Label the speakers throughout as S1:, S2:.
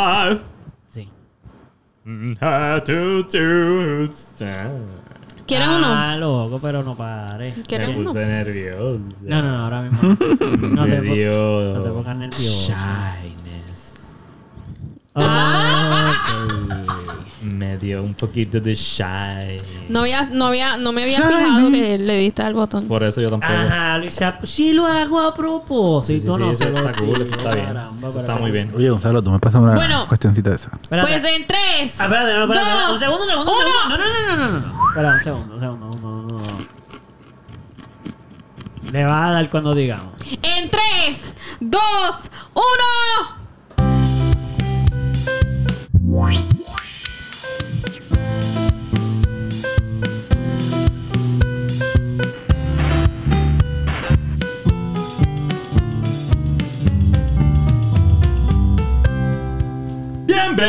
S1: I've
S2: Sí.
S1: had to do that.
S3: ¿Quieres uno?
S2: Ah, loco, pero no pare.
S3: ¿Quieres
S1: Me
S3: uno?
S1: puse nervioso.
S2: No, no, no, ahora mismo. no. No
S1: Me
S2: te, po-
S1: dio
S2: no te pongas nervioso. Oh,
S1: shyness.
S3: Ah.
S2: Ok.
S1: Me dio un poquito de shy.
S3: No había, no había, no me había fijado que le diste al botón.
S1: Por eso yo tampoco.
S2: Ajá, Luisa, sí lo hago a
S1: Sí, sí,
S2: propósito.
S1: sí,
S2: no
S1: eso
S2: se lo
S1: está cool,
S2: digo,
S1: eso está bien.
S2: caramba,
S1: Eso está
S2: espérate.
S1: muy bien.
S4: Oye, Gonzalo, tú me pasas una
S3: Bueno.
S4: cuestioncita de esa.
S2: Espérate.
S3: Pues en tres.
S2: Ah, espérate, no, espérate,
S3: Dos,
S2: un segundo, un segundo, un
S3: uno.
S2: segundo. No, no, no, no, no, no. Espera, un segundo, un segundo, un segundo, un segundo. Le va a dar cuando digamos.
S3: En tres, dos, uno.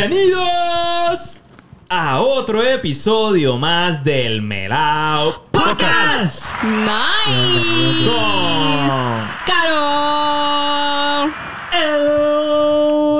S1: Bienvenidos a otro episodio más del Melao Podcast
S3: Nice.
S1: con
S3: Carol.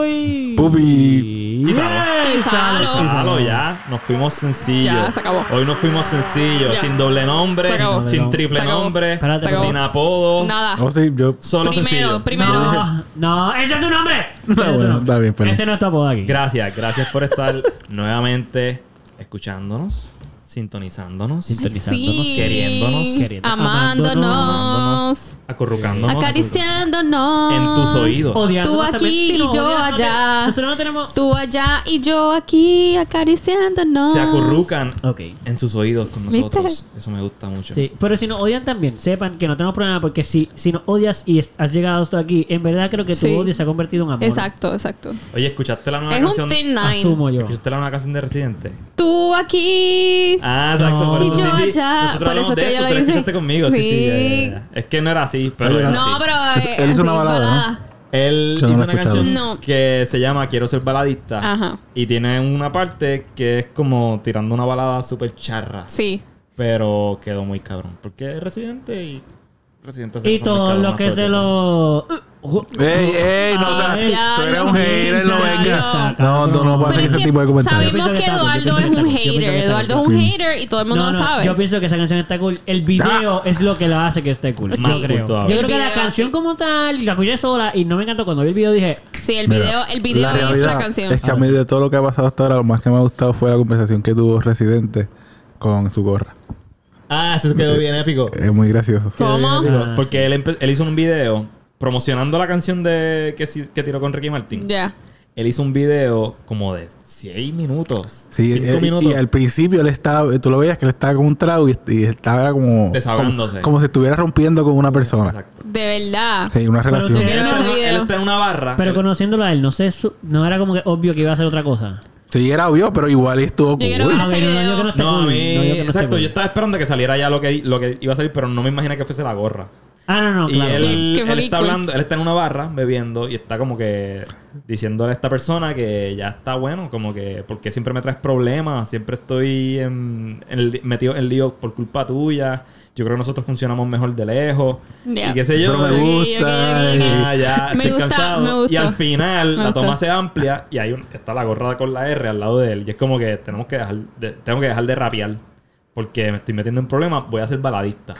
S2: ¡Ey!
S4: Pupi.
S2: Y
S1: Salo.
S3: Y Salo.
S1: Salo, ya, nos fuimos sencillos.
S3: Ya, se acabó.
S1: Hoy nos fuimos sencillos,
S3: Ya.
S1: sin doble nombre,
S3: Se acabó.
S1: sin triple
S3: Se acabó.
S1: nombre,
S2: Espérate,
S3: se acabó.
S1: sin apodo,
S3: Nada.
S4: No, sí, yo.
S1: solo
S3: Primero,
S1: sencillo.
S3: primero.
S2: No, no, ese es tu nombre. Ese es tu
S4: bueno,
S2: nombre.
S4: está bien, perdón.
S2: Ese no está por aquí.
S1: Gracias, gracias por estar nuevamente escuchándonos, sintonizándonos,
S2: Sintonizándonos.
S3: Sí.
S1: queriéndonos,
S2: queriendo-
S3: amándonos,
S1: amándonos, acorrucándonos
S3: acariciándonos
S1: en tus oídos.
S2: Odiándonos
S3: Tú
S2: también.
S3: aquí
S2: Sí, no,
S3: y yo
S2: odiándonos.
S3: allá.
S2: Nosotros no tenemos.
S3: Tú allá y yo aquí acariciándonos.
S1: Se acurrucan
S2: Ok.
S1: en sus oídos con
S3: ¿Viste?
S1: nosotros. Eso me gusta mucho.
S2: Sí, pero si nos odian también, sepan que no tenemos problema porque si, si nos odias y es- has llegado hasta aquí, en verdad creo que tu
S3: Sí.
S2: odio se ha convertido en amor.
S3: Exacto, exacto.
S1: Oye, ¿escuchaste la nueva
S3: Es un
S1: canción?
S3: Tin Nine.
S2: Asumo yo.
S1: ¿Escuchaste la nueva canción de Residente?
S3: Tú aquí.
S1: Ah, exacto.
S2: No.
S1: Por
S2: Y
S1: eso,
S3: yo
S1: sí, sí.
S3: allá,
S1: Nosotros
S3: por
S1: hablamos
S3: eso
S1: de
S3: que
S1: esto,
S3: yo
S1: tú
S3: lo
S1: la
S3: hice.
S1: escuchaste conmigo. Sí, sí,
S3: Sí.
S1: ya, ya, ya. Es que no era así, pero
S4: Oye,
S1: era
S3: No,
S1: así.
S3: pero. eh,
S4: Él hizo una
S3: así,
S4: balada, ¿no?
S1: Él
S4: Yo no
S1: hizo una
S4: la he escuchado.
S1: canción
S3: No.
S1: que se llama Quiero ser baladista.
S3: Ajá.
S1: Y tiene una parte que es como tirando una balada súper charra.
S3: Sí.
S1: Pero quedó muy cabrón. Porque es residente y. Residente hace
S2: Y
S1: cosas muy
S2: todos
S1: cabronas
S2: los que
S1: todo el
S2: se
S1: tiempo.
S2: lo. Uh,
S4: Ey, ey, no,
S2: Ah,
S4: o sea,
S3: ya,
S4: tú eres
S3: no,
S4: un hater, no
S2: sí,
S4: venga.
S2: ya,
S4: No,
S2: Pero
S3: Pero
S4: tú no puedes hacer
S3: es
S4: ese
S3: que
S4: tipo de comentarios.
S2: Yo
S3: Sabemos que
S2: pienso que
S3: Eduardo
S2: está
S3: es un
S2: cool, yo pienso que está cool, yo pienso que
S3: hater.
S2: está
S3: Eduardo es
S2: cool.
S3: un hater y todo el mundo
S2: no,
S3: lo
S2: no,
S3: sabe.
S2: yo pienso que esa canción está cool. El video es lo que la hace que esté cool.
S3: Sí.
S2: No
S1: Más
S2: creo.
S1: cool todavía.
S2: Yo creo que
S3: El
S2: la
S3: video,
S2: canción
S3: sí.
S2: como tal, la escuché sola y no me encantó. Cuando vi el video dije,
S3: Sí, el
S4: Mira,
S3: video, el video
S4: la
S3: es la
S4: realidad
S3: canción.
S4: Es que a mí de todo lo que ha pasado hasta ahora, lo más que me ha gustado fue la conversación que tuvo Residente con su gorra.
S1: Ah, eso quedó bien épico.
S4: Es muy gracioso.
S3: ¿Cómo?
S1: Digo,
S2: Ah,
S1: porque él, empe- él hizo un video promocionando la canción de que, si- que tiró con Ricky Martin.
S3: Ya.
S1: Él hizo un video como de 6 minutos.
S4: Sí,
S1: cinco
S4: eh,
S1: minutos.
S4: y al principio él estaba, tú lo veías que él estaba con un trago y, y estaba era como,
S1: Desahogándose.
S4: como como si estuviera rompiendo con una persona.
S1: Exacto.
S3: De verdad.
S4: Sí, una
S2: Pero
S4: relación.
S2: tú-
S1: Él
S3: Quiero
S1: está,
S3: ese
S1: en una, él
S3: video.
S1: está en una barra.
S2: pero
S1: Él-
S2: conociéndolo a él, no sé, su- no era como que obvio que iba a hacer otra cosa.
S4: Sí, era obvio, pero igual estuvo
S3: Yo quiero
S4: cool.
S3: ver
S2: Ah,
S3: ese
S2: bueno, yo creo
S3: video.
S2: que está
S1: no, a
S2: cool.
S1: mí.
S2: No, yo creo que está
S1: exacto,
S2: cool.
S1: yo estaba esperando que saliera ya lo que, lo que iba a salir, pero no me imaginé que fuese la gorra.
S2: Ah, no, no,
S1: y
S2: claro.
S1: él,
S2: claro.
S3: Que fue
S1: él
S3: muy
S1: está
S3: cool.
S1: hablando, él está en una barra bebiendo y está como que diciéndole a esta persona que ya está bueno, como que porque siempre me traes problemas, siempre estoy en- en el- metido en lío por culpa tuya. Yo creo que nosotros funcionamos mejor de lejos.
S3: Ya.
S1: Y qué sé yo.
S4: Pero me
S3: Sí,
S1: y-
S4: gusta.
S3: ok, ok, ok.
S1: Ah, ya,
S3: Me
S1: estoy
S3: gusta,
S1: cansado.
S3: me gustó.
S1: Y al final
S3: Me
S1: la
S3: gustó.
S1: toma se amplia y hay un- está la gorra con la R al lado de él. Y es como que tenemos que dejar de, tengo que dejar de rapear. Porque me estoy metiendo en problemas, voy a ser baladista.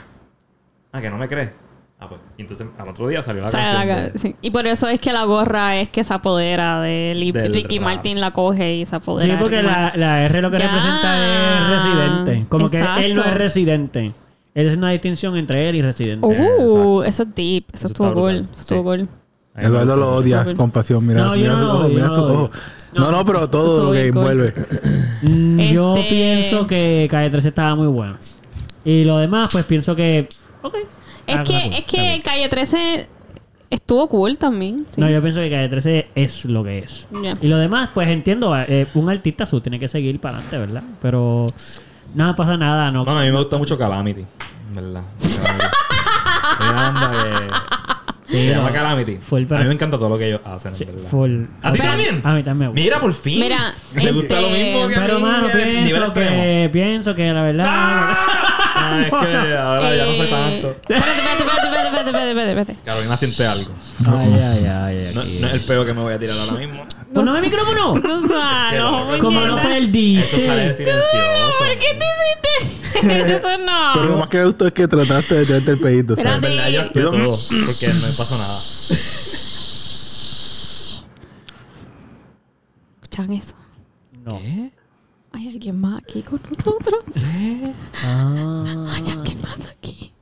S1: Ah, que no me crees. Ah, pues. Y entonces al otro día salió la
S3: Sale la
S1: canción.
S3: ca-
S1: de-
S3: sí. Y por eso es que la gorra es que se apodera de él y
S1: Del
S3: Ricky
S1: rap.
S3: Martin la coge y se
S2: Sí,
S3: apodera. de
S2: porque
S3: Ricky Martin.
S2: la, la R lo que
S3: Ya.
S2: representa es residente. Como que él no es
S3: Exacto.
S2: residente. Él es una distinción entre él y residente.
S3: Uh,
S1: Exacto.
S3: eso es deep.
S1: Eso está
S3: Eso, estuvo
S1: brutal.
S3: cool. Eso estuvo
S1: Sí.
S3: cool.
S2: Ah,
S1: Ahí
S4: Eduardo
S1: está.
S4: lo odia con pasión. Mira,
S2: No, yo
S4: mira
S2: no
S4: su
S2: lo
S4: ojo,
S2: odio,
S4: mira
S2: no
S4: su
S2: lo odio.
S4: ojo. No, no, pero todo
S3: Estuvo
S4: lo que
S3: bien cool.
S4: envuelve.
S2: Mm, Yo
S3: Este-
S2: pienso que Calle 13 estaba muy bueno. Y lo demás, pues pienso que. Ok.
S3: Es
S2: Ah,
S3: que,
S2: cool,
S3: es
S2: está bien.
S3: que Calle 13 estuvo cool también. sí.
S2: No, yo pienso que Calle 13 es lo que es.
S3: Ya.
S2: Y lo demás, pues entiendo, eh, un artista su tiene que seguir para adelante, ¿verdad? Pero nada pasa nada, no.
S1: Bueno, a mí me gusta mucho Calamity. en ¿Verdad? Calamity. Una banda que
S2: Sí,
S1: se
S2: no.
S1: llama Calamity.
S2: Full, pero-
S1: a mí me encanta todo lo que ellos hacen, en
S2: Sí,
S1: ¿verdad?
S2: full.
S1: ¿A ti también?
S2: A mí también.
S1: Mira, por fin.
S3: Mira,
S1: le gusta
S3: este,
S1: lo mismo que a
S2: Pero,
S1: mí.
S2: mano,
S1: nivel
S2: pienso
S1: extremo.
S2: que, pienso que la verdad.
S1: ¡Ah! Ah, es que ahora ya no fue
S3: Eh,
S1: tanto.
S3: Espérate, espérate, espérate, espérate, espérate, espérate, espérate, espérate.
S1: Carolina siente algo.
S2: Ay, ay, ay.
S1: No,
S2: aquí.
S1: no es el peo que me voy a tirar ahora mismo.
S3: Ah,
S2: ¡Ponme el micrófono!
S3: Gonzalo,
S1: Es que-
S2: Como no
S1: Eso
S3: puñeta.
S1: sale de
S2: perdiste.
S1: silencioso.
S3: ¿Por qué te hiciste eso? No.
S4: Pero lo más que me gustó es que trataste de tirarte el pedito.
S1: Pero en verdad yo actué
S4: Pero-
S1: todo. Porque no me pasó nada.
S3: ¿Escuchan eso?
S2: No.
S3: Hay alguien más aquí con nosotros.
S2: Ah.
S3: Hay alguien más aquí.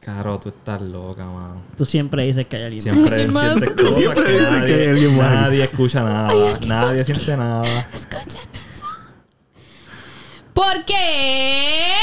S1: Caro, tú estás loca, mano.
S2: Tú siempre dices que hay alguien.
S1: Siempre
S3: Alguien más.
S1: sientes
S3: Tú
S1: cosas
S4: siempre
S1: que
S4: dices
S1: nadie,
S4: que hay alguien más.
S1: nadie escucha nada. Nadie siente nada.
S3: ¿Escuchan eso? ¿Por qué?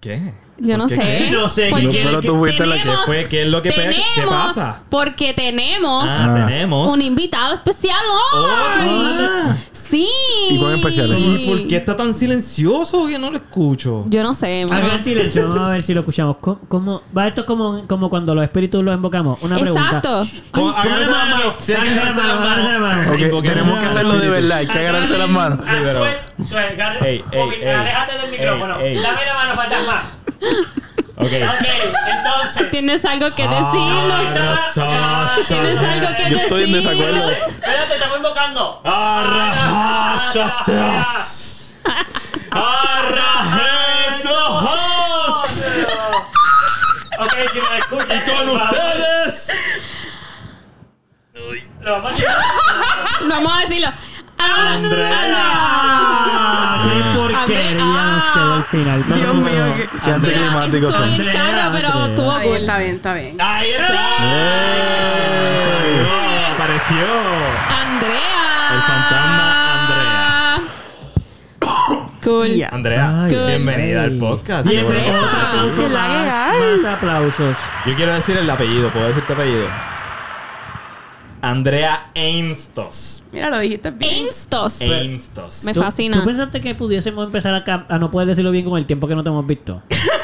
S1: ¿Qué?
S3: Yo no
S1: ¿Por qué
S3: sé.
S1: qué?
S2: No sé,
S3: Porque
S4: no, pero tú fuiste la que
S1: ¿Qué fue? ¿Qué es lo que pe-
S3: tenemos,
S1: ¿Qué pasa?
S3: Porque tenemos
S1: Ah,
S4: Ah.
S1: tenemos.
S3: un invitado especial hoy.
S1: Ah,
S3: Sí.
S4: ¿Y cuán especial es?
S1: ¿Y por qué está tan silencioso que no lo escucho?
S3: Yo no sé, mano.
S2: Hagan silencio, vamos a ver si lo escuchamos. ¿Cómo, cómo- va esto es como, como cuando los espíritus los invocamos? Una pregunta.
S3: Exacto.
S1: Con- agárrense las manos, tienen que
S2: Agárrense
S1: agárrense las
S2: manos,
S1: manos.
S2: agárrense las manos.
S4: Ok,
S1: Tengo que
S4: tenemos que
S1: agarrar
S4: hacerlo de
S1: espíritu.
S4: verdad. Hay que agarrarse las manos.
S2: Ah,
S1: Sí, pero-
S2: Sue- sue-
S1: Ey,
S2: agarra-
S1: ey,
S2: Bobby,
S1: ey.
S2: aléjate del micrófono.
S1: Ey, ey.
S2: Dame la mano, fantasma.
S1: Ok.
S2: Ok, entonces.
S3: Tienes algo que decirnos.
S1: Arrasasa.
S3: Tienes algo que
S4: Yo estoy en desacuerdo.
S3: decirnos.
S2: Espérate, estamos invocando.
S1: Arrasasas. Arrasasas.
S2: Ok, si me escuchas.
S1: Y con
S2: por favor,
S1: ustedes.
S2: Lo vamos a hacer.
S3: Vamos a decirlo.
S1: Andrea.
S2: Qué
S1: ah.
S2: porquería nos quedó el final. pero
S5: Dios
S2: no,
S5: mío,
S2: no.
S5: que-
S4: Qué anticlimáticos
S3: Estoy
S4: Este son.
S3: en charro, pero
S2: Andrea.
S3: estuvo
S5: Está bien, está
S3: cool.
S5: bien, está bien.
S1: Ahí está. Apareció.
S3: Andrea.
S1: El fantasma
S3: Cool.
S5: Ya.
S1: Andrea,
S2: Ay,
S1: bienvenida
S2: ey.
S1: al podcast. Qué bueno que
S2: Bienvenida.
S1: estás
S2: Otro
S1: aquí.
S2: aplauso
S5: Se la
S2: más,
S5: regalan.
S2: más aplausos.
S1: Yo quiero decir el apellido, ¿puedo decir tu apellido? Andrea Einstos.
S5: Mira, lo dijiste bien.
S3: Instos.
S4: Eh.
S1: Einstos.
S3: Me
S2: ¿Tú-
S3: fascina.
S2: ¿Tú pensaste que pudiésemos empezar a, cam- a no poder decirlo bien con el tiempo que no te hemos visto?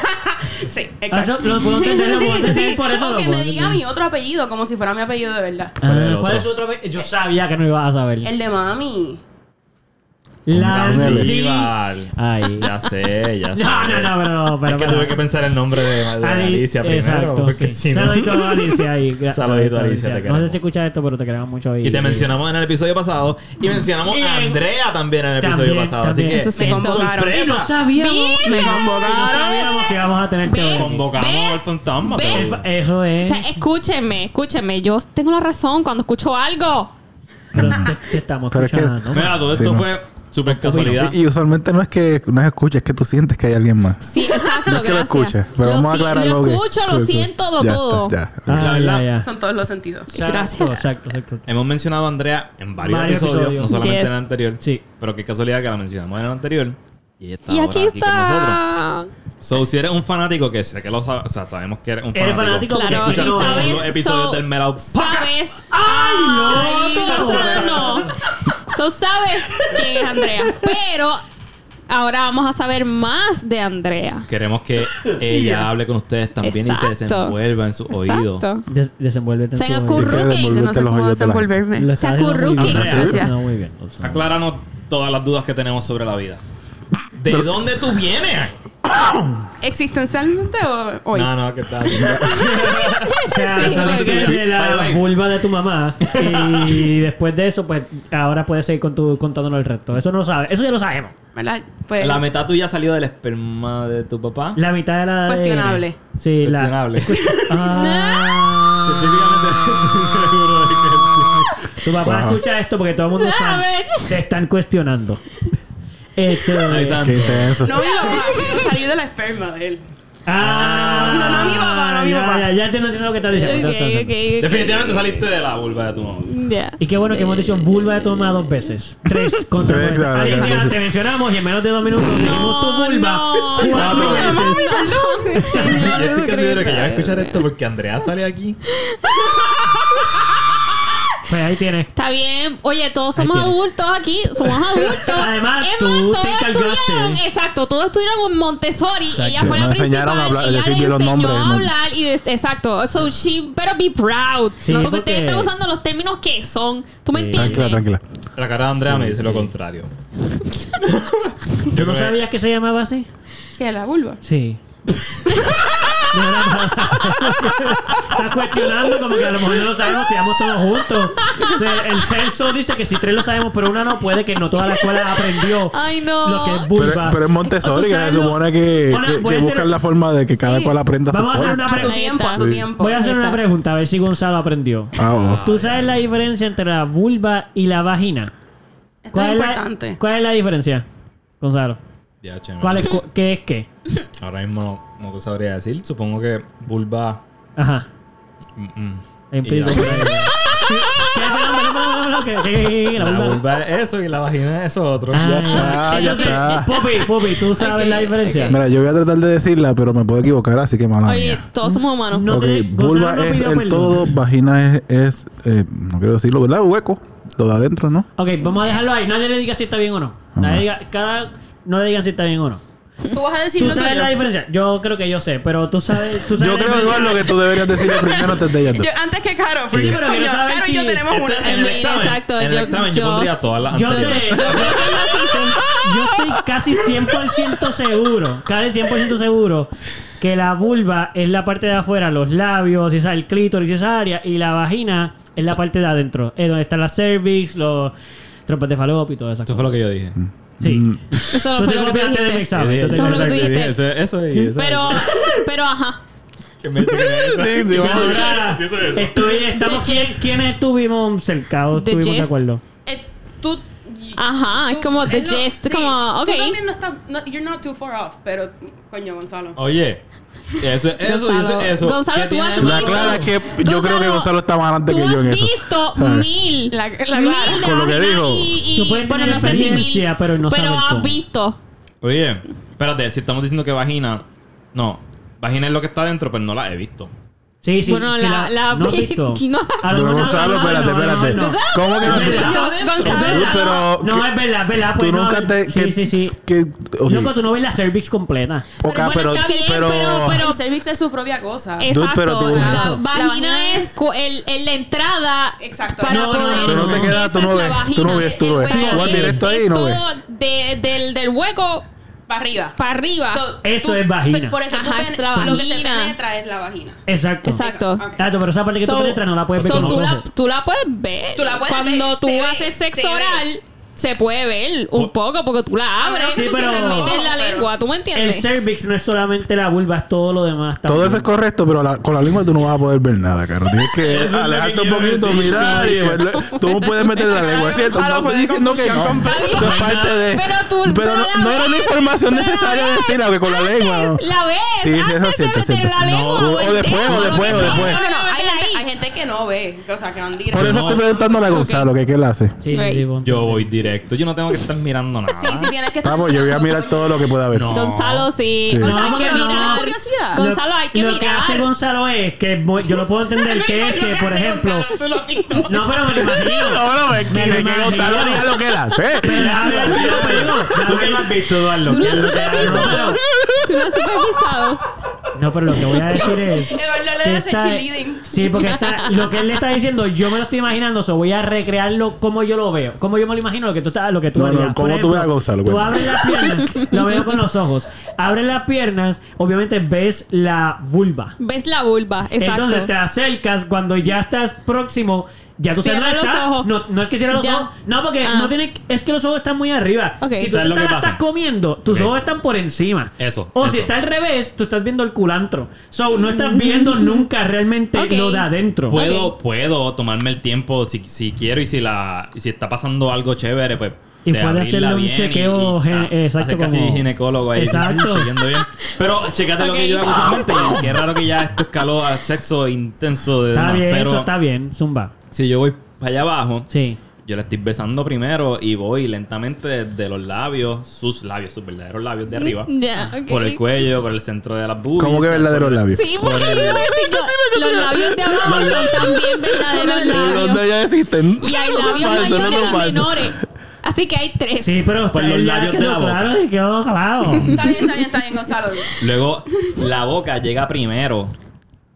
S5: Sí,
S2: Eso
S5: exacto.
S2: lo puedo
S5: Sí,
S2: entender, lo
S5: sí,
S2: puedo
S5: sí,
S2: entender,
S5: sí.
S2: por eso
S5: O
S2: lo
S5: que
S2: puedo
S5: me diga
S2: entender.
S5: mi otro apellido como si fuera mi apellido de verdad.
S1: ¿Cuál es
S2: Ah,
S1: el
S2: ¿Cuál
S1: otro?
S2: es su otro apellido? Yo sabía que no ibas a saber.
S5: El de mami.
S2: Landívar.
S1: Landívar.
S2: Ay.
S1: Ya sé, ya sé.
S2: No, no, no, pero no, pero-
S1: es que
S2: pero-
S1: tuve que pensar el nombre de, de
S2: Ali-
S1: Alicia primero.
S2: Exacto,
S1: porque
S2: sí.
S1: si no-
S2: Saludito a Alicia ahí. Gra-
S1: Saludito a Alicia, te
S2: No sé
S1: queremos.
S2: si escuchas esto, pero te queremos mucho ahí.
S1: Y te mencionamos en el episodio pasado. Y mencionamos
S2: Y en-
S1: a Andrea también en el episodio
S2: También,
S1: pasado.
S2: también.
S1: Así que
S2: Eso
S5: sí. Me convocaron.
S1: sorpresa.
S2: Y no sabíamos.
S3: Me
S2: No sabíamos que íbamos a tenerte
S3: ¿Ves?
S2: hoy.
S1: Convocamos
S3: ¿Ves?
S1: al fantasma.
S3: ¿Ves?
S1: pero-
S2: Es- Eso
S3: O
S2: es.
S3: sea, escúchenme, escúchenme. Yo tengo la razón cuando escucho algo.
S2: Pero te, te estamos
S4: Pero es que-
S2: escuchando.
S1: Mira, todo esto
S4: Sí, no.
S1: fue súper casualidad.
S4: Y, y usualmente no es que no escuches, es que tú sientes que hay alguien más.
S3: Sí, exacto.
S4: No es que lo
S3: gracias.
S4: escuches, pero
S3: Lo
S4: vamos a
S3: si-
S4: aclarar lo
S3: Lo
S4: que.
S3: escucho, lo siento
S4: ya
S3: todo.
S4: Está, ya.
S2: Ah,
S1: La
S2: ya,
S1: verdad.
S2: ya.
S5: Son todos los sentidos.
S2: Exacto,
S3: Gracias.
S2: exacto, exacto.
S1: Hemos mencionado a Andrea en varios,
S2: Varios
S1: episodios,
S2: episodios.
S1: no solamente
S3: Yes.
S1: en el anterior.
S2: Sí.
S1: Pero qué casualidad que la mencionamos en el anterior. Y ella está
S3: Y
S1: ahora
S3: aquí
S1: con nosotros.
S3: está.
S1: So, si eres un fanático, que sé que lo sabes, o sea, sabemos que eres un
S2: Eres
S1: fanático.
S2: fanático
S1: que
S2: Claro,
S1: escucha
S2: y
S1: todos
S2: sabes,
S1: los episodios
S3: so-
S1: del Melao Podcast.
S3: ¿Sabes? ¡Ay,
S2: no!
S3: Gonzalo, no! So, sabes quién es Andrea. Pero ahora vamos a saber más de Andrea.
S1: Queremos que ella hable con ustedes también y se
S3: Exacto.
S1: desenvuelva en sus oídos.
S3: Exacto.
S2: Des- desenvuélvete en
S3: Se
S2: su-
S3: me ocurrió- Rookie.
S5: Yo no sé
S4: desenvolviste los
S5: cómo
S4: oídos de la gente.
S5: desenvolverme.
S2: Lo estás haciendo muy bien.
S3: Sacurruque.
S2: lo estás
S4: Gracias.
S2: haciendo muy bien, o sea.
S1: Acláranos todas las dudas que tenemos sobre la vida. ¿De dónde tú vienes?
S5: ¿Existencialmente o hoy?
S1: No, no, ¿qué tal?
S2: O sea,
S3: Sí,
S2: solo
S3: muy
S2: tienes
S1: bien.
S2: de la
S1: Bye, bye.
S2: vulva de tu mamá y después de eso, pues ahora puedes seguir con tu, contándonos el resto. Eso no lo sabes, eso ya lo sabemos.
S5: ¿Verdad? Pues,
S1: La mitad tuya salió del esperma de tu papá.
S2: La mitad de la ADN.
S5: Cuestionable.
S2: Sí, la.
S1: Cuestionable.
S2: Ah,
S1: Específicamente, seguro de que sí.
S2: tu papá
S4: Wow.
S2: escucha esto porque todo el mundo sabe. Te están cuestionando. Este,
S1: Avisando.
S4: Qué intenso.
S5: no mi papá. Salí de la esperma de él.
S2: ah,
S5: No, no, no, mi papá, no, mi
S2: ya,
S5: papá.
S2: Ya, ya entiendo, entiendo lo que estás diciendo.
S3: Ok, ok, ok.
S1: Definitivamente saliste de la vulva de tu mamá.
S3: Ya.
S2: Y qué bueno que hemos dicho vulva de tu mamá dos veces. Tres contra
S4: Tres,
S2: tres.
S4: claro,
S2: Alicia,
S4: claro.
S2: te mencionamos y en menos de dos minutos tenemos tu vulva.
S3: no,
S2: cuatro
S3: no,
S2: veces.
S3: mami, perdón.
S1: Yo
S3: Señor
S1: estoy casi seguro que ya va a
S3: Jesucristo.
S1: escuchar esto porque Andrea sale aquí.
S2: Pues ahí tienes.
S3: Está bien. Oye, todos somos
S2: Ahí tienes.
S3: adultos aquí. Somos adultos.
S2: Además,
S3: Es
S2: tú
S3: más,
S2: te
S3: todos
S2: encargaste.
S3: estuvieron. Exacto, todos estuvieron en Montessori. Ella fue la
S4: Nos enseñaron
S3: principal.
S4: a hablar-
S3: ella
S4: decir
S3: les
S4: bien los
S3: enseñó
S4: nombres,
S3: a
S4: ¿no?
S3: hablar. Y des- exacto. So she better be proud.
S2: Sí,
S3: porque,
S2: porque-
S3: ustedes están usando los términos que son. ¿Tú me
S2: Sí.
S3: entiendes?
S4: Tranquila, tranquila.
S1: La cara de Andrea me dice lo contrario.
S2: ¿Tú no sabías que se llamaba así?
S5: que la vulva.
S2: Sí. No, no, no, o sea, Estás cuestionando como que a lo mejor no lo sabemos, tiramos todos juntos. O sea, el censo dice que si tres lo sabemos, pero una no puede, que no toda la escuela aprendió
S3: Ay, no.
S2: lo que es
S4: Pero,
S2: vulva.
S4: pero es
S2: ¿Tú
S4: Montessori, que se
S2: sabes
S4: supone
S2: lo-
S4: que,
S2: Ahora,
S4: que,
S2: voy
S4: que
S2: a hacer-
S4: buscan la forma de que cada
S5: Sí.
S4: cual aprenda
S2: Vamos a
S4: su
S2: hacer
S4: forma.
S2: una
S5: A su
S2: pregunta.
S5: tiempo, a su
S4: Sí.
S5: tiempo.
S2: Voy a hacer una pregunta, a ver si Gonzalo aprendió.
S4: Ah, oh.
S2: ¿Tú sabes la diferencia entre la vulva y la vagina?
S5: Esto es
S2: la-
S5: importante.
S2: cuál es la diferencia, Gonzalo?
S1: Ya, che,
S2: ¿Cuál es, cu- ¿Qué es qué?
S1: Ahora mismo no, no te sabría decir. Supongo que vulva.
S2: Ajá.
S1: mm, mm.
S2: Hay un
S1: Y
S2: pedido
S1: la-
S2: por ahí. ¿Qué?
S5: Ah,
S2: Espera, espera, espera, espera, espera, que- que- que la
S1: La
S2: vulva-
S1: vulva es eso y la vagina es eso otro.
S2: Ah,
S4: está, Ah, ya
S2: entonces,
S4: está.
S2: Poppy, Poppy, ¿tú sabes la diferencia?
S4: Mira, yo voy a tratar de decirla, pero me puedo equivocar, así que mala
S3: Oye,
S4: mía.
S3: todos somos humanos.
S2: no
S4: Ok,
S2: tiene- Gonzalo
S4: vulva
S2: no
S4: es el
S2: pidió perdón.
S4: todo, vagina es, es eh, no quiero decirlo, ¿verdad? Hueco, todo adentro, ¿no?
S2: Ok, vamos a dejarlo ahí. Nadie le diga si está bien o no. Nadie diga, cada, no le digan si está bien o no.
S3: Tú vas a decir
S2: ¿Tú
S3: lo
S2: sabes
S3: tuyo.
S2: la diferencia? Yo creo que yo sé, pero tú sabes... Tú sabes
S4: Yo
S2: la
S4: creo,
S2: diferencia.
S4: Eduardo, que tú deberías decirle primero antes de ella.
S5: Yo- antes que Caro, porque
S2: pero
S5: coño,
S2: quiero saber
S5: Caro y yo
S2: si-
S5: tenemos
S1: Este-
S5: una.
S1: en el
S3: Mira,
S1: examen,
S3: exacto,
S1: en el
S3: yo-
S1: examen yo,
S3: yo-
S1: pondría todas las
S2: Yo
S1: anteriores.
S2: sé. Yo estoy casi 100% seguro, casi 100% seguro que la vulva es la parte de afuera, los labios, esa, el clítoris, esa área, y la vagina es la parte de adentro, es donde están las cervix, los trompas de falopio y todo eso.
S1: Eso fue lo que yo dije.
S4: Mm.
S2: Sí.
S3: Eso no
S2: Tú te
S3: fue lo que tú
S2: copiaste de mi
S3: dijiste.
S2: examen. tú te
S3: Eso fue lo
S2: copiaste.
S3: que tú
S1: Exacto,
S3: dijiste.
S1: Eso, eso y eso.
S3: Pero, pero ajá.
S1: Que me dice que-
S4: Sí, sí, vamos.
S2: Ahora, estoy- estamos-
S3: The
S2: ¿quién- ¿Quiénes estuvimos cerca o
S3: The
S2: estuvimos de
S3: gist.
S2: acuerdo?
S5: Eh, tú.
S3: Ajá, es
S5: tú-
S3: como the
S5: él no-
S3: gist,
S5: sí,
S3: como, ok.
S5: Tú también no estás. no- you're not too far off, pero. Coño, Gonzalo.
S2: Oh.
S1: Oye, eso es eso y eso es eso.
S3: Gonzalo,
S1: ¿Qué
S3: tú
S1: tiene-
S3: has
S4: La
S3: visto-
S4: clara es que yo creo que Gonzalo está más adelante
S3: tú
S4: que yo en
S3: has
S4: eso.
S3: visto
S4: ¿Sabes?
S3: mil.
S5: La- la
S3: mil
S5: clara.
S3: de
S4: Con lo que
S3: vagina
S4: dijo.
S3: y- y-
S2: Tú puedes
S3: bueno,
S2: tener
S3: no sé si mil,
S2: experiencia, pero no sabes
S3: has
S2: cómo.
S3: visto.
S1: Oye, espérate, si estamos diciendo que vagina. No, vagina es lo que está adentro, pero no la he visto.
S2: Sí, sí.
S3: Bueno,
S2: sí,
S3: la- la-
S2: ¿no has visto?
S3: no.
S2: A lo
S4: Pero
S2: mejor-
S4: Gonzalo,
S2: no, no,
S4: espérate,
S2: no,
S4: espérate.
S2: no.
S4: ¿Cómo que no?
S2: Espera.
S5: Yo
S4: Tú,
S5: Gonzalo.
S4: pero
S2: No,
S4: que-
S2: es verdad, es verdad.
S4: tú
S2: pues, no,
S4: nunca te...
S2: Sí,
S4: que-
S2: sí, sí.
S4: que- ok.
S2: Loco, tú no ves la cervix completa.
S3: Pero
S4: Ok,
S3: bueno,
S4: pero,
S3: está bien,
S4: pero,
S3: pero- pero-
S5: El cervix es su propia cosa.
S4: Dude,
S3: Exacto.
S4: pero tú-
S3: la,
S2: Eso.
S3: vagina
S5: La vagina
S3: es
S5: es-
S3: cu- el, el- la entrada
S5: Exacto.
S3: para
S2: No, no,
S3: poder.
S4: tú no te
S2: no,
S4: quedas,
S3: Esa
S4: tú no
S3: es la
S4: ves, tú no
S3: vagina.
S4: ves, tú no ves.
S5: El hueco
S4: Tú vas
S3: Es-
S4: directo
S3: es
S4: ahí y no ves.
S3: todo de- del, del hueco
S5: Para arriba.
S3: para arriba.
S5: So,
S2: Eso es vagina.
S5: pe- Por eso tú
S3: Ajá,
S5: pen-
S3: es la
S5: lo que se
S3: vagina.
S5: penetra es la vagina.
S2: Exacto.
S3: Exacto.
S5: Ok.
S2: Exacto, pero esa parte que Ah, tú
S3: So-
S2: penetras no la puedes ver
S3: so
S2: con los
S3: tú, la,
S2: ojos.
S3: tú la puedes ver.
S5: Tú la puedes
S3: Cuando
S5: ver,
S3: tú
S5: se ve,
S3: haces sexo
S5: se ve. Ah,
S3: oral, se puede ver un poco porque tú la
S5: bueno,
S3: abres
S5: sí,
S3: tú
S2: Pues- pero-
S3: siempre metes la
S5: pero-
S3: lengua. ¿Tú me
S2: El
S3: entiendes?
S2: cervix no es solamente la vulva, es todo lo demás.
S4: Todo
S2: también.
S4: eso es correcto, pero la- con la lengua tú no vas a poder ver nada, caro. Tienes que
S1: es lo
S4: alejarte
S1: que
S4: un
S1: quiero
S4: poquito,
S1: decir.
S4: mirar y verlo. Tú no puedes meter la lengua, es cierto.
S5: Gonzalo,
S4: No
S5: fue
S4: estoy
S5: de
S4: diciendo que no.
S5: confusión completa.
S4: Eso es parte de.
S3: Pero tú- pero
S4: Pero no,
S3: la
S4: no era una
S3: ves,
S4: información
S3: pero la
S4: necesaria
S3: ves,
S4: decir algo con la lengua. ¿no?
S3: La ves.
S4: Sí, sí,
S3: antes
S4: eso es
S3: de
S4: cierto, es
S3: meter
S4: cierto.
S3: la lengua
S4: No, o-
S3: el
S4: o después,
S3: dedo,
S4: o
S3: lo
S4: después,
S3: que
S4: o
S3: sea,
S4: después.
S5: No, no, no.
S3: metes
S5: Hay
S3: ahí.
S5: gente, hay gente que no ve. O sea, que van directo.
S4: Por eso
S1: No.
S4: estoy preguntándole a Gonzalo que qué él hace.
S2: Sí, sí, sí,
S3: Ok.
S2: ponte.
S1: Yo voy directo, yo no tengo que estar mirando nada.
S5: Sí, sí, tienes que estar.
S4: Vamos, yo voy a mirar todo lo que pueda haber.
S1: No.
S3: Gonzalo, sí.
S4: Sí.
S3: Gonzalo,
S2: No,
S3: hay que
S2: pero no.
S3: mirar.
S5: Curiosidad.
S2: Lo-
S3: Gonzalo, hay que
S2: lo
S3: mirar.
S2: que hace Gonzalo es que mo- yo lo puedo entender que es que, por ejemplo.
S5: Tú lo pintas.
S2: No, pero me lo imagino.
S4: Ahora me
S2: Me
S4: quiere que
S2: imagino.
S4: Gonzalo diga lo que él hace.
S2: Déjame ver si lo veo.
S1: ¿Tú qué no has visto, Eduardo?
S3: Tú
S1: ¿Qué
S3: lo
S1: es
S3: has
S1: lo que-
S3: supervisado. Tú lo has supervisado.
S2: No, pero lo que voy a decir es.
S5: Eduardo
S2: que
S5: le hace
S2: está-
S5: cheerleading.
S2: Sí, porque está, lo que él le está diciendo, yo me lo estoy imaginando, so voy a recrearlo como yo lo veo, como yo me lo imagino, lo que tú estás, lo que tú
S4: No, no,
S2: harías.
S4: ¿cómo
S2: Por
S4: tú ves a Gonzalo?
S2: Tú
S4: Cuenta.
S2: abres las piernas, lo veo con los ojos. Abres las piernas, obviamente ves la vulva.
S3: Ves la vulva, exacto.
S2: Entonces te acercas cuando ya estás próximo. Ya tú sabes
S3: Cierra
S2: dónde
S3: los
S2: estás.
S3: ojos.
S2: No, no es que cierres los
S3: Ya.
S2: ojos. No, porque
S3: Ah.
S2: no tiene. Es que los ojos están muy arriba.
S3: Ok.
S2: Si tú te
S1: ¿Sabes lo que
S2: la
S1: pasa?
S2: estás comiendo, tus
S1: Ok.
S2: ojos están por encima.
S1: Eso,
S2: O
S1: eso.
S2: si está al revés, tú estás viendo el culantro. So, no estás viendo nunca realmente
S3: Mm. Ok.
S2: lo de adentro.
S1: Puedo,
S3: Ok.
S1: puedo tomarme el tiempo si, si quiero y si la y si está pasando algo chévere, pues.
S2: Y
S1: de
S2: puede
S1: abrirla
S2: hacerle un
S1: bien
S2: chequeo
S1: y-
S2: gen- eh,
S1: ah,
S2: exacto,
S1: hacer casi
S2: como-
S1: ginecólogo ahí.
S2: Exacto.
S1: chequeando bien. Pero checate lo
S3: Ok.
S1: que yo hago usualmente. y Qué raro que ya esto escaló al sexo intenso de
S2: Está
S1: demás,
S2: bien,
S1: Pero
S2: eso está bien. Zumba.
S1: si yo voy para allá abajo,
S2: Sí.
S1: yo la estoy besando primero y voy lentamente desde los labios, sus labios, sus verdaderos labios de arriba.
S3: Ya, ok.
S1: Por el cuello, por el centro de las boobies.
S4: ¿Cómo que verdaderos labios?
S3: Sí, porque yo iba a decir, yo- los labios de abajo son también verdaderos
S4: Los
S3: labios.
S4: de ella existen.
S3: Y hay labios
S4: Falso, no
S3: mayores
S4: son
S3: y
S4: falsos.
S3: menores. Así que hay tres.
S2: Sí, pero
S1: Por pues
S2: está-
S1: los
S2: ya
S1: labios de
S2: quedó
S1: la boca.
S2: claro, y quedó claro.
S5: Está bien, está bien, está bien, Gonzalo.
S1: Luego, la boca llega primero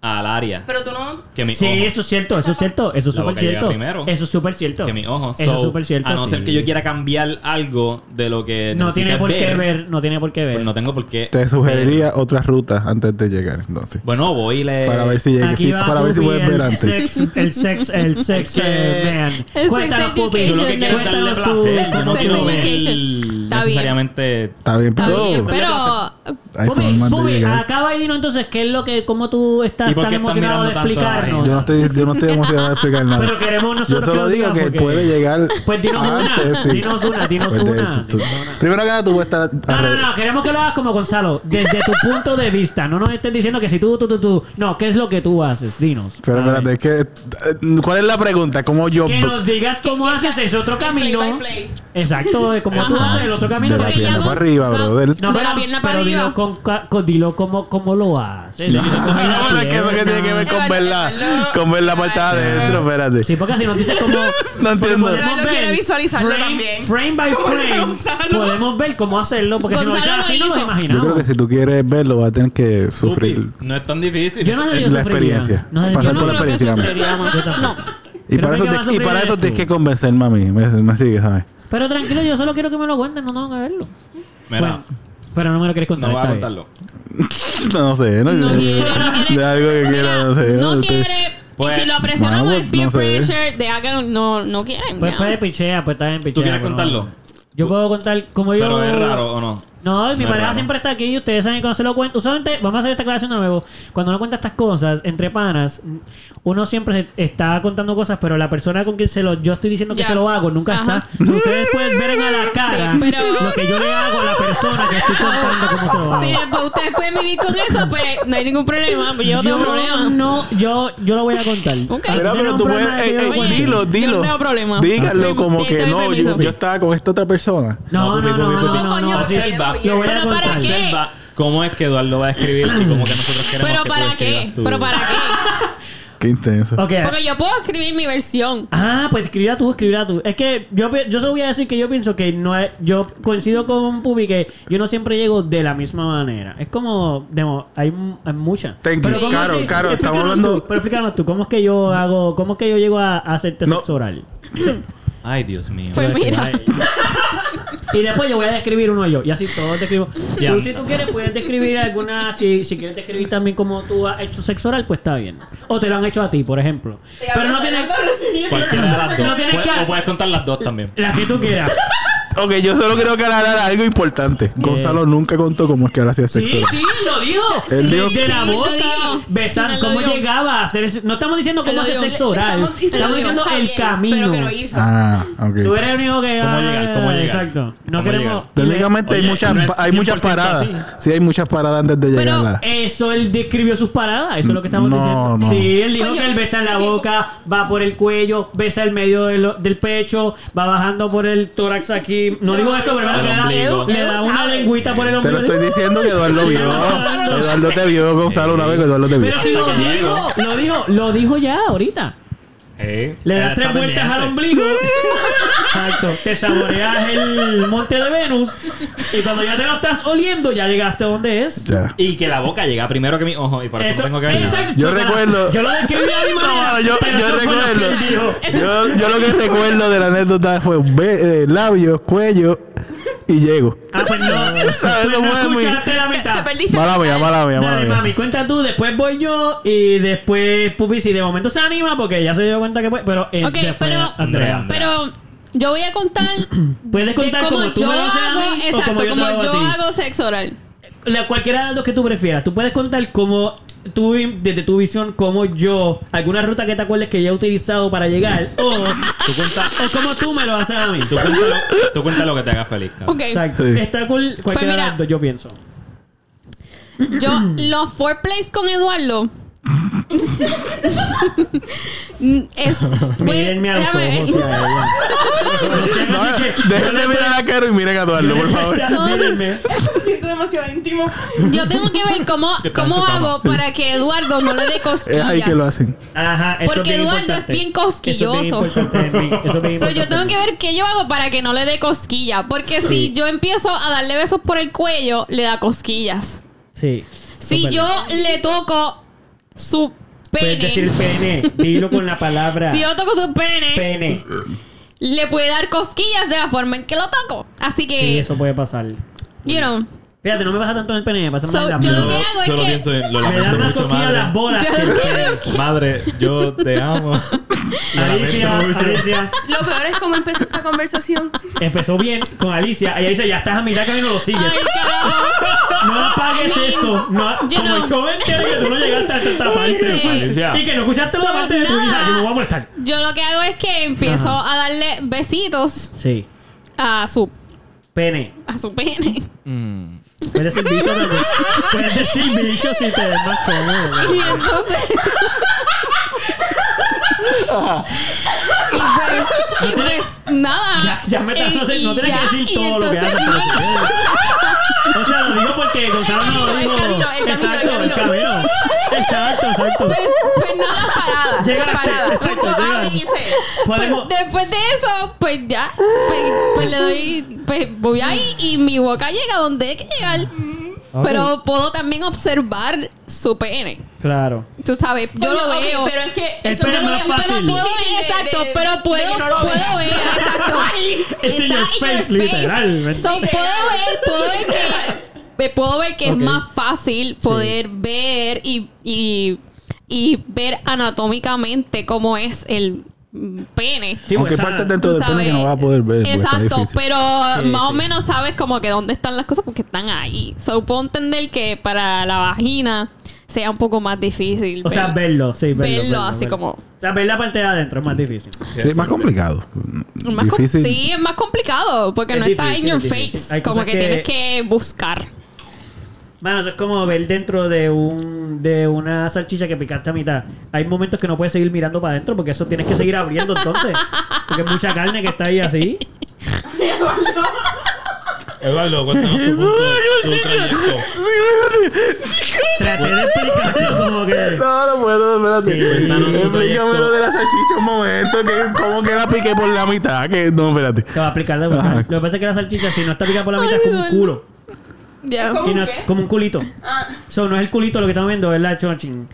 S1: al área
S5: Pero tú no.
S1: que mis
S2: Sí,
S1: ojos.
S2: eso es cierto, eso es cierto, eso es
S1: La
S2: súper
S1: boca llega
S2: cierto.
S1: primero.
S2: Eso es súper cierto.
S1: Que mis ojos.
S2: Eso es
S1: So,
S2: súper cierto.
S1: A no ser
S2: sí.
S1: que yo quiera cambiar algo de lo que.
S2: No tiene
S1: necesitas
S2: por qué ver, no tiene por qué ver.
S1: pues no tengo por qué.
S4: Te
S1: ver.
S4: sugeriría otras rutas antes de llegar, entonces.
S1: Bueno, voy y le.
S4: Para ver si llegues,
S2: Aquí
S4: sí,
S2: va
S4: para ver si
S2: Pupi,
S4: puedes ver
S2: el
S4: antes.
S2: sex, el sex, el sex,
S1: Es que-
S2: eh, man.
S3: El
S2: Cuéntanos,
S3: sex
S2: Pupi.
S1: Yo lo que quiero es darle
S2: Cuéntanos tú.
S1: placer. Yo no
S3: Sex
S1: quiero ver
S3: education. Está bien.
S1: necesariamente.
S4: Está bien,
S3: Está
S4: pero
S3: bien, pero
S4: hay
S2: Pupi,
S4: formas de
S2: Pupi,
S4: llegar.
S2: acaba y dinos entonces qué es lo que, cómo tú estás
S1: ¿Y por
S2: tan
S1: qué estás
S2: emocionado de
S1: mirando tanto a la
S2: explicarnos.
S1: gente?
S4: Yo no estoy, yo no estoy emocionado de explicar nada.
S2: Pero queremos
S4: Yo
S2: nosotros
S4: solo
S2: nos
S4: digo
S2: digas
S4: que
S2: porque-
S4: puede llegar
S2: Pues dinos una,
S4: antes. sí.
S2: dinos una, dinos
S4: Pues de-
S2: una,
S4: tú- tú-
S2: dinos una.
S4: Primero que nada, tú puedes estar
S2: No, no,
S4: arre-
S2: no, queremos que lo hagas como Gonzalo, desde tu punto de vista. No nos estés diciendo que si tú, tú, tú, tú. No, ¿qué es lo que tú haces? Dinos.
S4: Pero
S2: A ver.
S4: espérate, es que eh, ¿cuál es la pregunta? ¿Cómo yo
S2: Que nos digas cómo
S5: que-
S2: haces
S5: que-
S2: ese otro
S5: que
S2: camino.
S5: play by play.
S2: Exacto, de cómo tú haces el otro camino.
S4: de la
S2: porque
S4: pierna
S2: ya-
S3: Gonz-
S4: para arriba,
S3: no.
S4: brother?
S3: No, de la pierna para
S2: pero dilo,
S3: arriba.
S2: con, ca- con- dilo cómo, cómo lo haces. Dilo cómo
S4: Ah,
S2: lo
S4: pero es que eso que
S2: haces.
S4: tiene que ver con
S5: Evalu-
S4: ver la,
S5: evalu-
S4: con ver la parte de adentro, espérate.
S2: Sí, porque si nos dices cómo...
S4: No entiendo.
S2: podemos
S5: Pero él lo
S2: ver
S5: quiere visualizarlo
S2: frame,
S5: también.
S2: Frame by
S5: Como
S2: frame.
S5: Gonzalo.
S2: Podemos ver cómo hacerlo, porque si nos
S3: Gonzalo
S2: dices así
S3: lo
S2: no lo
S3: hizo.
S2: imaginamos.
S4: Yo creo que si tú quieres verlo, vas a tener que sufrir.
S1: Upi, No es tan difícil.
S2: Yo no sé si yo
S4: La
S2: sufriría.
S4: experiencia.
S2: No sé si- yo
S4: Pasar
S2: no
S4: por la
S2: creo que
S4: experiencia, mami.
S2: sufriría, mami, yo tampoco.
S4: Y
S2: Creo
S4: para,
S2: que vas
S4: eso
S2: a
S4: te- y
S2: sufrir
S4: para
S2: eres
S4: eso tienes
S2: tú.
S4: que convencerme a mí. Me, me sigue, ¿sabes?
S2: Pero tranquilo, yo solo quiero que me lo cuenten, no tengo que verlo.
S1: Mira,
S2: Bueno, pero no me lo quieres contar.
S1: no voy a
S2: está bien.
S1: contarlo.
S4: No, sé, ¿no?
S3: No
S4: Yo-
S3: quiere, no quiere.
S4: de algo que quiera, no sé.
S3: no
S4: no sé.
S3: quiere.
S1: Pues,
S3: y si lo presionamos
S4: vamos,
S3: el peer
S4: no sé.
S3: pressure de hagan, no, no quieren.
S2: Pues
S3: no.
S2: puede pichea, pues está bien pichea.
S1: ¿Tú quieres
S2: pero no.
S1: contarlo?
S2: Yo puedo contar como yo.
S1: Pero es raro o no.
S2: No, y mi
S1: No es
S2: pareja
S1: raro.
S2: siempre está aquí y ustedes saben que no se lo cuento. Usualmente, vamos a hacer esta aclaración de nuevo. Cuando uno cuenta estas cosas entre panas, uno siempre se- está contando cosas, pero la persona con quien se lo, yo estoy diciendo que
S3: Ya.
S2: se lo hago nunca
S3: Ajá.
S2: está. Ustedes pueden ver a la cara
S3: Sí, pero-
S2: lo que yo le hago a la persona que estoy contando cómo se lo hago.
S3: Si después ustedes pueden vivir con eso, pues no hay ningún problema. Pues yo no
S2: yo
S3: tengo problema.
S2: no, yo, yo lo voy a contar.
S3: Ok.
S2: Ah,
S3: Mira,
S2: yo
S4: Mira, pero
S2: no
S4: tú
S2: problema
S4: puedes. eh,
S2: de que
S4: ey,
S2: yo
S4: ey,
S2: lo cuente.
S4: dilo,
S3: Yo
S4: dilo.
S3: no tengo problema.
S4: Dígalo como
S3: Te
S4: que
S3: doy
S4: no, yo,
S3: permiso.
S4: yo estaba con esta otra persona.
S2: No, no, no, no, no, no,
S5: coño,
S3: pues,
S2: así-
S1: Observa.
S5: porque-
S2: Lo voy a
S3: Pero
S2: contar.
S3: para qué.
S1: Observa cómo es que Eduardo va a escribir y cómo que nosotros queremos
S3: Pero
S1: que tú
S3: para qué,
S1: escribas tu-
S3: pero para qué.
S4: Qué intenso.
S2: Ok.
S3: Porque yo puedo escribir mi versión.
S2: Ah, pues escribirá tú, escribirá tú. Es que yo, pi- yo se voy a decir que yo pienso que no es. Yo coincido con Pupi que yo no siempre llego de la misma manera. Es como. Demo, hay, mu- hay muchas.
S4: Thank you.
S2: ¿cómo
S4: Caro,
S2: así?
S4: Caro, estamos
S2: Explícanos
S4: hablando-
S2: tú, pero explícanos tú, ¿cómo es que yo hago. ¿Cómo es que yo llego a, a hacerte
S4: No.
S2: sexo oral?
S1: Ay, Dios mío.
S3: Pues mira.
S2: Y después yo voy a describir uno yo. Y así todos describimos.
S1: Ya.
S2: Tú, si tú quieres, puedes describir alguna. Si, si quieres describir también cómo tú has hecho sexo oral, pues está bien. O te lo han hecho a ti, por ejemplo. Pero no tienes.
S1: Cualquiera de las dos.
S2: No tienes
S1: Puedes-
S2: que-
S1: O puedes contar las dos también.
S2: La que tú quieras.
S4: Ok, yo solo quiero aclarar algo importante. Gonzalo nunca contó cómo es que él hacía sexo.
S2: Sí, sí, lo dijo.
S4: Él dijo-
S2: de la
S3: Sí, lo
S2: boca.
S3: dijo.
S2: Besar,
S3: Sí, lo
S2: ¿cómo
S3: dijo.
S2: llegaba a hacer el- No estamos diciendo
S3: Se
S2: cómo
S3: lo
S2: hacer
S3: dijo.
S2: sexo oral. Estamos, diciendo el camino.
S5: Pero que lo hizo.
S4: Ah, ok.
S2: Tú eres el único que.
S1: ¿Cómo llegar? ¿Cómo llegar?
S2: Exacto. No
S1: ¿Cómo
S2: queremos.
S1: llegar?
S4: Técnicamente hay
S1: Oye,
S4: muchas,
S1: no es
S4: hay muchas
S1: 100%
S4: paradas.
S1: así.
S4: Sí, hay muchas paradas antes de llegar a la.
S2: Eso él describió sus paradas, eso es lo que estamos
S4: No,
S2: diciendo.
S4: no.
S2: Sí, él dijo
S5: Coño,
S2: que él besa en la
S5: ¿qué?
S2: boca, va por el cuello, besa el medio de lo- del pecho, va bajando por el tórax aquí. No
S5: No,
S2: digo esto, pero
S5: eso-
S2: le da,
S5: Edu-
S2: le da
S5: Edu
S2: una
S5: sabe.
S2: lengüita por el
S4: Te
S2: ombligo.
S4: lo estoy diciendo que Eduardo vio.
S5: Gonzalo lo
S4: Eduardo te vio, Gonzalo, una vez que Eduardo te vio.
S2: Pero si lo dijo, lo dijo, lo dijo ya ahorita.
S1: Hey,
S2: Le das
S1: está
S2: tres vueltas
S1: pendiente.
S2: al ombligo. Exacto. Te saboreas el monte de Venus. Y cuando ya te lo estás oliendo, ya llegaste a donde es.
S4: Ya.
S1: Y que la boca llega primero que mi ojo y por eso,
S2: Eso-
S1: no tengo que ver nada.
S2: exacto,
S4: Yo
S2: chócala.
S4: recuerdo-
S2: Yo lo describí de mi manera,
S4: No, yo,
S2: pero
S4: yo
S2: eso fue lo que
S4: recuerdo.
S2: él dijo.
S4: Yo, yo lo que recuerdo de la anécdota fue ve- eh, labios, cuello y llego.
S2: Ah, pues no.
S4: Eso
S2: Pues no
S4: fue muy-
S2: escuchaste la
S5: Te, te
S2: mitad.
S5: perdiste.
S4: Mala mía, mala mía, mala
S2: Dale,
S4: mía.
S2: mami, cuenta tú, después voy yo y después Pupi si de momento se anima porque ya se dio cuenta que puede, pero eh,
S3: Ok,
S2: después
S3: pero-
S2: Andrea.
S3: Pero yo voy a contar.
S2: Puedes
S3: De
S2: contar
S3: cómo
S2: como tú
S3: yo
S2: me lo haces a
S3: hago,
S2: mí o
S3: exacto,
S2: como
S3: como
S2: yo te lo hago a
S3: yo
S2: ti.
S3: hago sexo oral.
S2: La, cualquiera de las dos que tú prefieras. Tú puedes contar cómo tú, desde tu visión, como yo, alguna ruta que te acuerdes que ya he utilizado para llegar, o,
S1: Tú cuenta,
S2: o como tú me lo haces a mí.
S1: tú, cuenta lo, tú cuenta lo que te haga feliz, cabrón.
S3: Ok.
S2: Exacto.
S4: Sí.
S2: Está cool cualquiera de
S3: Pues mira.
S2: las dos, yo pienso.
S3: Yo, los foreplays con Eduardo. Mm, es.
S2: Mírenme a los
S3: pues, Déjame-
S2: ojos. y a ella. No sean
S4: No,
S2: así que-
S4: dejen de mirar a Caro y miren a Eduardo, por favor.
S3: Son-
S2: Mírenme.
S5: Se siente demasiado íntimo.
S3: Yo tengo que ver cómo,
S1: Que está en
S3: cómo
S1: su cama.
S3: hago para que Eduardo no
S2: Eh,
S3: le dé
S4: Es
S3: cosquillas.
S4: ahí que lo hacen.
S2: Ajá, eso
S3: Porque
S2: es bien
S3: Eduardo
S2: importante.
S3: es bien cosquilloso.
S2: Eso es bien importante de mí, eso es bien
S3: So, yo
S2: importante.
S3: tengo que ver qué yo hago para que no le dé cosquillas. Porque si yo empiezo a darle besos por el cuello, le da cosquillas.
S2: Sí.
S3: Si
S2: Súper.
S3: yo le toco su
S2: Puedes
S3: pene.
S2: decir pene. Dilo con la palabra
S3: Si yo toco su pene,
S2: pene.
S3: le puede dar cosquillas de la forma en que lo toco. Así que,
S2: Sí, eso puede pasar.
S3: you know,
S2: Fíjate, no me pasa tanto en el pene, me pasa más
S3: So,
S2: en la
S3: yo
S1: Yo
S3: lo
S2: mano.
S3: que hago es
S1: solo
S3: que-
S1: pienso en lo
S2: Me da
S1: lamento
S2: una
S1: mucho,
S2: coquilla a
S1: madre.
S2: las bolas.
S3: yo
S2: que-
S3: lo que veo que-
S1: Madre, yo te amo. Lo
S2: Alicia,
S1: lamento mucho.
S2: Alicia.
S5: Lo peor es cómo empezó esta conversación.
S2: Empezó bien con Alicia. Y Alicia, ya estás a mitad camino, lo sigues.
S3: Ay, carajo.
S2: No apagues
S3: Ay,
S2: esto. No,
S3: yo
S2: como
S3: no.
S2: el show entero que tú no llegaste hasta esta
S3: Horrible.
S1: Alicia.
S2: parte. Y que no escuchaste la
S3: So,
S2: parte de tu
S3: nada.
S2: hija. Yo me voy a molestar.
S3: Yo lo que hago es que empiezo a darle besitos
S2: Sí.
S3: a su,
S2: Pene.
S3: a su pene.
S2: Puedes decir bicho también. Puedes decir bicho si te ves más cómodo.
S3: Y entonces. y pues, y pues, nada.
S2: Ya, ya me estás, no, sé,
S3: Y-
S2: no tienes
S3: y
S2: que
S3: ya,
S2: decir
S3: y
S2: todo lo que
S3: entonces-
S2: haces. O sea, lo digo porque Gonzalo no lo
S5: El
S2: dijo.
S5: camino, el camino, el
S2: exacto, el
S5: camino.
S2: camino. Exacto, exacto.
S3: Pues nada.
S5: Paradas,
S2: Llega la-
S5: paradas.
S3: este
S2: exacto,
S5: Yo
S2: llega.
S5: hice.
S2: Podemos.
S3: Pues, después de eso, pues ya. Pues, pues le doy. Pues voy ahí y mi boca llega donde hay que llegar.
S2: Ok.
S3: Pero puedo también observar su pene.
S2: Claro.
S3: Tú sabes, yo
S5: Coño,
S3: lo
S5: ok,
S3: veo.
S5: pero es que
S2: El pene es más fácil.
S3: Puedo ver, exacto, pero puedo, puedo ver, exacto.
S2: este Es in
S3: Está
S2: your face, literal.
S3: So, puedo ver, puedo ver que, eh, puedo ver
S2: Ok.
S3: que es más fácil poder ver y, y, y ver anatómicamente cómo es el mm, pene.
S2: Sí,
S4: Aunque
S2: pues,
S4: partes
S2: está-
S4: dentro
S3: Tú
S4: del pene que
S3: sabes-
S4: no vas a poder ver. porque está
S3: Exacto,
S4: difícil.
S3: pero
S2: Sí,
S3: más o
S2: sí.
S3: menos sabes como que dónde están las cosas porque están ahí. So, puedo entender que para la vagina sea un poco más difícil.
S2: O sea,
S3: ver-
S2: verlo, sí, verlo.
S3: verlo así como-
S2: O sea, ver la parte de adentro es más difícil.
S4: Sí, es más complicado.
S3: Más com-
S4: difícil.
S3: sí, es más complicado porque
S2: Es
S3: no está
S2: difícil,
S3: in your
S2: es
S3: face.
S2: difícil. Hay
S3: como
S2: cosas
S3: que,
S2: que-
S3: tienes que buscar.
S2: Bueno, eso es como ver dentro de un de una salchicha que picaste a mitad. Hay momentos que no puedes seguir mirando para adentro porque eso tienes que seguir abriendo entonces. Porque es mucha carne que está ahí así.
S1: Eduardo, cuéntanos tu, punto, tu trayecto.
S2: Traté de explicarlo como que...
S4: No, no puedo, espérate.
S2: Sí, cuéntanos
S1: tu
S4: Explícame
S1: trayecto.
S4: lo de la salchicha un momento. Que, ¿Cómo que la piqué por la mitad? Que, no, espérate.
S2: Te voy a explicar de verdad. Lo que pasa es que la salchicha si no está picada por la mitad es
S3: Ay,
S2: como un
S3: duele.
S2: culo.
S3: Ya.
S5: ¿Cómo
S2: Y no-
S5: qué?
S2: como un culito.
S5: Ah,
S2: So, no es el culito lo que estamos viendo, es la chochin.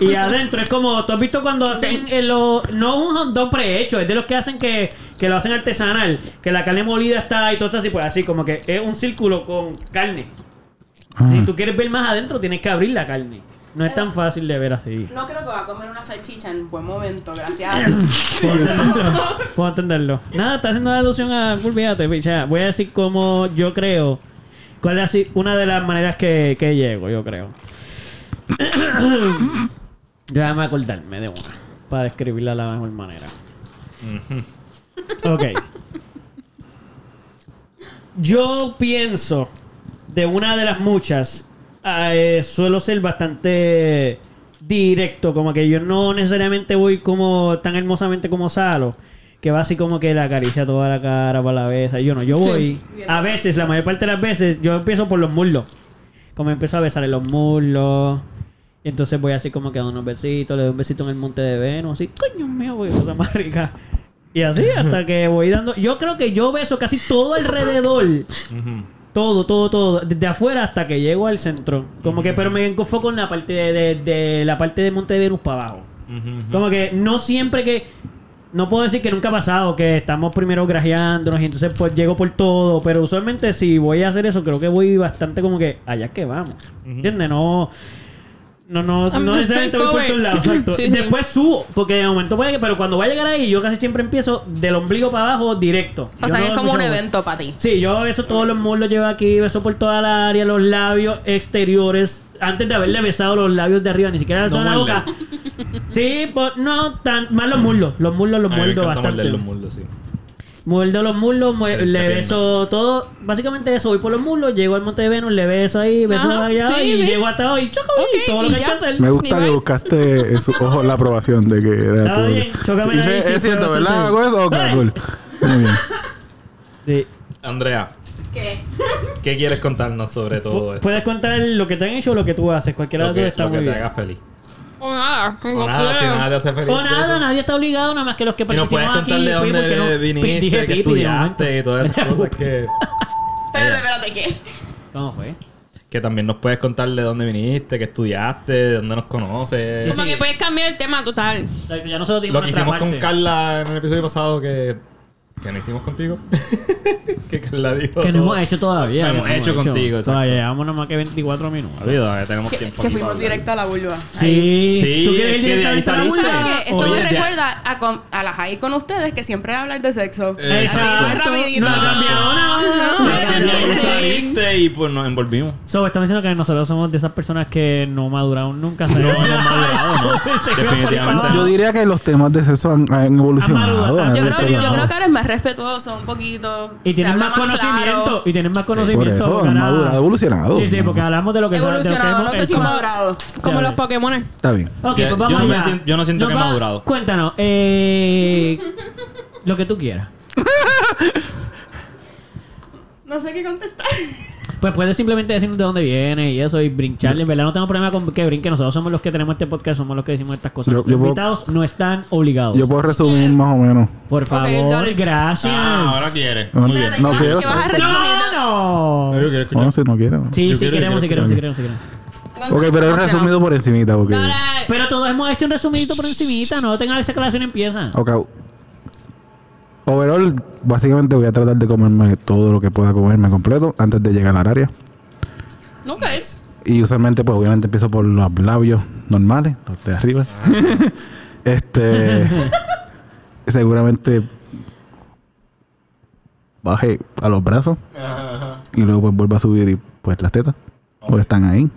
S2: Y adentro es como, tú has visto cuando hacen eh, lo- no un hot dog prehecho, es de los que hacen que, que lo hacen artesanal, que la carne molida está y todo está así, pues así, como que es un círculo con carne. Si tú quieres ver más adentro, tienes que abrir la carne. No es tan fácil de ver así.
S5: no creo que va a comer una salchicha en buen momento, gracias.
S2: Puedo entenderlo. Nada, está haciendo alusión a. Olvídate, picha. Voy a decir cómo yo creo. ¿Cuál es así- una de las maneras que, que llego, yo creo? Déjame acordarme de una. Para describirla de la mejor manera. Ok. Yo pienso de una de las muchas. eh, suelo ser bastante directo, como que yo no necesariamente voy como tan hermosamente como Salo, que va así como que la acaricia toda la cara para la besa. Yo no, yo voy. A veces, la mayor parte de las veces, yo empiezo por los muslos. Como empiezo a besarle los muslos. Y entonces voy así como que dando unos besitos, le doy un besito en el monte de Venus, así, coño mío, güey, cosa más rica. Y así hasta que voy dando. Yo creo que yo beso casi todo alrededor. Todo, todo, todo. Desde afuera hasta que llego al centro. Como que, pero me enfoco en la parte de, de- de la parte de Monte de Venus para abajo. Como que no siempre que. No puedo decir que nunca ha pasado, que estamos primero grajeándonos y entonces pues llego por todo. Pero usualmente si voy a hacer eso, creo que voy bastante como que allá que vamos. ¿Entiendes? No. No, no,
S3: I'm
S2: no
S3: just
S2: necesariamente voy por
S3: straightforward.
S2: todos lados, exacto.
S3: Sí, sí.
S2: Después subo, porque de momento puede que, pero cuando voy a llegar ahí, yo casi siempre empiezo del ombligo para abajo directo.
S5: O
S2: Yo
S5: sea,
S2: no
S5: que es como un
S2: mucho-
S5: evento para ti.
S2: Sí, yo beso todos los muslos, llevo aquí, beso por toda la área, los labios exteriores. Antes de haberle besado los labios de arriba, ni siquiera la
S1: No
S2: zona de la boca. Sí, pues no tan. Más los muslos. Los muslos los
S1: A mí me
S2: muerdo
S1: encanta
S2: bastante.
S1: morder los muslos, sí.
S2: Muerdo los muslos, mue-
S1: Está
S2: le
S1: bien.
S2: beso todo. Básicamente eso, voy por los muslos, llego al Monte de Venus, le beso ahí, beso
S3: Ajá,
S2: allá
S3: sí,
S2: y
S3: sí.
S2: llego hasta hoy. Choco,
S3: Ok,
S2: y todo lo
S3: y
S2: que hay que
S3: ya.
S2: hacer.
S4: Me gusta
S3: Iván.
S4: que buscaste en sus ojos la aprobación de que era
S2: Está
S4: tu.
S2: bien, chócame
S4: Sí,
S2: ahí,
S4: es-
S2: sí,
S4: es cierto,
S2: pero
S4: ¿verdad?
S2: tú-
S4: ¿Hago eso? Ok,
S2: Eh.
S4: cool. Muy bien.
S2: Sí.
S1: Andrea,
S5: ¿Qué?
S1: ¿qué quieres contarnos sobre todo esto?
S2: Puedes contar lo que te han hecho o lo Pues, que tú haces. Cualquiera
S1: Oh, eh. Lo
S2: de los dos
S1: que,
S2: está
S1: lo que
S2: muy
S1: te
S2: bien.
S1: haga feliz.
S3: O nada.
S1: O nada, si nada te hace feliz.
S2: O nada,
S1: eso.
S2: nadie está obligado, nada más que los que
S1: Y nos puedes
S2: participan aquí.
S1: contar de
S2: fui
S1: dónde
S2: porque no-
S1: viniste,
S2: dije
S1: que
S2: pipi de momento.
S1: estudiaste y todas esas cosas que...
S5: Espérate, espérate, ¿qué?
S2: ¿Cómo fue?
S1: que también nos puedes contar de dónde viniste, qué estudiaste, de dónde nos conoces.
S3: Como
S2: sí.
S3: que puedes cambiar el tema total.
S2: O sea, que ya nosotros
S1: Lo que
S2: dijimos nuestra
S1: hicimos con
S2: parte.
S1: Carla en el episodio pasado que, que no hicimos contigo. que Carla dijo.
S2: Que
S1: todo.
S2: no hemos hecho todavía.
S1: No
S2: que
S1: hemos hecho contigo, exacto.
S2: Todavía llevamos nomás que 24
S1: Ha
S2: minutos.
S1: habido, eh, tenemos
S5: Que,
S1: tiempo.
S5: que
S1: aquí
S5: fuimos
S1: para
S5: directo a la vulva.
S2: Sí.
S1: Sí,
S2: ¿Tú
S1: es
S2: quieres ir
S1: que de ahí
S2: directamente a la
S1: saliste.
S2: vulva?
S5: ¿Sabes qué? Esto
S1: Oye,
S5: me
S1: ya.
S5: recuerda a, con- a las ahí con ustedes que siempre hablar de sexo.
S1: Eh,
S5: Así, más
S2: Exacto.
S5: rapidito.
S2: No, cambiado nada.
S5: No,
S1: hablar. Es que ya saliste y pues nos envolvimos.
S2: So, estamos diciendo que nosotros somos de esas personas que no maduraron nunca.
S1: No hemos madurado, ¿no? Definitivamente.
S4: Yo diría que los temas de sexo han, han evolucionado.
S2: Amargo,
S4: han
S5: Yo creo, yo
S4: evolucionado.
S5: creo que ahora es más respetuoso un poquito.
S2: Y
S5: se
S2: tienen
S5: habla
S2: más conocimiento.
S5: claro.
S2: Y tienen más
S4: Por
S2: conocimiento.
S4: eso,
S2: porque
S4: han
S2: ahora-
S4: madurado, evolucionado.
S2: Sí, sí, porque hablamos de lo que de lo que
S5: Evolucionado, no
S2: hemos
S5: sé si
S2: hecho.
S5: madurado.
S3: Como
S2: Ya
S3: los
S2: ves.
S3: Pokémon.
S4: Está bien.
S2: Ok,
S1: Ya,
S2: pues vamos
S1: yo no me
S2: allá.
S1: sien- yo no siento
S2: Nos
S1: que he
S2: va-
S1: madurado.
S2: Cuéntanos, eh, lo que tú quieras.
S5: No sé qué contestar.
S2: Pues puedes simplemente decirnos de dónde vienes y eso y brincharle. En verdad no tengo problema con que brinque. Nosotros somos los que tenemos este podcast, somos los que decimos estas cosas.
S4: Yo-
S2: Nuestros
S4: yo puedo-
S2: invitados no están obligados.
S4: Yo puedo resumir más o menos.
S2: Por favor,
S3: dale.
S2: gracias.
S1: Ah, ahora quieres.
S4: No,
S1: Muy bien.
S4: no quiero.
S5: Ah, ¿Qué vas a resumir?
S2: ¡No,
S1: Yo
S2: no!
S1: quiero
S4: No,
S1: escuchar.
S4: si no quiero.
S2: Sí,
S1: Yo
S2: sí
S1: quiero,
S2: queremos,
S1: yo
S2: sí
S1: quiero.
S2: queremos, sí queremos, sí queremos.
S4: Ok, pero es resumido por encimita. Porque...
S3: Dale.
S2: Pero todos hemos hecho un resumidito por encimita. No tengas esa aclaración empieza.
S4: Ok. Overall, básicamente voy a tratar de comerme todo lo que pueda comerme completo antes de llegar al área.
S3: Ok.
S4: Y usualmente, pues obviamente empiezo por los labios normales, los de arriba. este. seguramente. Baje a los brazos. Y luego, pues vuelvo a subir y, pues, las tetas. Porque están ahí.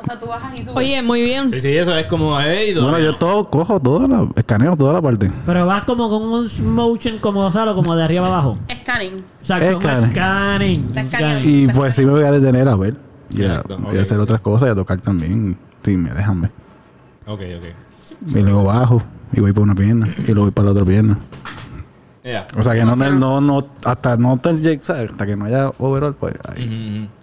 S5: O sea, tú bajas y subes.
S3: Oye, muy bien.
S1: Sí, sí, eso es como. Hey,
S4: Bueno, yo todo cojo, toda la, escaneo toda la parte.
S2: Pero vas como con un motion como Salo, como de arriba abajo.
S5: Scanning.
S2: O sea, como
S4: Escaneo.
S2: scanning.
S5: La escaneo.
S2: scanning.
S4: Y pues sí me voy a detener a ver. Y a,
S1: Exacto,
S4: voy
S1: ok.
S4: a hacer otras cosas y a tocar también. Sí, me dejan ver.
S1: Ok, ok.
S4: Y luego bajo y voy por una pierna y luego voy para la otra pierna.
S1: Ya.
S4: O sea que no, no, no, hasta no te llegue- ¿sabes? hasta que no haya overall, pues ahí.
S1: Ujú,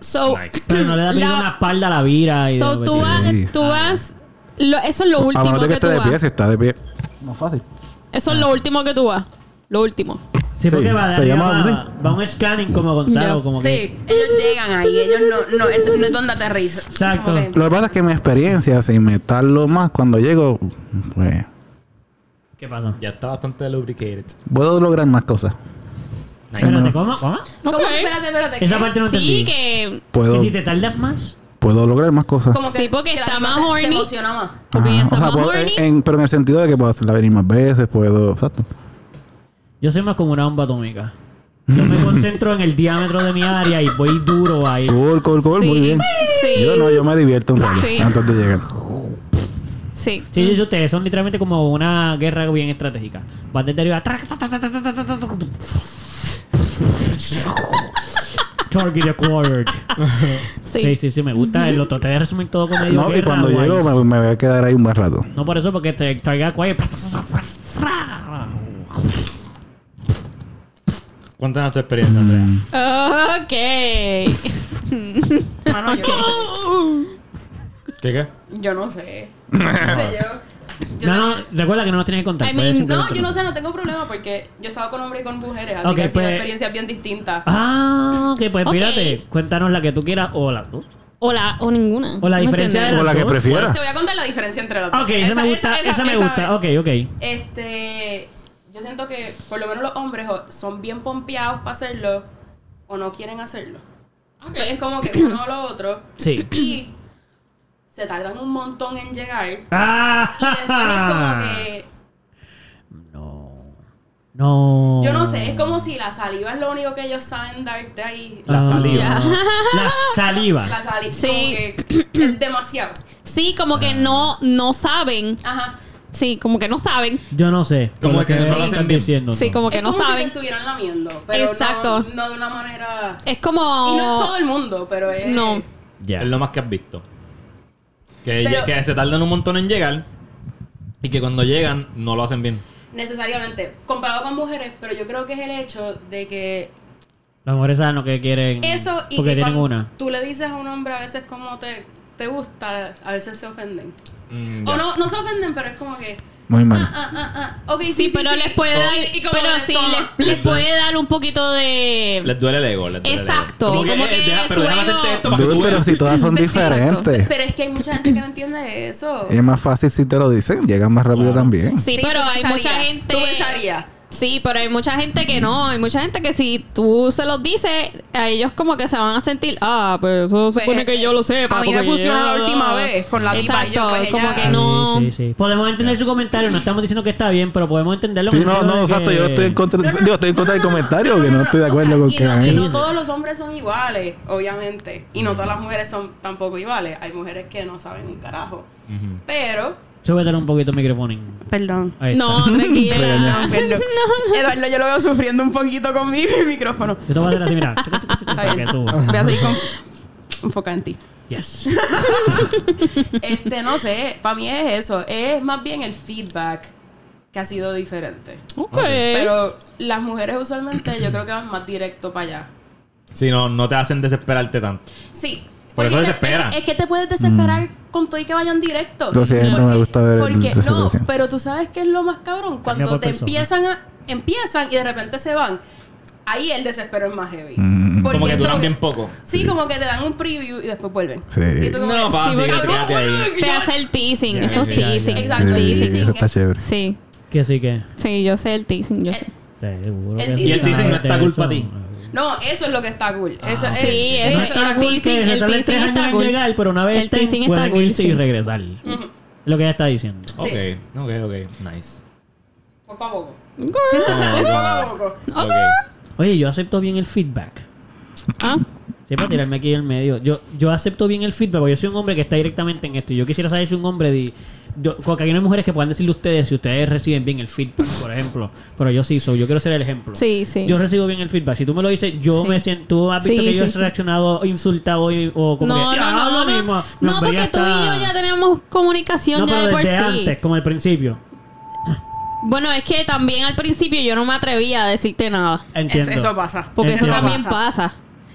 S3: So,
S1: Nice.
S2: Pero no le da miedo pues,
S3: La-
S2: una espalda a la vira. Y
S3: so tú vas.
S4: Sí.
S3: Tú vas lo- eso es lo
S4: A
S3: último
S4: menos de que
S3: que tú
S4: esté de ah. pie,
S3: vas.
S4: si está de pie. No es fácil.
S3: Eso es lo último que tú vas. Lo último.
S2: Sí, porque
S4: Sí,
S2: va de
S4: se
S2: arriba
S4: llama-
S2: abajo.
S4: sí.
S2: Va un scanning como Gonzalo.
S3: Ya,
S2: Como que,
S5: Sí, ellos llegan ahí, ellos no, no, eso no es donde aterrizas.
S2: Exacto.
S5: Como que-
S4: Lo que pasa es que mi experiencia, sin meterlo más, cuando llego, pues
S2: ¿Qué pasó?
S1: Ya está bastante lubricated.
S4: puedo lograr más cosas.
S2: Espérate, ¿cómo? ¿Cómo?
S5: ¿Cómo?
S3: Ok.
S5: Espérate, espérate.
S2: Esa
S5: ¿qué?
S2: parte no
S3: Sí,
S2: entendí.
S3: que.
S4: Puedo,
S2: ¿Y si te tardas más?
S4: puedo lograr más cosas.
S5: Como que
S3: Sí, porque
S5: que la
S3: está
S5: tipa
S3: más
S5: se-
S3: horny.
S5: Se emociona más.
S3: Porque ya
S4: Ajá.
S3: está
S4: Ah, O sea,
S3: más
S4: puedo-
S3: horny.
S4: en- pero en el sentido de que puedo hacerla venir más veces, puedo. Exacto.
S2: Yo soy más como una bomba atómica. Yo me concentro en el diámetro de mi área y voy duro ahí.
S4: Cool, cool, cool, muy
S3: Sí,
S4: bien.
S3: sí.
S4: Yo no, yo me divierto un rato
S3: Sí.
S4: antes de llegar.
S3: Sí.
S2: Sí, sí, sí, ustedes son literalmente como una guerra bien estratégica. Van desde arriba. trac, tac, tac, tac, tac, tac, tac, tac, tac, tac. Target acquired.
S3: Sí.
S2: Sí, sí, sí, me gusta. Lo traté de resumir todo con medio
S4: No, y
S2: guerra,
S4: cuando
S2: guays.
S4: llego me, me voy a quedar ahí un buen rato.
S2: No por eso, porque te Target acquired.
S1: Cuéntanos tu experiencia, Andrea.
S3: Ok.
S5: Mano, yo, Ah, no
S1: ¿Qué qué?
S5: sé. yo no sé. No sé yo. Yo
S2: No,
S5: tengo-
S2: no, recuerda que no nos tienes que contar.
S3: I
S2: puedes
S3: mean,
S2: simplemente
S5: No, yo no sé, no tengo problema porque yo estaba con hombres y con mujeres, así
S2: Ok,
S5: que han sido
S2: pues-
S5: experiencias bien distintas.
S2: Ah, ok, pues
S3: Ok.
S2: espérate. Cuéntanos la que tú quieras o las dos.
S3: O la, o ninguna.
S2: O la
S3: No
S2: diferencia
S3: entiendo.
S2: de
S4: O la que
S2: dos?
S4: prefiera.
S5: Te voy a contar la diferencia entre las dos.
S2: Ok, esa, me gusta, esa, me
S5: esa-
S2: gusta. Ok, ok.
S5: Este, yo siento que por lo menos los hombres o son bien pompeados para hacerlo o no quieren hacerlo. O sea, es como que uno o lo otro
S2: Sí.
S5: y se tardan un montón en llegar. Y después es como
S2: Ah,
S5: que,
S2: no. No.
S5: yo no sé, es como si la saliva es lo único que ellos saben darte ahí.
S2: La
S1: La
S2: saliva.
S1: saliva.
S2: La saliva.
S5: La saliva,
S3: Sí.
S5: es demasiado.
S3: Sí, como que no, no saben.
S5: Ajá.
S3: Sí, como que no saben.
S2: Yo no sé.
S1: Como
S2: Como que,
S1: que no
S2: me
S1: lo
S2: están
S1: hacen bien.
S2: diciendo.
S3: Sí, como que
S5: es
S3: no
S5: como si te
S3: saben.
S5: estuvieran lamiendo, pero no-
S3: Exacto.
S5: no, de una manera...
S3: Es como.
S5: Y no es todo el mundo, pero es...
S3: No.
S2: Ya.
S1: Es lo más que has visto. Que,
S5: Pero-
S1: que se tardan un montón en llegar y que cuando llegan no lo hacen bien.
S5: necesariamente comparado con mujeres, pero yo creo que es el hecho de que
S2: Las mujeres saben lo que quieren.
S5: eso y
S2: Porque
S5: que
S2: tienen
S5: cuando
S2: una.
S5: tú le dices a un hombre a veces como te, te gusta, a veces se ofenden.
S1: Mm,
S5: O
S1: ya.
S5: no, no se ofenden, pero es como que
S4: Muy mal.
S5: Ah, ah, ah. Ok,
S3: Sí,
S5: sí,
S3: pero les puede
S2: Oh.
S3: dar,
S5: Y- y como
S3: pero
S5: el
S3: sí,
S5: estómago.
S3: les, les puede dar un poquito
S5: Eh,
S3: de...
S1: Les duele el ego. Les duele el ego.
S3: Exacto.
S1: Como que,
S3: Como que
S1: eh, deja- pero
S3: su
S1: déjame
S3: ego-
S1: hacerte esto para que
S4: Dude,
S1: tú
S4: pero
S1: veas.
S4: si todas son
S3: Exacto.
S4: diferentes.
S5: Pero es que hay mucha gente que no entiende eso.
S4: Es más fácil si te lo dicen, llegan más rápido también.
S3: Sí,
S5: Sí,
S3: pero
S5: tú
S3: hay
S5: pensarías,
S3: mucha gente...
S5: tú pensarías.
S3: Sí, pero hay mucha gente que no. Hay mucha gente que si tú se los dices, a ellos como que se van a sentir, ah, pero eso
S5: Pues,
S3: supone que yo lo sepa.
S5: a mí me
S3: porque
S5: funcionó
S3: yo-
S5: la última vez con la tipa y yo,
S3: Exacto,
S5: pues,
S3: como
S5: ella-
S3: que no...
S2: Sí, sí, sí. Podemos entender su comentario. No estamos diciendo que está bien, pero podemos entenderlo.
S4: Sí,
S2: como
S4: no,
S2: diciendo
S4: no,
S2: de
S4: exacto.
S2: que-
S4: Yo estoy en contra,
S5: No, no,
S4: digo, estoy en contra del
S5: no, no,
S4: comentario
S5: no,
S4: porque
S5: no,
S4: no estoy de
S5: o
S4: acuerdo
S5: sea,
S4: con
S5: y
S4: que
S5: no-
S4: hay-
S5: Y no todos los hombres son iguales, obviamente. Y no todas las mujeres son tampoco iguales. Hay mujeres que no saben un carajo. Pero.
S2: Súbetele un poquito el micrófono.
S5: Perdón.
S2: Ahí está.
S3: No, tranquila.
S5: Perdón. Eduardo, yo lo veo sufriendo un poquito con mi micrófono.
S2: Yo te voy a hacer así, mira. Chucu, chucu, chucu,
S5: Está
S2: para
S5: bien.
S2: que suba.
S5: Voy a seguir con. Enfocada en ti.
S2: Yes.
S5: Este, no sé. Para mí es eso. Es más bien el feedback que ha sido diferente.
S3: Ok.
S5: Pero las mujeres usualmente yo creo que van más directo para allá.
S1: Si no, no te hacen desesperarte tanto.
S5: Sí.
S1: Por eso
S5: Porque
S1: desesperan.
S5: Es, es que te puedes desesperar con todo y que vayan directo.
S4: Mm. Lo siento,
S5: Porque-
S4: me gusta ver el
S5: porque, No,
S4: desesperación.
S5: pero tú sabes qué es lo más cabrón. Cuando
S2: por
S5: te
S2: persona.
S5: empiezan a... Empiezan y de repente se van. Ahí el desespero es más heavy.
S4: Mm.
S5: Porque
S1: Como que
S5: es
S1: duran bien poco.
S5: Sí, como que te dan un preview y después vuelven.
S4: Sí.
S5: Y tú como
S1: No,
S5: que,
S1: pa,
S3: sí,
S1: sí,
S3: porque-
S1: quédate ahí.
S5: yo-
S3: Te hace el teasing,
S1: Ya,
S3: eso es
S1: ya, ya,
S3: teasing.
S1: ya.
S5: Exacto,
S4: Sí,
S5: el teasing
S4: eso está
S5: es-
S4: chévere.
S3: Sí,
S2: Que sí que.
S3: sí, yo sé el teasing,
S5: Eh.
S3: yo sé.
S2: Seguro
S5: El
S2: que
S5: teasing- Y el
S1: teasing no
S2: Eso.
S1: está culpa a ti.
S5: No, eso es lo que está cool. Eso,
S2: Ah.
S5: es-
S3: Sí,
S5: eso
S3: eso
S2: No
S5: es
S3: está
S5: lo
S2: está
S5: que-
S2: cool que
S3: teasing,
S2: se
S3: el
S2: tardan
S3: teasing
S2: tres años
S3: está
S2: en
S3: cool.
S2: llegar, pero una vez
S3: El teasing
S2: estén,
S3: está
S2: pueden
S3: cool,
S2: irse y
S3: sí.
S2: regresar. Lo que ella está diciendo.
S1: Ok, ok, ok. Nice.
S5: Poco a poco. Poco a
S1: Oh,
S5: poco.
S1: wow. Ok.
S2: Oye, yo acepto bien el feedback.
S3: Ah,
S2: Siempre tirarme aquí en medio. Yo, yo acepto bien el feedback, porque yo soy un hombre que está directamente en esto. Y yo quisiera saber si un hombre de. Yo, porque aquí no hay mujeres que puedan decirle a ustedes si ustedes reciben bien el feedback, por ejemplo. Pero yo sí, soy yo quiero ser el ejemplo.
S3: sí, sí.
S2: Yo recibo bien el feedback. Si tú me lo dices, yo
S3: Sí.
S2: me siento. Tú has visto
S3: Sí,
S2: que yo
S3: sí,
S2: he
S3: sí.
S2: reaccionado, insultado y- o como
S3: no,
S2: que.
S3: no,
S2: "Ah,
S3: no,
S2: lo
S3: no,
S2: mismo".
S3: no,
S2: Hombre,
S3: porque tú y
S2: está-
S3: yo ya tenemos comunicación
S2: No,
S3: ya
S2: pero
S3: de por sí.
S2: desde antes, como al principio.
S3: Bueno, es que también al principio yo no me atrevía a decirte nada.
S2: Entiendo.
S5: Es- eso pasa.
S3: Porque eso
S2: Eso
S3: también pasa.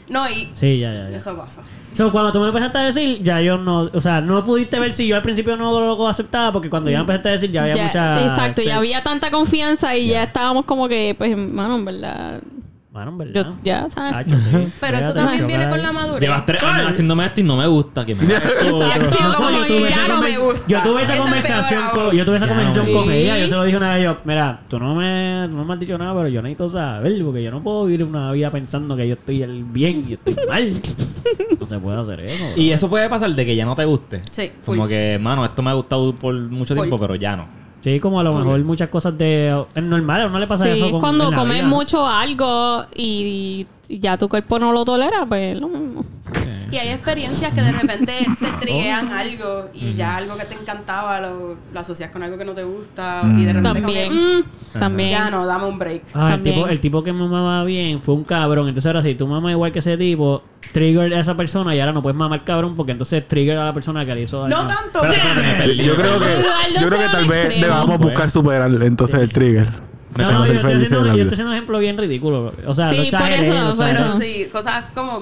S5: No, y
S2: Sí, ya, ya, ya.
S5: eso pasa.
S2: So, cuando tú me lo empezaste a decir, ya yo no, o sea, no pudiste ver si yo al principio no lo aceptaba, porque cuando ya empezaste a decir ya había
S3: Ya,
S2: mucha...
S3: exacto,
S2: sí.
S3: ya había tanta confianza y ya estábamos como que, pues, mano, en verdad.
S2: Bueno, en verdad.
S3: Yo, ya, ¿sabes?
S2: Hacho, sí.
S5: ah. Pero eso
S2: Fíjate,
S5: también viene
S2: chocar.
S5: con la madurez.
S1: Llevas tres años haciéndome esto y no me gusta. Que me hagas esto.
S5: Ya, sí, como
S2: Yo
S5: que
S2: tuve
S5: ya
S2: esa
S5: no
S2: conver-
S5: me gusta.
S2: Yo tuve esa
S5: Eso es
S2: conversación
S5: peor
S2: con,
S5: aún.
S2: yo tuve esa
S1: Ya no
S2: conversación
S1: me
S2: con
S3: gusta.
S2: ella, yo se lo dije una vez yo, mira, tú no me, tú no me has dicho nada, pero yo necesito saber, porque yo no puedo vivir una vida pensando que yo estoy el bien y estoy mal. No se puede hacer eso. bro.
S1: Y eso puede pasar de que ya no te guste.
S5: Sí, full.
S1: Como que, mano, esto me ha gustado por mucho
S5: Full.
S1: tiempo, pero ya no.
S2: Sí, como a lo mejor muchas cosas de... Es normal, a uno le pasa
S3: Sí,
S2: eso
S3: es
S2: con,
S3: cuando
S2: en la
S3: comes
S2: vida, ¿no?
S3: mucho algo y, y ya tu cuerpo no lo tolera, pues lo mismo.
S5: Y hay experiencias que de repente te triguean
S2: Oh.
S5: algo y ya algo que te encantaba lo, lo asocias con algo que no te gusta y de repente como que,
S3: También.
S5: "Mm,
S3: También.
S5: ya no, dame un break.
S2: Ah, el
S3: También.
S2: tipo, el tipo que mamaba bien fue un cabrón. Entonces ahora si tú mamas igual que ese tipo, trigger a esa persona y ahora no puedes mamar cabrón porque entonces trigger a la persona que le hizo daño.
S5: No tanto.
S1: Espérate, espérate, me perdí.
S4: Yo creo que,
S3: Eduardo
S4: yo creo que
S3: se
S4: tal
S3: va
S4: vez
S3: al extremo.
S4: debamos
S1: Fue.
S4: buscar superar entonces el trigger.
S2: No,
S4: Para
S2: no, yo
S4: ser
S2: estoy,
S4: felices
S2: haciendo,
S4: en la
S2: yo
S4: vida.
S2: estoy haciendo un ejemplo bien ridículo. bro. O sea,
S3: Sí,
S2: no
S3: por
S2: exageré,
S3: eso,
S2: no
S3: por
S2: exageré.
S5: Pero sí, cosas como,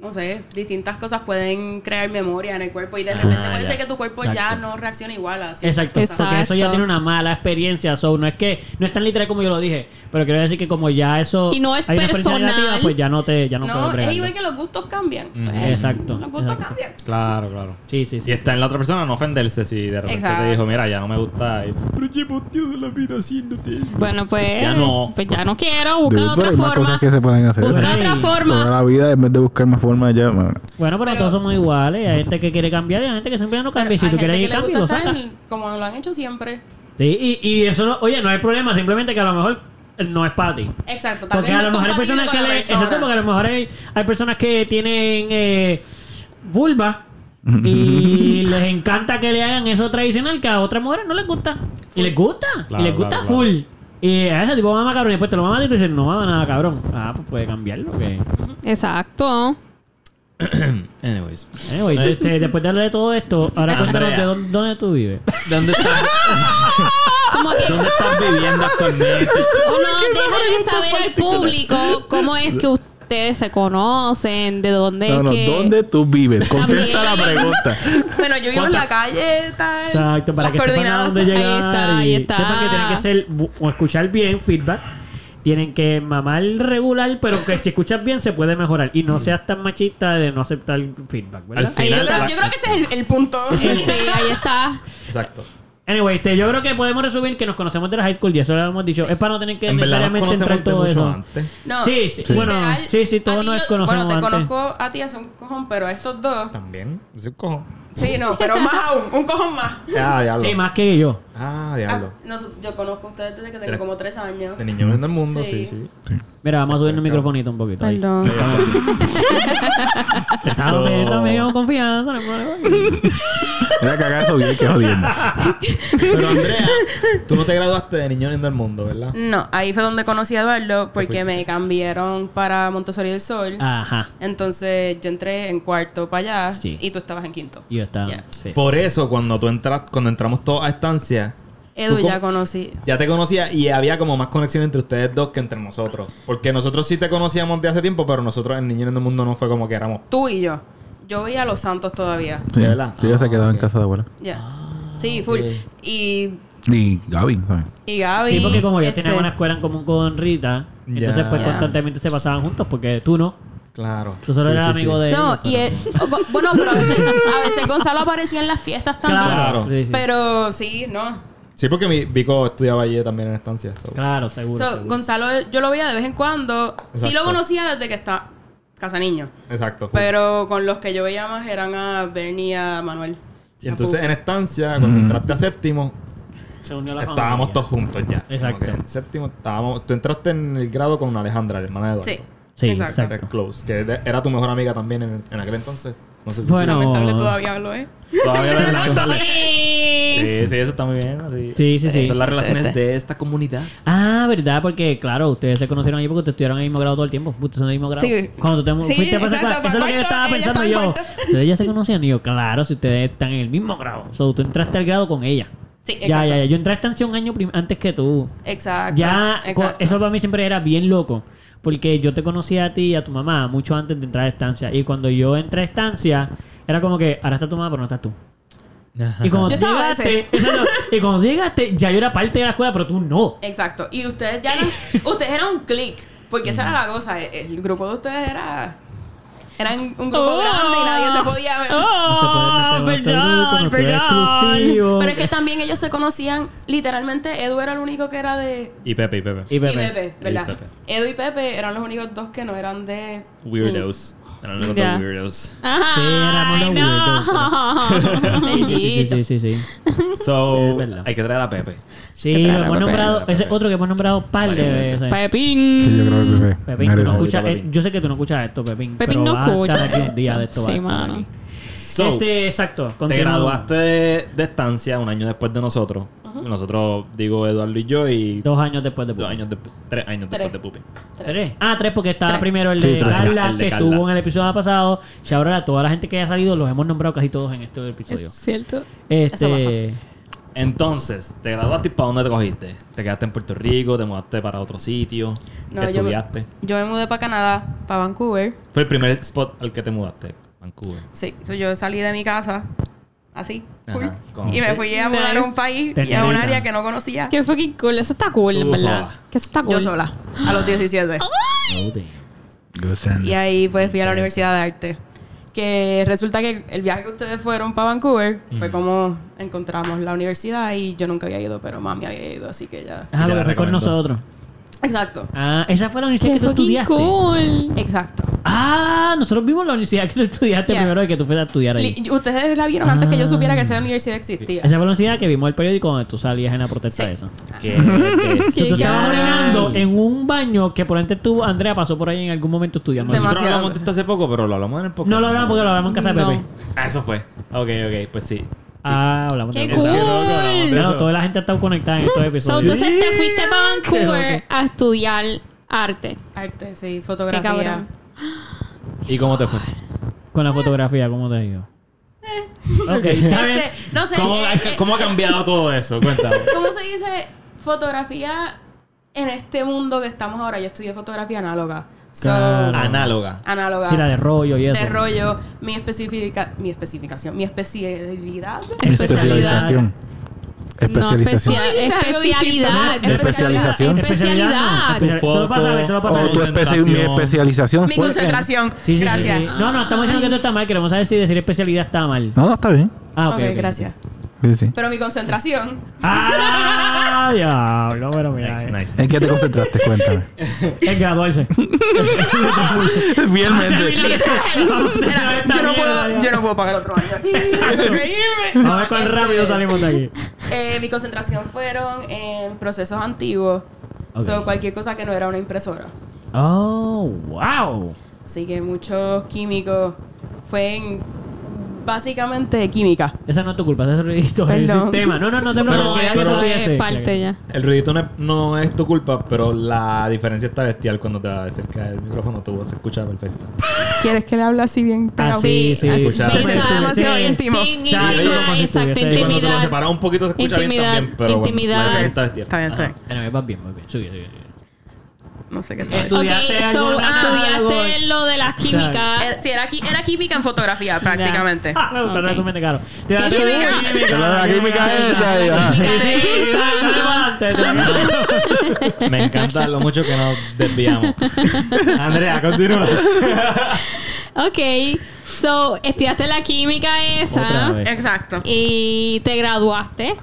S5: no sé, distintas cosas pueden crear memoria en el cuerpo y de repente puede
S1: ya.
S5: ser que tu cuerpo ya no reaccione igual a ciertas
S2: Ah, Exacto,
S5: cosas.
S2: porque eso ya
S3: Exacto.
S2: tiene una mala experiencia. So, no es que no es tan literal como yo lo dije, pero quiero decir que como ya eso
S3: Y no es
S2: hay una experiencia
S3: personal.
S2: negativa, pues ya no te ya no,
S5: No,
S2: puedes bregarlo.
S5: es igual que los gustos cambian.
S2: Exacto.
S5: Los gustos
S2: exacto.
S5: cambian.
S1: Claro, claro.
S2: Sí, sí,
S1: Si
S2: sí.
S1: está en la otra persona, no ofenderse si de repente te
S5: Exacto.
S1: dijo, mira, ya no me gusta. y, pero llevo toda la vida haciéndote eso.
S3: Bueno, pues,
S1: Pues ya no.
S3: pues ya no quiero, busca
S4: Dude, pero
S3: otra
S4: hay más
S3: forma.
S4: cosas que se pueden hacer.
S3: Busca
S2: Sí.
S3: otra
S4: Toda
S3: forma.
S4: la vida, en vez de buscar más formas, ya. bueno,
S2: Bueno, pero,
S5: Pero-
S2: todos somos iguales. Hay gente que quiere cambiar y hay gente que siempre no cambia. Y si
S5: Hay
S2: tú
S5: gente
S2: quieres ir
S5: que le
S2: cambia,
S5: gusta
S2: lo
S5: estar
S2: sacas.
S5: en- como lo han hecho siempre.
S2: Sí, y, y eso, no, oye, no hay problema, simplemente que a lo mejor eh, no es para ti.
S5: Exacto, tal
S2: Porque
S5: vez
S2: a lo
S5: no es
S2: mejor hay
S5: compatible
S2: personas
S5: con
S2: que
S5: la
S2: le,
S5: persona.
S2: exacto, porque a lo mejor hay, hay personas que tienen eh, vulva y les encanta que le hagan eso tradicional que a otras mujeres no les gusta. Y les gusta,
S1: Claro,
S2: y les gusta
S1: claro,
S2: full. Y a ese tipo mama cabrón y después te lo mamas y te dicen, no mama nada cabrón. Ah, pues puede cambiarlo. que
S3: Exacto.
S1: Anyways.
S2: Anyway, este, después de hablar de todo esto, ahora cuéntanos
S1: Andrea.
S2: de dónde, dónde tú vives.
S1: ¿Dónde estás,
S3: Como que
S1: ¿Dónde estás viviendo actualmente?
S3: uno déjale saber al público cómo es que us- ustedes se conocen, de dónde
S4: No,
S3: es
S4: no,
S3: que...
S4: ¿dónde tú vives? Contesta la
S3: También.
S4: pregunta.
S5: Bueno, yo vivo en la calle, tal.
S2: Exacto, para
S5: Las
S2: que sepan a
S5: coordenadas.
S2: dónde llegar.
S3: está, ahí
S2: y
S3: está.
S2: Sepan que tienen que ser bu- o escuchar bien feedback. Tienen que mamar regular, pero que si escuchas bien se puede mejorar. Y no seas tan machista de no aceptar feedback, ¿verdad?
S1: Mm. Al
S3: Ahí
S5: Yo
S1: final-
S5: creo, yo creo que ese es el, el punto.
S3: Sí, ahí está.
S1: Exacto.
S2: Anyway, este, yo creo que podemos resumir que nos conocemos de la high school y eso lo hemos dicho. Es para no tener que
S1: En verdad nos
S2: necesariamente entrar
S1: conocemos
S2: en
S1: de
S2: todo
S1: mucho
S2: eso.
S1: antes.
S5: No,
S2: Sí, sí, bueno, sí, sí, todos
S5: a ti
S2: nos
S5: yo-
S2: conocemos
S5: Bueno, te
S2: antes.
S5: conozco a ti hace un cojón, pero a estos dos.
S1: También. Es un cojón.
S5: Sí, no, pero más aún, un cojón más.
S1: Ah, diablo.
S2: Sí, más que yo.
S1: Ah,
S5: Ah,
S1: diablo.
S5: nos- yo conozco a ustedes desde que tengo
S1: Tres.
S5: como tres años.
S1: Ah. De niño en el mundo, sí,
S5: Sí.
S1: sí.
S2: Mira, vamos a subir el microfonito un poquito. Ahí.
S5: Perdón.
S2: Te estaba
S1: No.
S2: metiendo, me dio confianza. no me-
S4: Era cagazo bien que jodiendo.
S1: Pero Andrea, tú no te graduaste de niño en el mundo, ¿verdad?
S5: No, ahí fue donde conocí a Eduardo porque me cambiaron para Montessori del Sol.
S2: Ajá.
S5: Entonces yo entré en cuarto para allá
S2: Sí.
S5: y tú estabas en quinto.
S2: Yo estaba.
S5: Ya.
S2: sí.
S1: Por eso, cuando tú entras, cuando entramos todos a estancia,
S5: Edu
S1: ¿Tú
S5: ya
S1: cómo-
S5: conocí.
S1: ya te conocía y había como más conexión entre ustedes dos que entre nosotros. Porque nosotros sí te conocíamos de hace tiempo, pero nosotros en Niño en el Mundo no fue como que éramos.
S5: Tú y yo. Yo veía a los santos todavía.
S4: Sí,
S1: ¿De verdad?
S4: yo se quedaba en casa de abuela.
S5: Ya.
S2: Ah,
S5: sí, full. Y,
S4: Ni Gaby, ¿sabes?
S5: y Gaby.
S2: Sí, porque como yo
S5: este,
S2: tenía una escuela en común con Rita,
S1: Ya.
S2: entonces pues
S5: Ya.
S2: constantemente se pasaban juntos porque tú no,
S1: Claro.
S2: tú solo
S1: Sí,
S2: eras
S1: sí,
S2: amigo
S1: sí.
S2: de pues.
S5: No,
S2: ella,
S5: y
S2: pero-
S5: él- o- bueno, pero a veces, a veces Gonzalo aparecía en las fiestas también.
S2: Claro,
S1: Claro.
S2: sí, sí.
S5: Pero sí, no.
S1: Sí, porque mi Vico estudiaba allí también en estancia. so.
S2: claro, seguro.
S5: So,
S2: seguro.
S5: Gonzalo yo lo veía de vez en cuando. Sí
S1: Exacto.
S5: lo conocía desde que está casa niño.
S1: Exacto.
S5: Pero con los que yo veía más eran a Bernie y a Manuel.
S1: y entonces en estancia, cuando entraste a séptimo,
S2: Se unió la
S1: estábamos
S2: familia.
S1: todos juntos ya. Como
S2: Exacto.
S1: que en séptimo estábamos. Tú entraste en el grado con Alejandra, la hermana de Eduardo.
S5: Sí.
S2: Sí,
S5: Exacto.
S1: Era
S2: exacto.
S1: Close, que de- era tu mejor amiga también en, en aquel entonces. No sé si
S2: Bueno.
S5: Lamentable todavía lo es.
S1: sí. todavía la relación- Sí, sí, eso está muy bien. así.
S2: Sí, sí, sí.
S1: Son las relaciones de esta comunidad.
S2: Ah, verdad, porque claro, ustedes se conocieron ahí porque ustedes estuvieron en el mismo grado todo el tiempo. Ustedes son del mismo grado.
S5: Sí.
S2: Cuando tú te
S5: Sí,
S2: fuiste a pasar
S5: exacto,
S2: clase, eso es lo que yo
S5: cuarto,
S2: estaba
S5: ella
S2: pensando
S5: estaba
S2: yo.
S5: en cuarto.
S2: Ustedes ya se conocían y yo, claro, si ustedes están en el mismo grado. O sea, tú entraste al grado con ella.
S5: Sí,
S2: Ya,
S5: exacto.
S2: ya, ya. Yo entré a estancia un año prim- antes que tú.
S5: Exacto.
S2: Ya, co-
S5: exacto.
S2: eso para mí siempre era bien loco. Porque yo te conocía a ti y a tu mamá mucho antes de entrar a estancia. Y cuando yo entré a estancia, era como que ahora está tu mamá, pero no estás tú. Y cuando
S5: Yo
S2: tú
S5: estaba
S2: llegaste, exacto, y cuando tú llegaste, ya yo era parte de la escuela, pero tú no.
S5: Exacto. Y ustedes ya eran, ustedes eran un click. Porque esa era la cosa. El, el grupo de ustedes era. Eran un grupo
S3: Oh.
S5: grande y nadie se podía ver.
S3: Oh,
S2: No se puede meter en otro grupo,
S3: perdón,
S2: no, tú eres
S3: perdón.
S2: exclusivo.
S5: Pero es que también ellos se conocían. Literalmente, Edu era el único que era de.
S1: Y Pepe, y Pepe.
S2: Y
S5: Y Pepe,
S2: Pepe.
S5: ¿verdad?
S1: Pepe.
S5: Edu y Pepe eran los únicos dos que no eran de.
S1: Weirdos.
S2: Mm.
S1: Eran los
S3: Ya.
S1: dos weirdos.
S3: Ajá,
S2: Sí, éramos los
S3: ay,
S2: Sí, sí, sí, sí, sí. sí. Es
S1: So,
S2: verdad.
S1: hay que traer a Pepe.
S2: Sí, lo hemos nombrado, ese es otro que hemos nombrado par de veces.
S3: Pepín.
S4: Sí, yo creo que Pepe.
S2: Pepín, tú no
S4: merece.
S2: escuchas,
S1: Pepín.
S2: eh, yo sé que tú no escuchas esto, Pepín.
S3: Pepín
S2: pero
S3: no
S2: vas a estar
S3: escucha
S2: aquí un día de
S3: esto.
S2: esto. va a
S3: Sí,
S2: estar
S3: mano.
S2: aquí.
S1: So,
S2: este, exacto.
S1: te
S2: continuamos.
S1: graduaste de, de estancia un año después de nosotros. Nosotros, digo, Eduardo y yo, y
S2: Dos años después de
S1: dos
S2: Pupi.
S1: años después, tres años después
S5: Tres.
S1: de Pupi.
S2: ¿Tres? Ah, tres, porque estaba
S5: Tres.
S2: primero el
S4: Sí,
S2: de
S4: tres,
S2: Carla,
S1: el de
S2: que
S1: Carla.
S2: estuvo en el episodio pasado. Y ahora a toda la gente que haya salido, los hemos nombrado casi todos en este episodio.
S3: Es cierto.
S2: Este,
S1: Entonces, te graduaste y para dónde te cogiste? ¿Te quedaste en Puerto Rico? ¿Te mudaste para otro sitio?
S5: No,
S1: ¿Qué
S5: yo me-
S1: estudiaste?
S5: Yo me mudé para Canadá, para Vancouver.
S1: Fue el primer spot al que te mudaste, Vancouver.
S5: Sí, so yo salí de mi casa, así,
S1: Ajá,
S5: cool,
S1: como-
S5: y me fui a mudar a un país y a un
S2: Tenerina.
S5: área que no conocía.
S3: Qué fucking cool. Eso está cool, en
S1: Tú
S3: verdad.
S1: sola.
S3: Que eso está cool.
S5: Yo sola, a los 17.
S2: oh, damn.
S4: Gozando.
S5: Y ahí pues fui a la Universidad de Arte. Que resulta que el viaje que ustedes fueron para Vancouver fue como encontramos la universidad y yo nunca había ido, pero mami había ido, así que ya.
S2: Ah,
S1: Y te la
S2: lo que fue con
S1: recomendó.
S2: nosotros.
S5: Exacto,
S2: Ah, esa fue la universidad
S3: Qué
S2: que tú
S3: fucking
S2: estudiaste.
S3: cool.
S5: exacto.
S2: Ah, nosotros vimos la universidad que tú estudiaste
S5: Yeah.
S2: primero de que tú fuiste a estudiar ahí. Ah.
S5: Li- Ustedes la vieron antes que yo supiera que esa universidad existía.
S2: esa fue la universidad que vimos el periódico donde tú salías en la protesta
S5: Sí.
S2: de eso.
S1: ¿Qué? es
S2: Tú
S3: Qué
S2: estabas
S3: caray.
S2: orinando en un baño que por antes tú, Andrea, pasó por ahí en algún momento estudiando.
S5: Demasiado.
S1: Nosotros hablamos de esto hace poco, pero lo hablamos en el podcast.
S2: No lo hablamos porque lo hablamos en casa de
S3: No.
S2: Pepe.
S1: Ah, eso fue. Ok, ok, pues sí.
S2: Ah, hablamos de
S3: Qué
S2: eso.
S1: Es que loco, hablamos de
S3: cool.
S2: Claro,
S1: eso.
S2: toda la gente ha estado conectada en estos
S3: So,
S2: episodios.
S3: entonces te fuiste para
S2: Qué
S3: Vancouver
S2: loco.
S3: a estudiar arte.
S5: Arte, sí,
S3: Qué
S5: fotografía.
S3: cabrón.
S1: ¿Y cómo te fue?
S2: Con la fotografía, ¿cómo te digo? Ok, está bien.
S5: Este, no sé,
S1: ¿Cómo,
S5: eh, eh,
S1: cómo ha cambiado todo eso? Cuéntame.
S5: ¿Cómo se dice fotografía en este mundo que estamos ahora, yo estudié fotografía análoga. So,
S2: Claro.
S1: Análoga.
S5: análoga.
S2: Sí, la de rollo y eso.
S5: de rollo, mi especifica, mi especificación, mi especialidad.
S4: Especialización. Especialización.
S3: No, especia-
S5: Ay, está algo
S3: especialidad.
S5: distinto.
S4: Especialización.
S2: Especialidad. no,
S3: Especialidad.
S2: especial- Solo para saber, solo para
S4: O
S5: Oh.
S2: saber.
S4: tu especi- mi especialización.
S5: Mi
S4: fue en-
S5: concentración.
S2: Sí, sí, sí,
S5: gracias.
S2: sí. No, no, estamos diciendo que esto está mal. Queremos saber si decir especialidad está mal.
S4: No, no, está bien.
S2: Ah, ok.
S5: Ok,
S2: ok.
S5: gracias.
S4: Sí, sí.
S5: Pero mi concentración,
S2: Ah, diablo, pero mira.
S1: Nice,
S2: eh.
S1: nice.
S4: ¿En qué te concentraste? Cuéntame.
S2: Es graduarse.
S4: Fielmente.
S5: Mira, yo no puedo, yo Este. no puedo pagar otro año aquí. Tengo que irme.
S2: A ver cuán rápido salimos de aquí.
S5: Eh, mi concentración fueron en procesos antiguos.
S2: Ok.
S5: So, cualquier cosa que no era una impresora.
S2: Oh, wow.
S5: Así que muchos químicos. Fue en básicamente química.
S2: Esa no es tu culpa, esa es el
S5: Perdón.
S2: sistema. No, no, no te
S3: No,
S2: preocupes. que
S3: eso
S2: empiece.
S3: es parte ya.
S1: El ruidito no es, no es tu culpa, pero la diferencia está bestial cuando te acerca el micrófono. Tú se escucha perfecta.
S5: ¿Quieres que le hable así bien? pegado?
S2: Así, sí.
S1: Así,
S2: Escuchar.
S1: besado,
S2: Sí, sí,
S5: demasiado
S2: sí.
S5: íntimo.
S2: Ya, yo como si
S3: Intimidad,
S2: estuviese-
S3: exacto,
S1: Cuando te lo
S3: intimidad.
S1: separas un poquito se escucha
S3: Intimidad,
S1: bien también, pero bueno,
S3: intimidad.
S1: la diferencia está bestial.
S5: Está bien, está bien.
S2: Bueno, vas bien, vas bien. Sigue, sigue, sigue.
S5: No sé qué
S2: Eh,
S5: tal.
S2: tú-
S3: Ok,
S2: Estudiaste
S3: so, ah,
S2: alguna-
S3: estudiaste
S2: algo-
S3: lo de las químicas.
S5: Eh, Sí, era, qui- era química en fotografía, prácticamente.
S2: Ah, me gusta,
S3: Ok.
S2: resumen de caro. Te das
S3: Química.
S4: La química esa. y- ah.
S2: Sí, sí, sí,
S3: Esa.
S2: dale adelante,
S1: Me encanta lo mucho que nos desviamos. Andrea, continúa.
S3: Ok, so estudiaste la química
S2: Otra
S3: esa
S2: vez.
S5: Exacto.
S3: y te graduaste.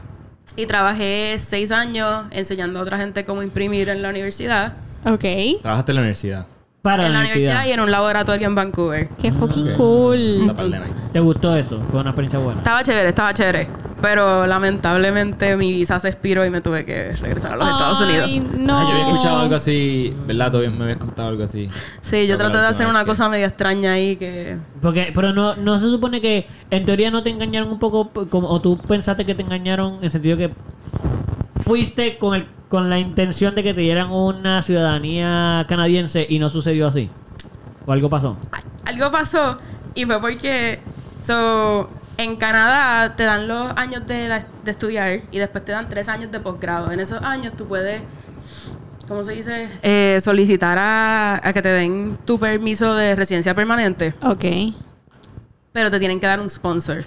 S5: Y trabajé seis años enseñando a otra gente cómo imprimir en la universidad.
S3: Ok.
S1: Trabajaste en la universidad.
S2: Para
S5: en la universidad y en un laboratorio en Vancouver.
S3: Qué fucking
S1: Ok.
S3: cool.
S1: Una par de nights.
S2: ¿Te gustó eso? Fue una experiencia buena.
S5: Estaba chévere, estaba chévere. Pero lamentablemente mi visa se expiró y me tuve que regresar a los Estados
S3: Ay,
S5: Unidos.
S3: No.
S1: Ah, yo había escuchado algo así, ¿verdad? Todavía me habías contado algo así.
S5: Sí,
S1: Creo que
S5: yo traté de
S1: la
S5: hacer
S1: última
S5: una
S1: vez que-
S5: cosa media extraña ahí que...
S2: Porque, pero no, no se supone que en teoría no te engañaron un poco p- como, o tú pensaste que te engañaron en el sentido que fuiste con el con la intención de que te dieran una ciudadanía canadiense y no sucedió así. O algo pasó.
S5: Ay, Algo pasó y fue porque... So, en Canadá te dan los años de, la- de estudiar y después te dan tres años de posgrado. En esos años tú puedes... ¿Cómo se dice? Eh, solicitar a, a que te den tu permiso de residencia permanente.
S3: Ok.
S5: pero te tienen que dar un sponsor.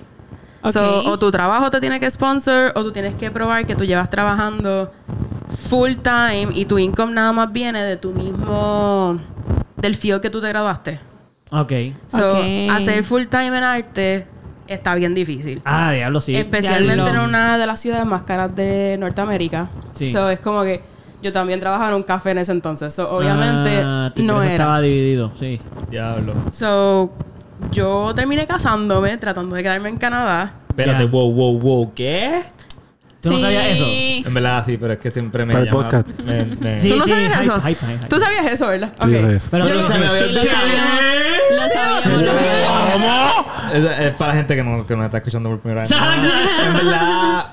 S3: Ok.
S5: So, o tu trabajo te tiene que sponsor o tú tienes que probar que tú llevas trabajando full time y tu income nada más viene de tu mismo del field que tú te graduaste.
S2: Ok.
S5: So,
S3: Ok.
S5: hacer full time en arte está bien difícil.
S2: Ah, diablo, sí.
S5: Especialmente
S3: diablo.
S5: en una de las ciudades más caras de Norteamérica.
S2: Sí.
S5: So, es como que yo también trabajaba en un café en ese entonces. So, obviamente
S2: Ah, tu
S5: no
S2: ingreso
S5: era.
S2: Estaba dividido, sí.
S1: Diablo.
S5: So, yo terminé casándome tratando de quedarme en Canadá.
S1: Espérate,
S2: Ya.
S1: wow, wow, wow, ¿qué?
S2: ¿Tú no sabías eso?
S3: Sí.
S1: En verdad, sí, pero es que siempre me.
S4: Para el
S1: llama-
S4: podcast.
S1: me- me-
S2: Sí.
S5: ¿Tú no sabías
S2: hype,
S5: eso?
S2: hype, hype, hype.
S5: Tú sabías eso, ¿verdad?
S4: Sí, yo sé eso.
S2: Pero
S1: Yo
S2: tú
S1: no
S2: sabes.
S1: sabía.
S3: Sí, lo sabíamos. Lo sabíamos. lo sabíamos.
S1: Es, es para la gente que no, que no está escuchando por primera vez.
S2: Exacto.
S1: En verdad,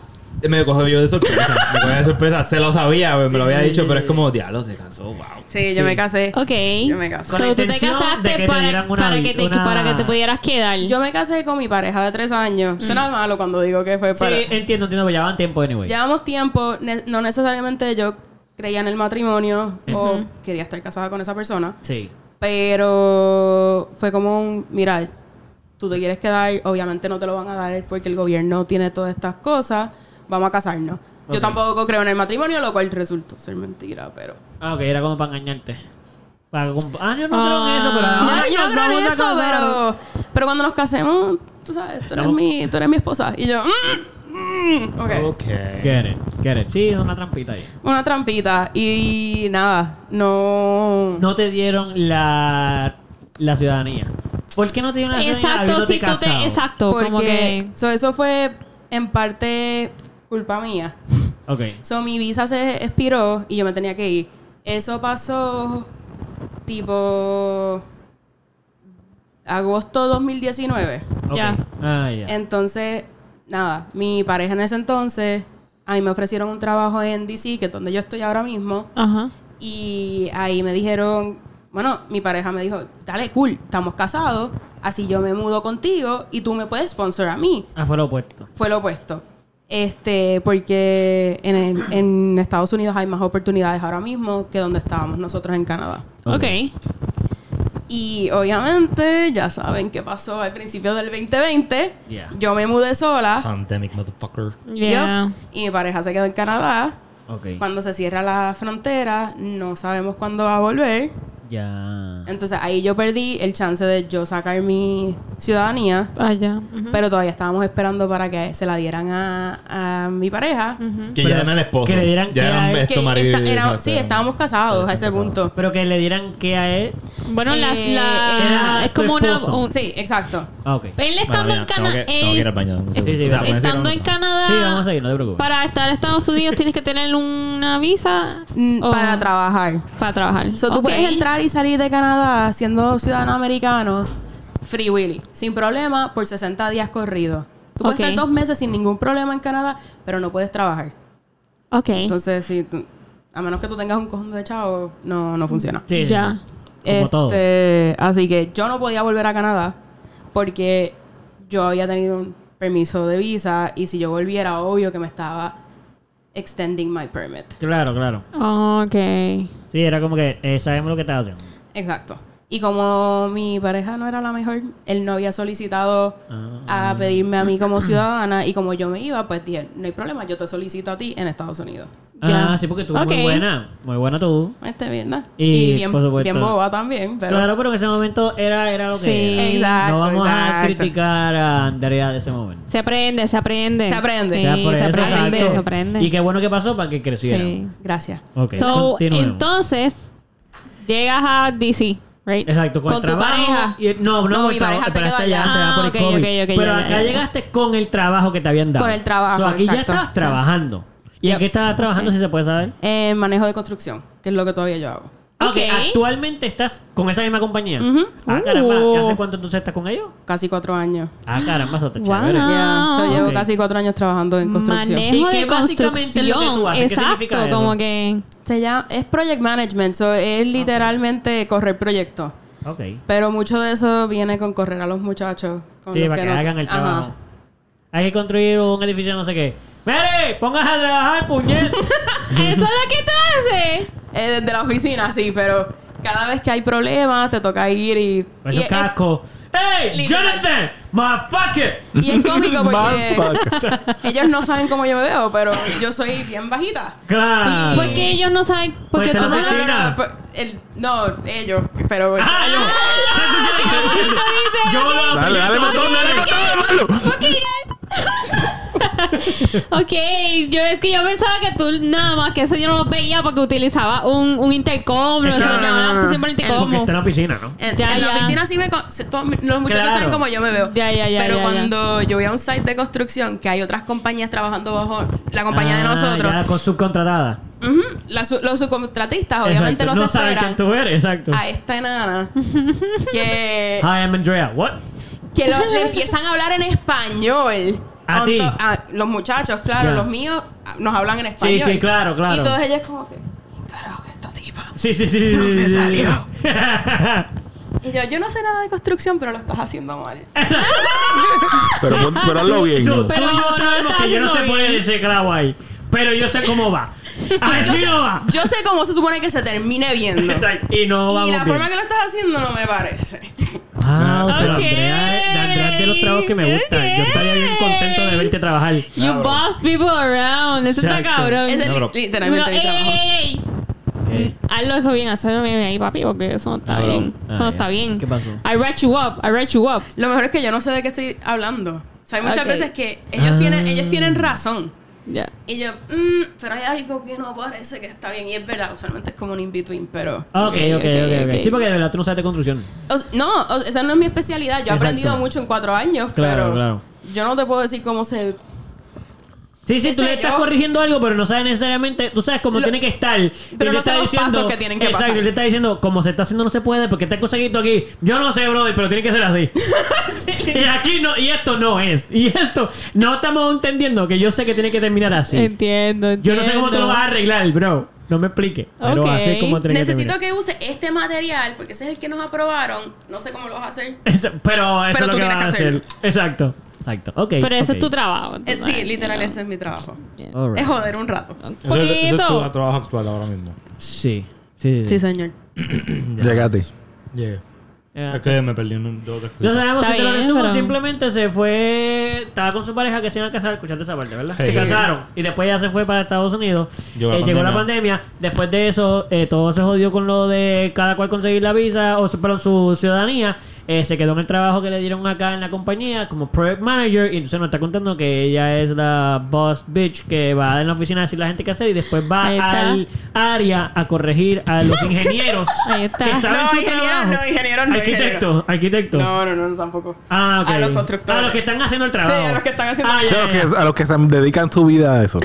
S1: me cogió yo de sorpresa. Me cogió de sorpresa. Se lo sabía, me lo había dicho, pero es como, diablo, se cansó, wow.
S5: Sí, yo me casé.
S3: Ok.
S5: Yo me casé.
S2: Con la
S3: So, tú te
S2: intención de que
S3: casaste
S2: te
S3: para,
S2: dieran una
S3: para,
S2: vi-
S3: que te,
S2: una-
S3: para que te pudieras quedar.
S5: Yo me casé con mi pareja de tres años.
S3: Mm.
S5: Suena malo cuando digo que fue para...
S2: Sí, entiendo, entiendo, pues pero llevaban tiempo anyway.
S5: Llevamos tiempo, ne- no necesariamente yo creía en el matrimonio o quería estar casada con esa persona,
S2: Sí.
S5: pero fue como un, mira, tú te quieres quedar, obviamente no te lo van a dar porque el gobierno tiene todas estas cosas, vamos a casarnos. Yo
S2: Ok.
S5: tampoco creo en el matrimonio, lo cual resultó ser mentira, pero...
S2: Ah, ok, era como para engañarte. Para comp- ah, yo no creo en eso, pero.
S5: No,
S2: ah,
S5: yo no
S2: nos
S5: creo
S2: vamos
S5: en
S2: a
S5: eso,
S2: casar.
S5: pero, pero cuando nos casemos, tú sabes, tú eres, mi, tú eres mi esposa. Y yo, mm, mm, ok.
S1: Ok.
S2: Get it, get it. Sí, es una trampita ahí.
S5: Una trampita. Y nada, no.
S2: No te dieron la, la ciudadanía. ¿Por qué no te dieron la ciudadanía?
S3: Exacto,
S2: habiéndote
S3: si tú te.
S2: casado?
S3: Exacto, como
S5: porque
S3: que.
S5: so, eso fue en parte culpa mía.
S2: Ok.
S5: So, mi visa se expiró y yo me tenía que ir. Eso pasó tipo agosto 2019.
S2: ok.
S3: Ya.
S2: Ah, ya.
S5: Entonces, nada, mi pareja en ese entonces, a mí me ofrecieron un trabajo en DC, que es donde yo estoy ahora mismo,
S3: Ajá.
S5: y ahí me dijeron, bueno, mi pareja me dijo, dale, cool, estamos casados, así yo me mudo contigo y tú me puedes sponsor a mí.
S2: Ah, fue lo opuesto.
S5: Fue lo opuesto. Este, porque en, el- en Estados Unidos hay más oportunidades ahora mismo que donde estábamos nosotros en Canadá.
S3: Ok.
S5: Y obviamente, ya saben qué pasó al principio del 2020.
S2: Yeah.
S5: Yo me mudé sola.
S1: Pandemic motherfucker.
S3: Yeah.
S5: Yup. y mi pareja se quedó en Canadá.
S2: Ok.
S5: Cuando se cierra la frontera, no sabemos cuándo va a volver.
S2: Ya.
S5: Entonces ahí yo perdí el chance de yo sacar mi ciudadanía.
S3: Ah, ya. Ujú.
S5: Pero todavía estábamos esperando para que se la dieran a, a mi pareja.
S1: Que
S2: Pero
S1: ya eran el esposo.
S2: que le dieran
S1: ya
S2: que a
S1: eran
S2: él-
S1: esto
S5: Que
S1: marido. y-
S5: esta- era-
S1: exacto,
S5: sí,
S1: eran-
S5: estábamos casados a ese
S1: Estaban
S5: punto.
S2: Pero que le dieran que a él.
S3: Bueno, la,
S5: Eh,
S3: la-
S2: era
S3: es como
S2: tu
S3: una.
S2: esposo.
S3: un-
S5: Sí, exacto.
S2: Ah, ok.
S3: él estando
S1: Mala mía,
S3: en
S1: tengo
S3: Canadá.
S1: que- tengo que ir al baño, un segundo.
S2: Sí, sí,
S1: O sea,
S2: sí.
S1: pueden seguir
S3: Estando en
S1: hablando.
S3: Canadá.
S2: Sí, vamos a ir, no te preocupes.
S3: Para estar en Estados Unidos tienes que tener una visa
S5: Mm,
S3: o-
S5: Para trabajar.
S3: Para trabajar.
S5: So, tú
S3: Oh. Ok.
S5: puedes entrar y salir de Canadá siendo ciudadano americano free willy, sin problema, por 60 días corridos. Tú
S3: Ok.
S5: puedes estar dos meses sin ningún problema en Canadá, pero no puedes trabajar.
S3: Ok.
S5: Entonces, si tú- a menos que tú tengas un cojón de chavo, no, no funciona.
S2: Sí, sí,
S3: Ya.
S2: sí. Como todo.
S5: Este, Así que yo no podía volver a Canadá porque yo había tenido un permiso de visa y si yo volviera, obvio que me estaba extending my permit.
S2: Claro, claro.
S3: Ok.
S2: Sí, era como que eh, sabemos lo que estás haciendo.
S5: Exacto. Y como mi pareja no era la mejor, él no había solicitado a pedirme a mí como ciudadana y como yo me iba, pues dije, no hay problema, yo te solicito a ti en Estados Unidos.
S3: Ya.
S2: Ah, sí, porque tú
S3: Ok.
S2: muy buena. Muy buena tú.
S5: Este mierda.
S2: Y,
S5: Y, bien,
S2: por supuesto.
S5: bien boba también, pero...
S2: claro, pero en ese momento era, era lo que
S3: Sí.
S2: era.
S5: Exacto,
S2: No vamos a
S5: exacto.
S2: criticar a Andrea de ese momento.
S3: Se aprende, se aprende.
S5: Se aprende.
S3: Sí,
S2: Ya, por
S3: se
S2: eso,
S3: aprende,
S2: exacto.
S3: se aprende.
S2: Y qué bueno que pasó para que creciera.
S3: Sí.
S5: Gracias.
S2: Ok,
S3: So,
S2: continuemos.
S3: entonces, llegas a DC, right?
S2: Exacto, con, el
S3: tu
S2: trabajo.
S3: pareja.
S2: y- no, no,
S5: No,
S2: con
S5: mi
S2: el trabajo,
S5: pareja se
S2: espera,
S5: quedó
S2: este ya
S5: allá.
S2: te va por el
S3: Ah, ok,
S2: COVID.
S3: ok, ok,
S2: Pero
S3: ya,
S2: acá
S3: ya, ya.
S2: llegaste con el trabajo que te habían dado.
S5: Con el trabajo,
S2: So, aquí ya
S5: exacto.
S2: estabas trabajando. ¿Y en
S5: Yep.
S2: qué estabas trabajando, si se puede saber?
S5: Eh, manejo de construcción, que es lo que todavía yo hago.
S2: Ah, ok,
S3: Ok.
S2: actualmente estás con esa misma compañía. Ah,
S3: Uh.
S2: caramba. ¿y ¿Hace cuánto entonces estás con ellos?
S5: Casi cuatro años.
S2: Ah, caramba, eso está
S3: Wow.
S2: chévere.
S5: Ya, o sea, llevo
S2: ok.
S5: casi cuatro años trabajando en construcción.
S3: Manejo
S2: ¿Y qué
S3: de
S2: básicamente es lo que tú
S3: construcción.
S2: haces? ¿Qué
S3: Exacto,
S2: significa eso?
S3: como que.
S5: Se llama, es project management, so es literalmente correr proyectos.
S2: Ok.
S5: Pero mucho de eso viene con correr a los muchachos. Con
S2: Sí,
S5: los
S2: para que,
S5: no-
S2: hagan el
S5: Ajá.
S2: trabajo. Hay que construir un edificio, no sé qué. ¡Mere! ¡Pongas a trabajar, puñet!
S3: Eso es lo que tú haces.
S5: Eh, desde la oficina, sí, pero cada vez que hay problemas te toca ir y.
S2: Con
S5: y,
S2: esos Pues cascos. ¡Hey,
S5: literal.
S2: Jonathan! ¡Motherfucker!
S5: es, y es cómico
S3: Eh.
S5: porque
S4: Motherfucker.
S5: ellos no saben cómo yo me veo, pero yo soy bien bajita.
S2: Claro.
S5: pues,
S3: Porque ellos no saben. Porque
S2: Pues
S3: tú
S2: te
S5: No,
S2: lo
S5: no,
S3: no
S5: no, no,
S2: sé
S5: no,
S2: Oficina.
S5: no, pero el- no, ellos, pero.
S2: ¡Ah, yo! yo lo
S4: Dale, dale botón, dale botón, hermano.
S3: Ok, yo es que yo pensaba que tú nada más que eso yo no lo veía porque utilizaba un, un intercom, no, sé,
S5: no, no,
S3: nada,
S5: no, no,
S3: tú
S5: no.
S3: siempre el
S2: Porque
S3: intercom.
S2: está en la oficina, ¿no?
S5: En,
S3: Ya,
S5: en la
S3: ya.
S5: oficina sí me. con- se- todos mi- los muchachos
S2: Claro.
S5: saben cómo yo me veo.
S3: Ya, ya, ya,
S5: Pero
S3: ya, ya.
S5: cuando yo voy a un site de construcción que hay otras compañías trabajando bajo la compañía de
S2: Ah,
S5: nosotros,
S2: ya, con subcontratada.
S5: ujú, la su- los subcontratistas obviamente
S2: Exacto.
S5: no,
S2: no
S5: se
S2: saben
S5: esperan.
S2: quién tú eres, exacto.
S5: a esta enana que,
S2: Hi, I'm Andrea. What?
S5: que lo- le empiezan a hablar en español.
S2: ¿A
S5: On
S2: ti?
S5: to- a- los muchachos, claro,
S2: Ya.
S5: los míos ah, nos hablan en español.
S2: sí, claro, claro.
S5: Y todas ellas como que, "¿Qué carajo es esta tipa?
S2: Sí, sí, sí. sí,
S5: ¿Dónde
S2: sí, sí.
S5: salió? Y yo, yo no sé nada de construcción, pero lo estás haciendo mal.
S4: Pero, pon- pero hazlo bien.
S2: Tú-
S4: ¿no?
S2: tú y yo
S3: no lo
S2: sabemos
S3: está
S2: que yo no sé
S3: haciendo
S2: poner
S3: bien.
S2: ese clavo ahí. Pero yo sé cómo va. Así no va.
S5: Ah, Yo sé cómo se supone que se termine viendo.
S2: Exacto. Y no
S5: y
S2: vamos
S5: la
S2: bien.
S5: forma que lo estás haciendo no me parece.
S2: Ah, o sea,
S3: Ok.
S2: Andrea, es- Andrea es de los trabajos que me gustan. Yo estaría bien contento de verte trabajar.
S3: You boss people around. Eso está
S2: Exacto.
S3: cabrón.
S5: Ese
S3: Yo,
S5: es
S1: No, pero-
S5: li- literalmente mi
S3: ey,
S5: trabajo.
S3: ey, ey,
S2: Ok.
S3: Hazlo eso bien, hazlo bien ahí, papi, porque eso no está
S1: Cabrón.
S3: bien.
S2: Ah,
S3: Eso no
S2: ya.
S3: está bien.
S2: ¿Qué pasó?
S3: I write you up, I write you up.
S5: Lo mejor es que yo no sé de qué estoy hablando. O sea, hay muchas
S3: Ok.
S5: veces que ellos,
S2: Ah.
S5: tienen, ellos tienen razón.
S3: Ya.
S5: Y yo, "Mm, pero hay algo que no parece que está bien. Y es verdad, usualmente es como un in-between, pero...
S2: Ok, ok, ok, ok.
S3: ok.
S2: Sí, porque de verdad tú no sabes de construcción.
S5: O s- no, o s- esa no es mi especialidad. Yo he
S2: Exacto.
S5: aprendido mucho en cuatro años,
S2: Claro,
S5: pero...
S2: claro.
S5: Yo no te puedo decir cómo se...
S2: Sí, sí,
S5: ¿Qué
S2: tú le
S5: sé
S2: estás
S5: yo?
S2: corrigiendo algo, pero no sabes necesariamente, tú sabes cómo
S5: Lo-
S2: tiene que estar.
S5: Pero no sé
S2: está
S5: los pasos que tienen que
S2: Exacto,
S5: pasar.
S2: él te está diciendo, como se está haciendo no se puede, porque está conseguido aquí. Yo no sé, brother, pero tiene que ser así. Y aquí no, y esto no es. Y esto, no estamos entendiendo que yo sé que tiene que terminar así.
S3: Entiendo, entiendo.
S2: Yo no sé cómo tú lo vas a arreglar, bro. No me explique. Pero
S3: Ok.
S2: así es como tiene
S5: Necesito que use este material, porque ese es el que nos aprobaron. No sé cómo lo vas a hacer.
S2: que terminar. Eso- pero eso
S5: Pero
S2: es lo
S5: tú
S2: que vas
S5: tienes
S2: a
S5: que
S2: hacer.
S5: hacerlo.
S2: Exacto. Exacto. Ok.
S3: Pero ese
S2: ok.
S3: es tu trabajo.
S5: Eh, sí, literal, ese es mi trabajo.
S2: All right.
S5: Es joder un rato.
S1: Eso es- eso es
S3: Poquito.
S1: tu trabajo actual ahora mismo.
S2: Sí. Sí, sí, sí.
S5: Sí, señor.
S4: Llegate.
S1: Llegué.
S2: Ya.
S1: Es que me perdí un dos tres
S2: No
S1: clips.
S2: sabemos
S3: Está
S2: si te lo
S3: bien,
S2: resumo,
S3: pero-
S2: simplemente se fue, estaba con su pareja que se iban a casar, escuchaste esa parte, ¿verdad?
S1: Sí.
S2: Se casaron y después ya se fue para Estados Unidos.
S1: Llegó la
S2: Eh, llegó la pandemia, después de eso eh, todo se jodió con lo de cada cual conseguir la visa, o su- perdón, su ciudadanía. Eh, se quedó en el trabajo que le dieron acá en la compañía como project manager y entonces nos está contando que ella es la boss bitch que va en la oficina a decir la gente qué hacer y después va
S3: Ahí está.
S2: al área a corregir a los ingenieros
S3: Ahí está.
S2: que saben
S6: No,
S2: su
S6: ingeniero,
S2: trabajo.
S6: no, ingeniero, no,
S2: arquitecto
S6: ingeniero.
S2: arquitecto
S6: No, no, no, no, tampoco.
S2: Ah, ok.
S6: A los constructores.
S2: A los que están haciendo el trabajo.
S6: Sí, a los que están haciendo-
S2: Ah,
S4: Sí,
S2: ya,
S4: a, los
S2: ya, ya.
S4: que, a los que se dedican su vida a eso.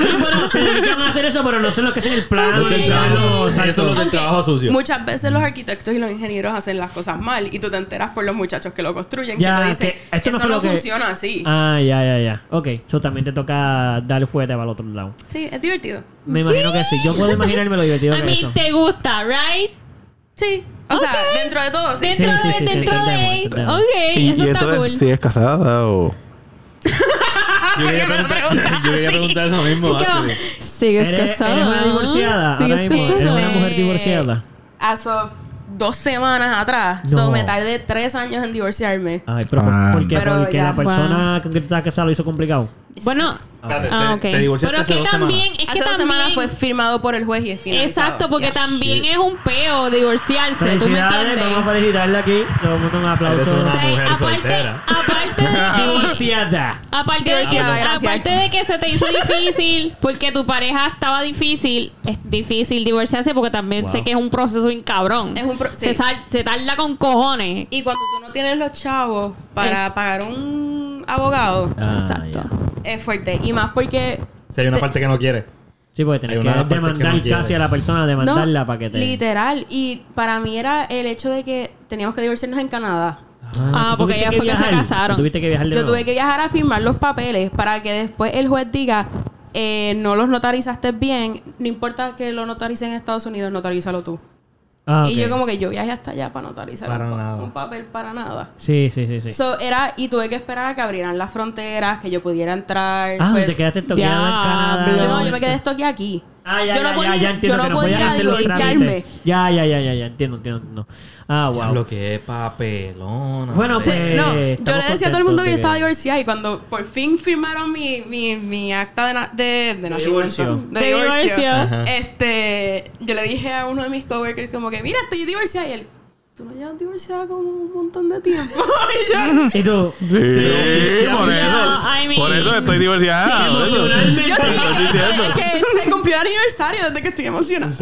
S2: Sí, bueno, se dedican a hacer eso, pero no son los que hacen el plano.
S1: Los del
S2: el
S1: trabajo-
S2: plano,
S1: Eso
S2: exacto.
S1: es lo del
S5: Aunque
S1: trabajo sucio.
S5: Muchas veces los arquitectos y los ingenieros hacen las cosas mal y tú te enteras por los muchachos que lo construyen
S2: Ya,
S5: que te dicen
S2: que esto no
S5: eso
S2: fue
S5: no
S2: lo que-
S5: funciona así.
S2: Ah, ya, ya, ya. Ok, eso también te toca darle fuerte para el otro lado.
S5: Sí, es divertido.
S2: Me imagino que sí. Yo puedo imaginarme lo divertido
S3: A
S2: que
S3: mí
S2: es eso.
S3: te gusta, right?
S5: Sí, o sea,
S3: Ok.
S5: dentro de todo, sí.
S3: Dentro
S2: Sí, sí,
S3: de,
S2: sí, sí,
S3: dentro
S2: entendemos,
S3: de.
S2: entendemos.
S3: Ok, eso está
S4: entonces,
S3: cool.
S4: si es casada o.
S1: Yo quería preguntar, yo quería preguntar eso mismo.
S3: ¿Qué
S1: Astrid.
S3: va? ¿Sigues
S2: Eres- eres
S3: casada?
S2: una divorciada. Ahora
S3: ¿Sigues
S2: mismo, eres una
S3: casada?
S2: mujer divorciada.
S5: As of dos semanas atrás,
S2: No.
S5: so, me tardé tres años en divorciarme.
S2: Ay, pero
S4: Ah.
S2: ¿por qué?
S5: Pero
S2: Porque
S5: ya,
S2: la persona con que tú estás casada lo hizo complicado.
S3: Bueno,
S1: Espérate, te-
S3: ah, ok.
S1: te divorciaste
S3: Pero es
S1: hace
S3: que
S1: dos semanas.
S3: también. Es
S5: Hace
S3: que
S5: dos semanas
S3: también.
S5: fue firmado por el juez y es finalizado.
S3: Exacto, porque
S5: Ya.
S3: también es un peo divorciarse. ¿Tú me
S2: Felicidades,
S3: entiendes?
S2: vamos a felicitarle aquí. Todo el mundo un
S1: Eres
S2: aplauso.
S1: una
S3: O sea,
S1: mujer
S3: aparte,
S1: soltera.
S3: aparte de que.
S2: Divorciada.
S3: Aparte
S5: Ah,
S3: de, que,
S6: Divorciada, gracias.
S3: aparte de que se te hizo difícil porque tu pareja estaba difícil, es difícil divorciarse porque también
S2: Wow.
S3: sé que es un proceso bien cabrón.
S5: Es un pro-
S3: se,
S5: sí.
S3: sal- se tarda con cojones.
S5: Y cuando tú no tienes los chavos para
S3: Es-
S5: pagar un abogado,
S2: Ah,
S3: Exacto.
S2: ya.
S5: es fuerte. Y más porque
S1: Si hay una parte que no quiere.
S2: Sí, porque
S1: Hay
S2: tenés
S1: una
S2: que
S1: parte que no
S2: demandar
S1: quiere.
S2: casi a la persona, demandarla para que te...
S5: Literal. Y para mí era el hecho de que teníamos que divorciarnos en Canadá.
S3: Ah,
S2: ¿tú
S3: porque
S2: tuviste
S3: ella fue que se
S2: viajar?
S3: casaron.
S2: ¿Tú Tuviste que viajar de
S5: Yo
S2: nuevo?
S5: tuve que viajar a firmar los papeles para que después el juez diga. eh, no los notarizaste bien, no importa que lo notaricen en Estados Unidos, notarízalo tú.
S2: Ah, ok.
S5: Y yo como que yo viajé hasta allá para notarizar
S1: Para
S5: un, pa-
S1: nada.
S5: un papel para nada.
S2: Sí, sí, sí, sí.
S5: So, era, y tuve que esperar a que abrieran las fronteras, que yo pudiera entrar.
S2: ah,
S5: pues-
S2: te quedaste toqueada en
S3: diablo.
S5: Yo
S2: Canadá.
S5: no, yo me quedé estoque aquí.
S2: Ah, ya,
S5: yo no
S2: ya,
S5: podía,
S2: ya, ya
S5: ir-
S2: entiendo
S5: yo
S2: que
S5: no
S2: no podías
S5: podía
S2: hacer los
S5: divorciarme.
S2: trámites. Ya, ya, ya, ya, ya, entiendo, entiendo, entiendo. Ah, wow.
S1: Lo que es papelona.
S2: Bueno,
S5: Sí,
S2: pues-
S5: no,
S2: Eh,
S5: yo
S2: estamos
S5: le decía a todo el mundo que yo
S2: contentos
S5: estaba
S2: de-
S5: divorciada y cuando por fin firmaron mi, mi, mi acta de, na- de, de nacimiento,
S2: divorcio.
S3: De divorcio.
S1: Ajá.
S5: este, yo le dije a uno de mis coworkers como que, mira, estoy divorciada. Y él, tú no llevas divorciada como un montón de tiempo. y yo,
S2: Y tú...
S4: Sí,
S3: No,
S4: por
S3: I mean-
S4: Por eso estoy divorciada. por eso.
S2: Emocionalmente,
S5: yo sí,
S4: estás
S5: es
S4: diciendo?
S5: que, es que se cumplió el aniversario desde que estoy emocionada.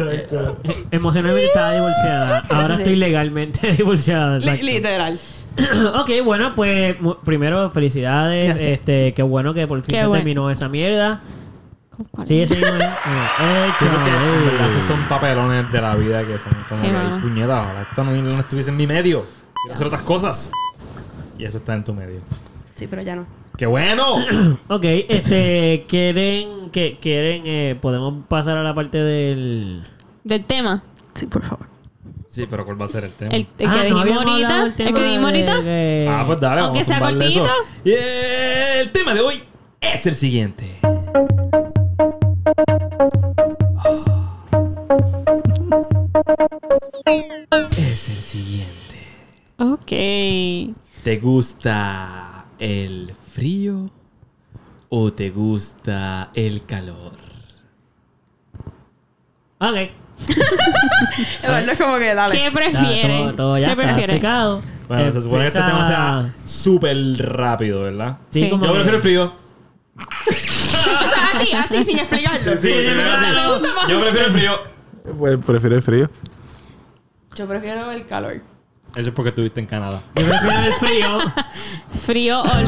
S2: emocionalmente estaba divorciada. Ahora
S5: sí,
S2: estoy
S5: sí.
S2: legalmente divorciada.
S5: Li-
S2: exacto.
S5: literal.
S2: ok, bueno, pues mu- primero felicidades.
S3: Gracias.
S2: Este, qué bueno que por fin
S3: Qué
S2: se
S3: bueno.
S2: terminó esa mierda.
S3: ¿Con cuál?
S2: Sí, sí, bueno. eh,
S1: Sí, porque en verdad esos
S2: Hecho.
S1: son papelones de la vida que son como
S3: Sí,
S1: que
S3: mano.
S1: "Ay, puñeta, ojalá esto no, no estuviese en mi medio. Quiero hacer otras cosas. Y eso está en tu medio.
S5: Sí, pero ya no.
S1: ¡Qué bueno!
S2: Ok, este, quieren, que quieren, eh, podemos pasar a la parte del...
S3: Del tema.
S5: Sí, por favor.
S1: sí, pero ¿cuál va a ser el tema?
S2: Ah,
S3: El, el que dijimos ahorita. El que dijimos ahorita.
S1: Ah, pues dale,
S3: Aunque
S1: vamos a
S3: sea
S1: zumbarle eso.
S3: cortito.
S1: Y el tema de hoy es el siguiente. Ah. Es el siguiente.
S3: Ok.
S1: ¿Te gusta el frío o te gusta el calor?
S2: Ok.
S5: Eduardo es como que, dale.
S3: ¿Qué prefieres?
S2: Todo, todo ya
S3: ¿Qué
S2: está
S3: prefieres?
S2: explicado.
S1: Bueno, se supone que este
S2: Empieza-
S1: tema sea súper rápido, ¿verdad?
S2: Sí,
S3: Sí.
S2: como
S1: Yo
S2: que-
S1: prefiero el frío.
S5: O sea, así, así, sin explicarlo.
S1: Sí,
S2: dime,
S1: primero
S2: dale.
S1: sí. Yo prefiero el frío.
S4: Pues prefiero el frío.
S5: Yo prefiero el calor.
S1: Eso es porque estuviste en Canadá.
S2: Yo prefiero el frío.
S3: Frío all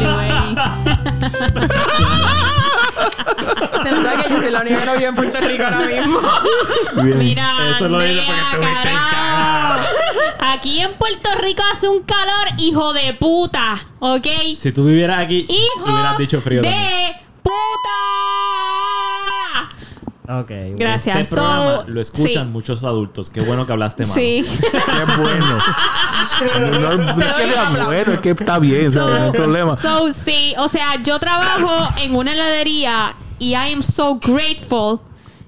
S5: Se nota que yo soy la única que no vive en Puerto Rico ahora mismo.
S4: Bien.
S3: the way. Mira,
S1: Eso lo dice porque
S3: Andrea,
S1: estuviste en
S3: carajo. Aquí en Puerto Rico hace un calor, hijo de puta. ¿Ok?
S1: Si tú vivieras aquí,
S3: Hijo
S1: te hubieras dicho frío
S3: de
S1: también.
S3: puta.
S2: Ok.
S3: Gracias.
S1: Este programa
S3: So,
S1: lo escuchan
S3: sí.
S1: muchos adultos. Qué bueno que hablaste más.
S3: Sí.
S4: Qué bueno. No, no es que sea bueno, es que está bien,
S3: So-
S4: ¿sabes? No hay problema.
S3: So, sí, o sea, yo trabajo en una heladería y I am so grateful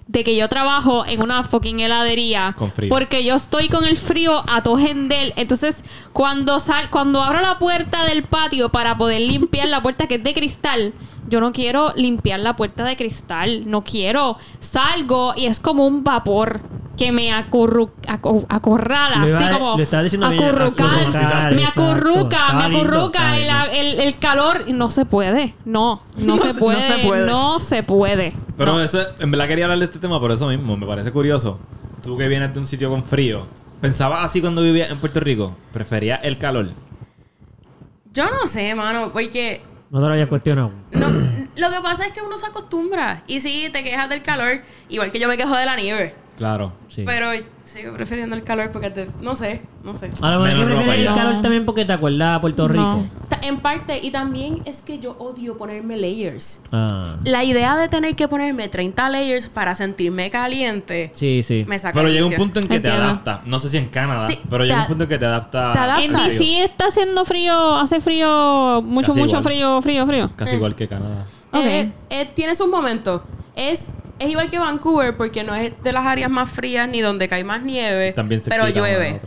S3: de que yo trabajo en una fucking heladería.
S1: Con frío.
S3: Porque yo estoy con el frío a tojendel. Entonces, cuando sal, cuando abro la puerta del patio para poder limpiar la puerta que es de cristal, yo no quiero limpiar la puerta de cristal. No quiero. Salgo y es como un vapor que me acurru- aco- acorrala.
S2: Le
S3: así
S2: va-
S3: como
S2: le estaba diciendo a ella,
S3: acurrucar.
S2: acurrucar,
S3: me
S2: exacto.
S3: acurruca,
S2: Estaba
S3: me
S2: lindo,
S3: acurruca.
S2: estaba
S3: el-
S2: lindo.
S3: el, el calor y no se puede. No,
S6: No
S3: no, se
S6: se- no
S3: puede.
S6: se puede.
S3: No se puede.
S1: Pero
S3: No.
S1: eso- en verdad quería hablar de este tema por eso mismo. Me parece curioso. Tú que vienes de un sitio con frío. ¿Pensabas así cuando vivías en Puerto Rico? ¿Prefería el calor?
S5: Yo no sé, mano, porque
S2: No te lo había cuestionado.
S5: no- lo que pasa es que uno se acostumbra. Y sí, te quejas del calor, igual que yo me quejo de la nieve.
S1: Claro.
S2: Sí.
S5: Pero sigo prefiriendo el calor porque te- no sé, no sé.
S2: a lo mejor
S1: Menos
S2: yo prefiero
S1: ropa
S2: el
S1: ya.
S2: calor también porque te acuerdas a Puerto Rico.
S3: No.
S5: Ta- En parte, y también es que yo odio ponerme layers.
S2: Ah.
S5: La idea de tener que ponerme 30 layers para sentirme caliente
S2: Sí, sí.
S5: me saca
S1: Pero
S5: de
S1: llega un
S5: quicio.
S1: punto en que te
S3: Entiendo.
S1: adapta. No sé si en Canadá,
S5: Sí,
S1: pero llega
S5: te-
S1: un punto en que te adapta.
S5: te adaptas.
S1: al
S3: En
S5: Ah,
S1: frío.
S3: DC está haciendo frío, hace frío, mucho,
S1: Casi
S3: mucho
S1: igual.
S3: frío, frío, frío.
S1: Casi igual que Canadá.
S3: Ok.
S5: Eh, eh, tiene sus momentos. Es, es igual que Vancouver porque no es de las áreas más frías ni donde cae más nieve,
S1: También se
S5: pero llueve.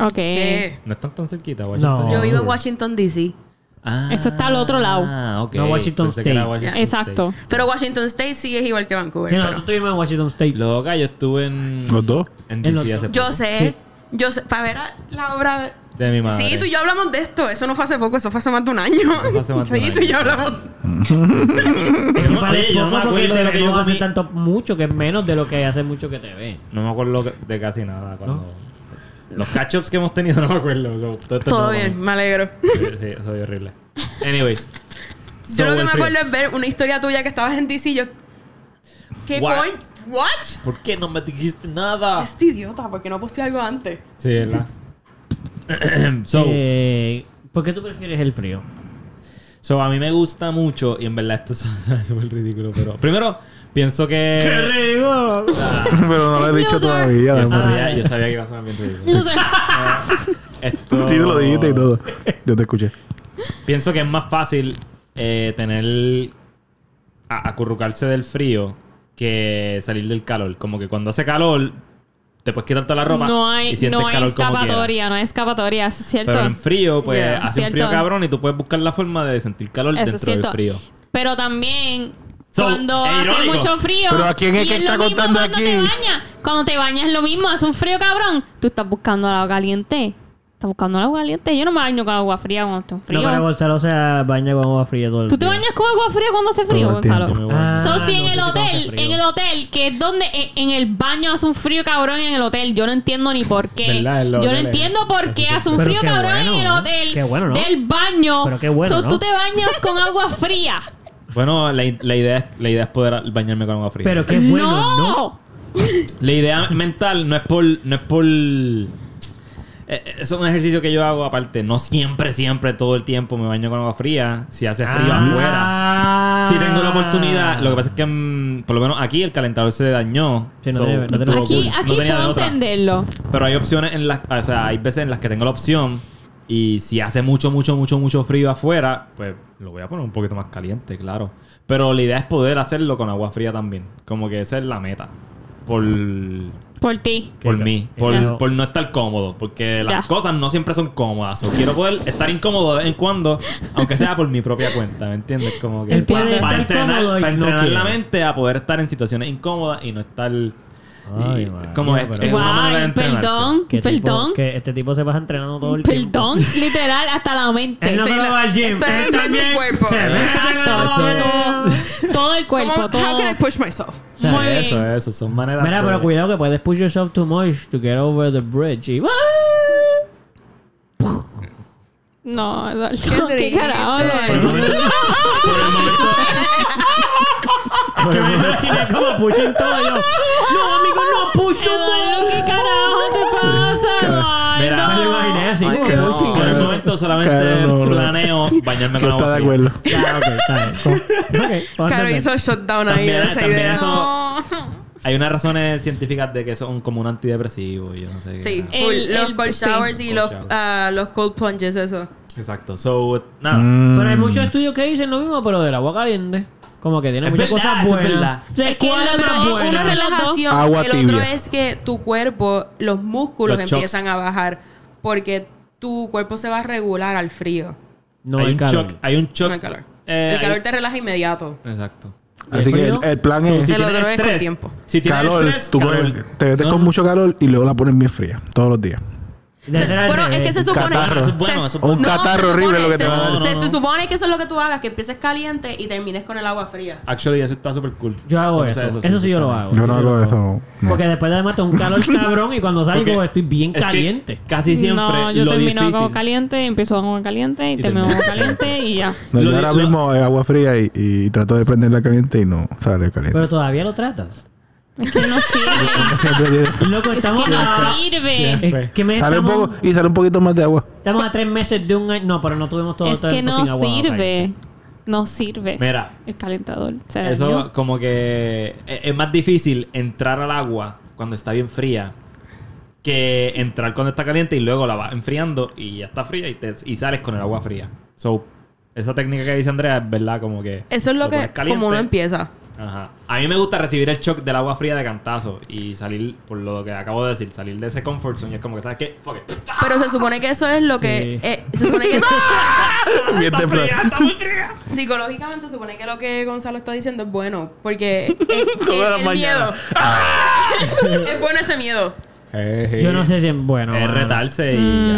S3: Ok.
S5: Que-
S1: No están tan cerquita, Washington.
S2: No.
S5: Yo vivo en Washington, D.C.
S1: Ah,
S3: Eso está al otro lado.
S1: Ah, ok.
S2: No, Washington
S1: Pensé que era
S2: State.
S1: Washington
S3: Exacto.
S1: State.
S5: Pero Washington State sí es igual que Vancouver.
S2: Sí, no,
S5: pero-
S2: nosotros estuvimos en Washington State.
S1: Loca, yo estuve en.
S4: ¿Los dos?
S1: En
S2: En los
S1: DC
S2: dos.
S1: hace
S5: Yo
S1: poco.
S5: sé,
S2: Sí.
S5: yo sé, para ver a la obra de...
S1: De mi madre.
S5: Sí, tú y yo hablamos de esto. Eso no fue hace poco, eso fue hace más de un año.
S1: fue hace más de un
S5: sí,
S1: año.
S5: tú y yo hablamos.
S2: Es que
S1: no-
S2: parece
S1: oye, yo no
S2: poco
S1: me
S2: porque
S1: acuerdo
S2: te
S1: de lo que
S2: ven,
S1: yo
S2: no hace
S1: comí.
S2: tanto mucho, que es menos de lo que hace mucho que te ven.
S1: No me acuerdo de casi nada. Cuando... Los catch-ups que hemos tenido no me acuerdo. o sea, todo esto
S5: Todo
S1: no-
S5: bien, me alegro.
S1: Sí, sí, soy horrible. Anyways.
S5: Yo lo que me
S1: Software
S5: acuerdo
S1: free.
S5: es ver una historia tuya que estabas en DC y yo... ¿Qué
S1: What? Ah.
S5: coño? ¿What?
S1: ¿Por qué no me dijiste nada?
S5: Este idiota, porque no posteé algo antes.
S1: Sí, ¿verdad? so,
S2: Eh, ¿Por qué tú prefieres el frío?
S1: so, a mí me gusta mucho. Y en verdad, esto suena súper ridículo. Pero primero, pienso que.
S2: Eh, rico!
S4: Pero no lo he dicho todavía.
S1: Yo
S4: además.
S1: sabía, yo sabía que iba a sonar bien ridículo.
S3: No sé.
S1: Esto-
S4: Sí, tú lo dijiste y todo. Yo te escuché.
S1: Pienso que es más fácil eh, tener. a- acurrucarse del frío que salir del calor. Como que cuando hace calor, te puedes quitar toda la ropa.
S3: No hay,
S1: y sientes
S3: no hay
S1: calor como quieras.
S3: escapatoria, no hay escapatoria, eso es cierto.
S1: Pero en frío, pues
S5: Yeah.
S1: hace un
S3: Cierto.
S1: frío cabrón y tú puedes buscar la forma de sentir calor
S3: eso es
S1: dentro del
S3: cierto.
S1: frío.
S3: Pero también
S1: So,
S3: cuando
S1: es
S3: hace
S1: irónico.
S3: mucho frío.
S4: Pero ¿a quién es
S3: y
S4: que está
S3: lo mismo
S4: contando
S3: cuando
S4: aquí?
S3: Te bañas. Cuando te bañas es lo mismo, hace un frío cabrón. Tú estás buscando el agua caliente. Estás buscando el agua caliente. Yo no me baño con agua fría cuando está
S2: No,
S3: frío.
S2: pero Gonzalo se baña con agua fría todo el
S3: ¿Tú te
S2: día.
S3: bañas con agua fría cuando hace frío,
S4: Todo el
S3: Gonzalo?
S1: tiempo.
S2: Ah,
S3: So, si en
S2: no
S3: el
S2: sé si cuando hace
S3: hotel,
S2: frío.
S3: en el hotel, que es donde en, en el baño hace un frío cabrón en el hotel, yo no entiendo ni por qué.
S1: ¿Verdad? El
S3: Yo
S1: hotel
S3: no
S1: es-
S3: entiendo por qué hace un
S2: Pero
S3: frío
S2: qué
S3: cabrón en
S2: bueno,
S3: el
S2: ¿no?
S3: hotel
S2: Qué bueno, ¿no?
S3: del baño.
S2: Pero qué bueno,
S3: So,
S2: ¿no?
S3: tú te bañas con agua fría.
S1: Bueno, la, la idea es, la idea es poder bañarme con agua fría.
S2: Pero qué bueno, ¿no?
S3: no.
S1: La idea mental no es por. No es por Eh, es un ejercicio que yo hago aparte. No siempre, siempre, todo el tiempo me baño con agua fría. Si hace frío
S2: Ah,
S1: afuera. Si tengo la oportunidad. Lo que pasa es que, mm, por lo menos aquí, el calentador se dañó.
S2: Sí, no tenía- no tenía-
S1: estuvo
S3: Aquí,
S1: Oh, cool.
S3: aquí
S1: tenía de
S3: puedo
S1: otra.
S3: entenderlo.
S1: Pero hay opciones en las. O sea, hay veces en las que tengo la opción. Y si hace mucho, mucho, mucho, mucho frío afuera, pues lo voy a poner un poquito más caliente, claro. Pero la idea es poder hacerlo con agua fría también. Como que esa es la meta. Por.
S3: Por ti.
S1: Por
S2: Qué
S1: mí,
S2: ca- esa-
S1: por, por no estar cómodo, porque las
S3: Ya.
S1: cosas no siempre son cómodas. O quiero poder estar incómodo de vez en cuando, aunque sea por mi propia cuenta, ¿me entiendes? Como que
S2: Él puede estar
S1: entrenar,
S2: cómodo y
S1: para
S2: no
S1: entrenar la
S2: quiere.
S1: mente a poder estar en situaciones incómodas y no estar.
S2: Ay,
S1: y-
S2: María,
S1: como es,
S2: pero-
S1: es una manera de
S3: Guay,
S1: entrenarse.
S3: perdón,
S2: ¿Qué tipo-
S3: perdón,
S2: que este tipo se pasa entrenando todo el tiempo.
S3: perdón, literal, hasta la mente.
S2: Él no solo
S5: Estoy-
S2: va al gym.
S5: estoy
S2: él
S5: en mente y
S2: también
S5: cuerpo.
S2: se mete
S3: Exacto,
S2: en el
S3: todo, todo el cuerpo,
S5: ¿Cómo-
S3: todo.
S5: How can I push myself?
S1: Sí,
S3: Muy
S1: eso,
S3: bien.
S1: eso, son maneras.
S2: Mira,
S1: de-
S2: pero cuidado que puedes push yourself too much to get over the bridge. Y...
S3: No, Eduardo, qué carajo.
S1: Por el
S3: Eduardo.
S1: momento-
S2: que me imaginé como pushing todo yo. No, amigo, no push no
S3: Eduardo,
S2: more.
S3: ¿Qué carajo te pasa,
S4: Cara-
S3: Eduardo?
S1: Mira,
S2: Me lo imaginé así.
S4: Ay,
S2: como
S4: qué
S2: que
S4: dulce.
S1: por el momento momento solamente
S4: Claro, no, no.
S1: planeo bañarme
S4: Que
S1: con agua
S4: está
S1: fría.
S4: de acuerdo.
S2: Ya, ok, está bien. Co- ok, puedo
S5: Caro
S2: entender.
S5: hizo shutdown ahí
S1: También-
S5: de esa
S1: también
S5: idea.
S1: eso-
S3: No.
S1: Hay unas razones científicas de que son como un antidepresivo y yo no sé qué.
S5: Sí,
S3: El-
S5: full. los
S3: el-
S5: cold
S3: sí.
S5: showers y
S1: Cold
S5: los,
S1: showers.
S5: ah, los cold plunges, eso.
S1: Exacto. So, nada.
S2: Pero hay muchos estudios que dicen lo mismo, pero del agua caliente. Como que tiene
S1: Es
S2: muchas
S1: verdad,
S2: cosas
S1: eso es
S2: buenas.
S1: verdad.
S2: O sea,
S3: Es que
S2: ¿cuál
S3: la-
S2: es
S5: Pero
S2: más
S5: es
S2: buena?
S5: una relajación.
S4: Agua
S5: el otro
S4: tibia.
S5: es que tu cuerpo, los músculos
S1: Los
S5: empiezan a bajar porque tu cuerpo se va a regular al frío.
S2: No,
S1: hay,
S2: el
S1: un
S2: calor.
S1: shock, hay un shock.
S5: No hay calor.
S1: Eh,
S5: el calor
S1: hay-
S5: te relaja inmediato.
S1: Exacto.
S2: ¿Y
S4: Así
S2: el
S4: que el,
S2: frío?
S4: el plan es
S5: Te lo drogues con tiempo.
S1: Si tienes
S4: calor.
S1: estrés,
S4: tú
S1: calor.
S4: puedes- te metes
S1: No,
S4: con
S1: no.
S4: mucho calor y luego la pones bien fría todos los días.
S2: De
S5: Se-
S2: ser al
S5: bueno, Ah, es
S2: revés.
S5: que se supone.
S4: Catarro.
S1: Eso es bueno,
S5: se-
S1: eso es
S4: bueno. Un catarro
S5: se
S4: horrible lo que
S5: se,
S4: te va a
S1: dar.
S5: se-
S1: No, no,
S5: se
S1: no.
S5: supone que eso es lo que tú hagas, que empieces caliente y termines con el agua fría.
S1: Actually, eso está súper cool.
S2: Yo hago
S1: Entonces,
S2: eso. Eso sí yo lo
S1: está
S2: hago.
S1: nice.
S4: Yo no
S2: Sí,
S4: hago
S2: sí,
S4: eso.
S2: no.
S4: no. No.
S2: Porque después de matar un calor cabrón y cuando salgo
S1: Porque
S2: estoy bien
S1: es que
S2: caliente.
S1: Casi siempre.
S3: no, yo
S1: lo
S3: termino
S1: difícil,
S3: como caliente, empiezo con agua caliente y,
S1: Y
S3: termino con
S1: termino.
S3: caliente y ya.
S4: No,
S1: Lo
S4: yo
S1: di-
S4: ahora
S1: lo-
S4: mismo es agua fría y, y trato de prenderla caliente y no sale caliente.
S2: Pero todavía lo tratas.
S3: Es que no sirve.
S4: Siempre tiene-
S2: Loco, estamos
S3: que no
S2: a...
S3: sirve.
S2: Es que me
S4: sale un
S2: estamos,
S4: poco y sale un poquito más de agua.
S2: estamos a tres meses de un año. No, pero no tuvimos todo
S3: Es
S2: todo
S3: que
S2: el tiempo
S3: no
S2: sin agua, ok.
S3: sirve. No sirve.
S1: Mira,
S3: El calentador. se
S5: Eh,
S3: dañó.
S1: eso como que eh, es es más difícil entrar al agua cuando está bien fría que entrar cuando está caliente y luego la vas enfriando y ya está fría y, te, y sales con el agua fría. So, esa técnica que dice Andrea es verdad como que...
S5: Eso es lo, que,
S1: pones caliente.
S5: como uno empieza.
S1: Ajá. A mí me gusta recibir el shock del agua fría de cantazo y salir, por lo que acabo de decir, salir de ese comfort zone y es como que, ¿sabes qué? Fuck it.
S5: Pero se supone que eso es lo que.
S2: Sí.
S5: eh, se supone que
S4: Bien
S1: Está
S4: temprano.
S1: fría, está muy fría.
S5: psicológicamente se supone que lo que Gonzalo está diciendo es bueno. Porque es, es-
S4: Todas las
S5: el miedo.
S4: mañanas.
S5: es bueno ese miedo.
S2: Yo no sé si es bueno.
S1: Es
S2: mano.
S1: retarse y
S5: Mm,
S1: ya.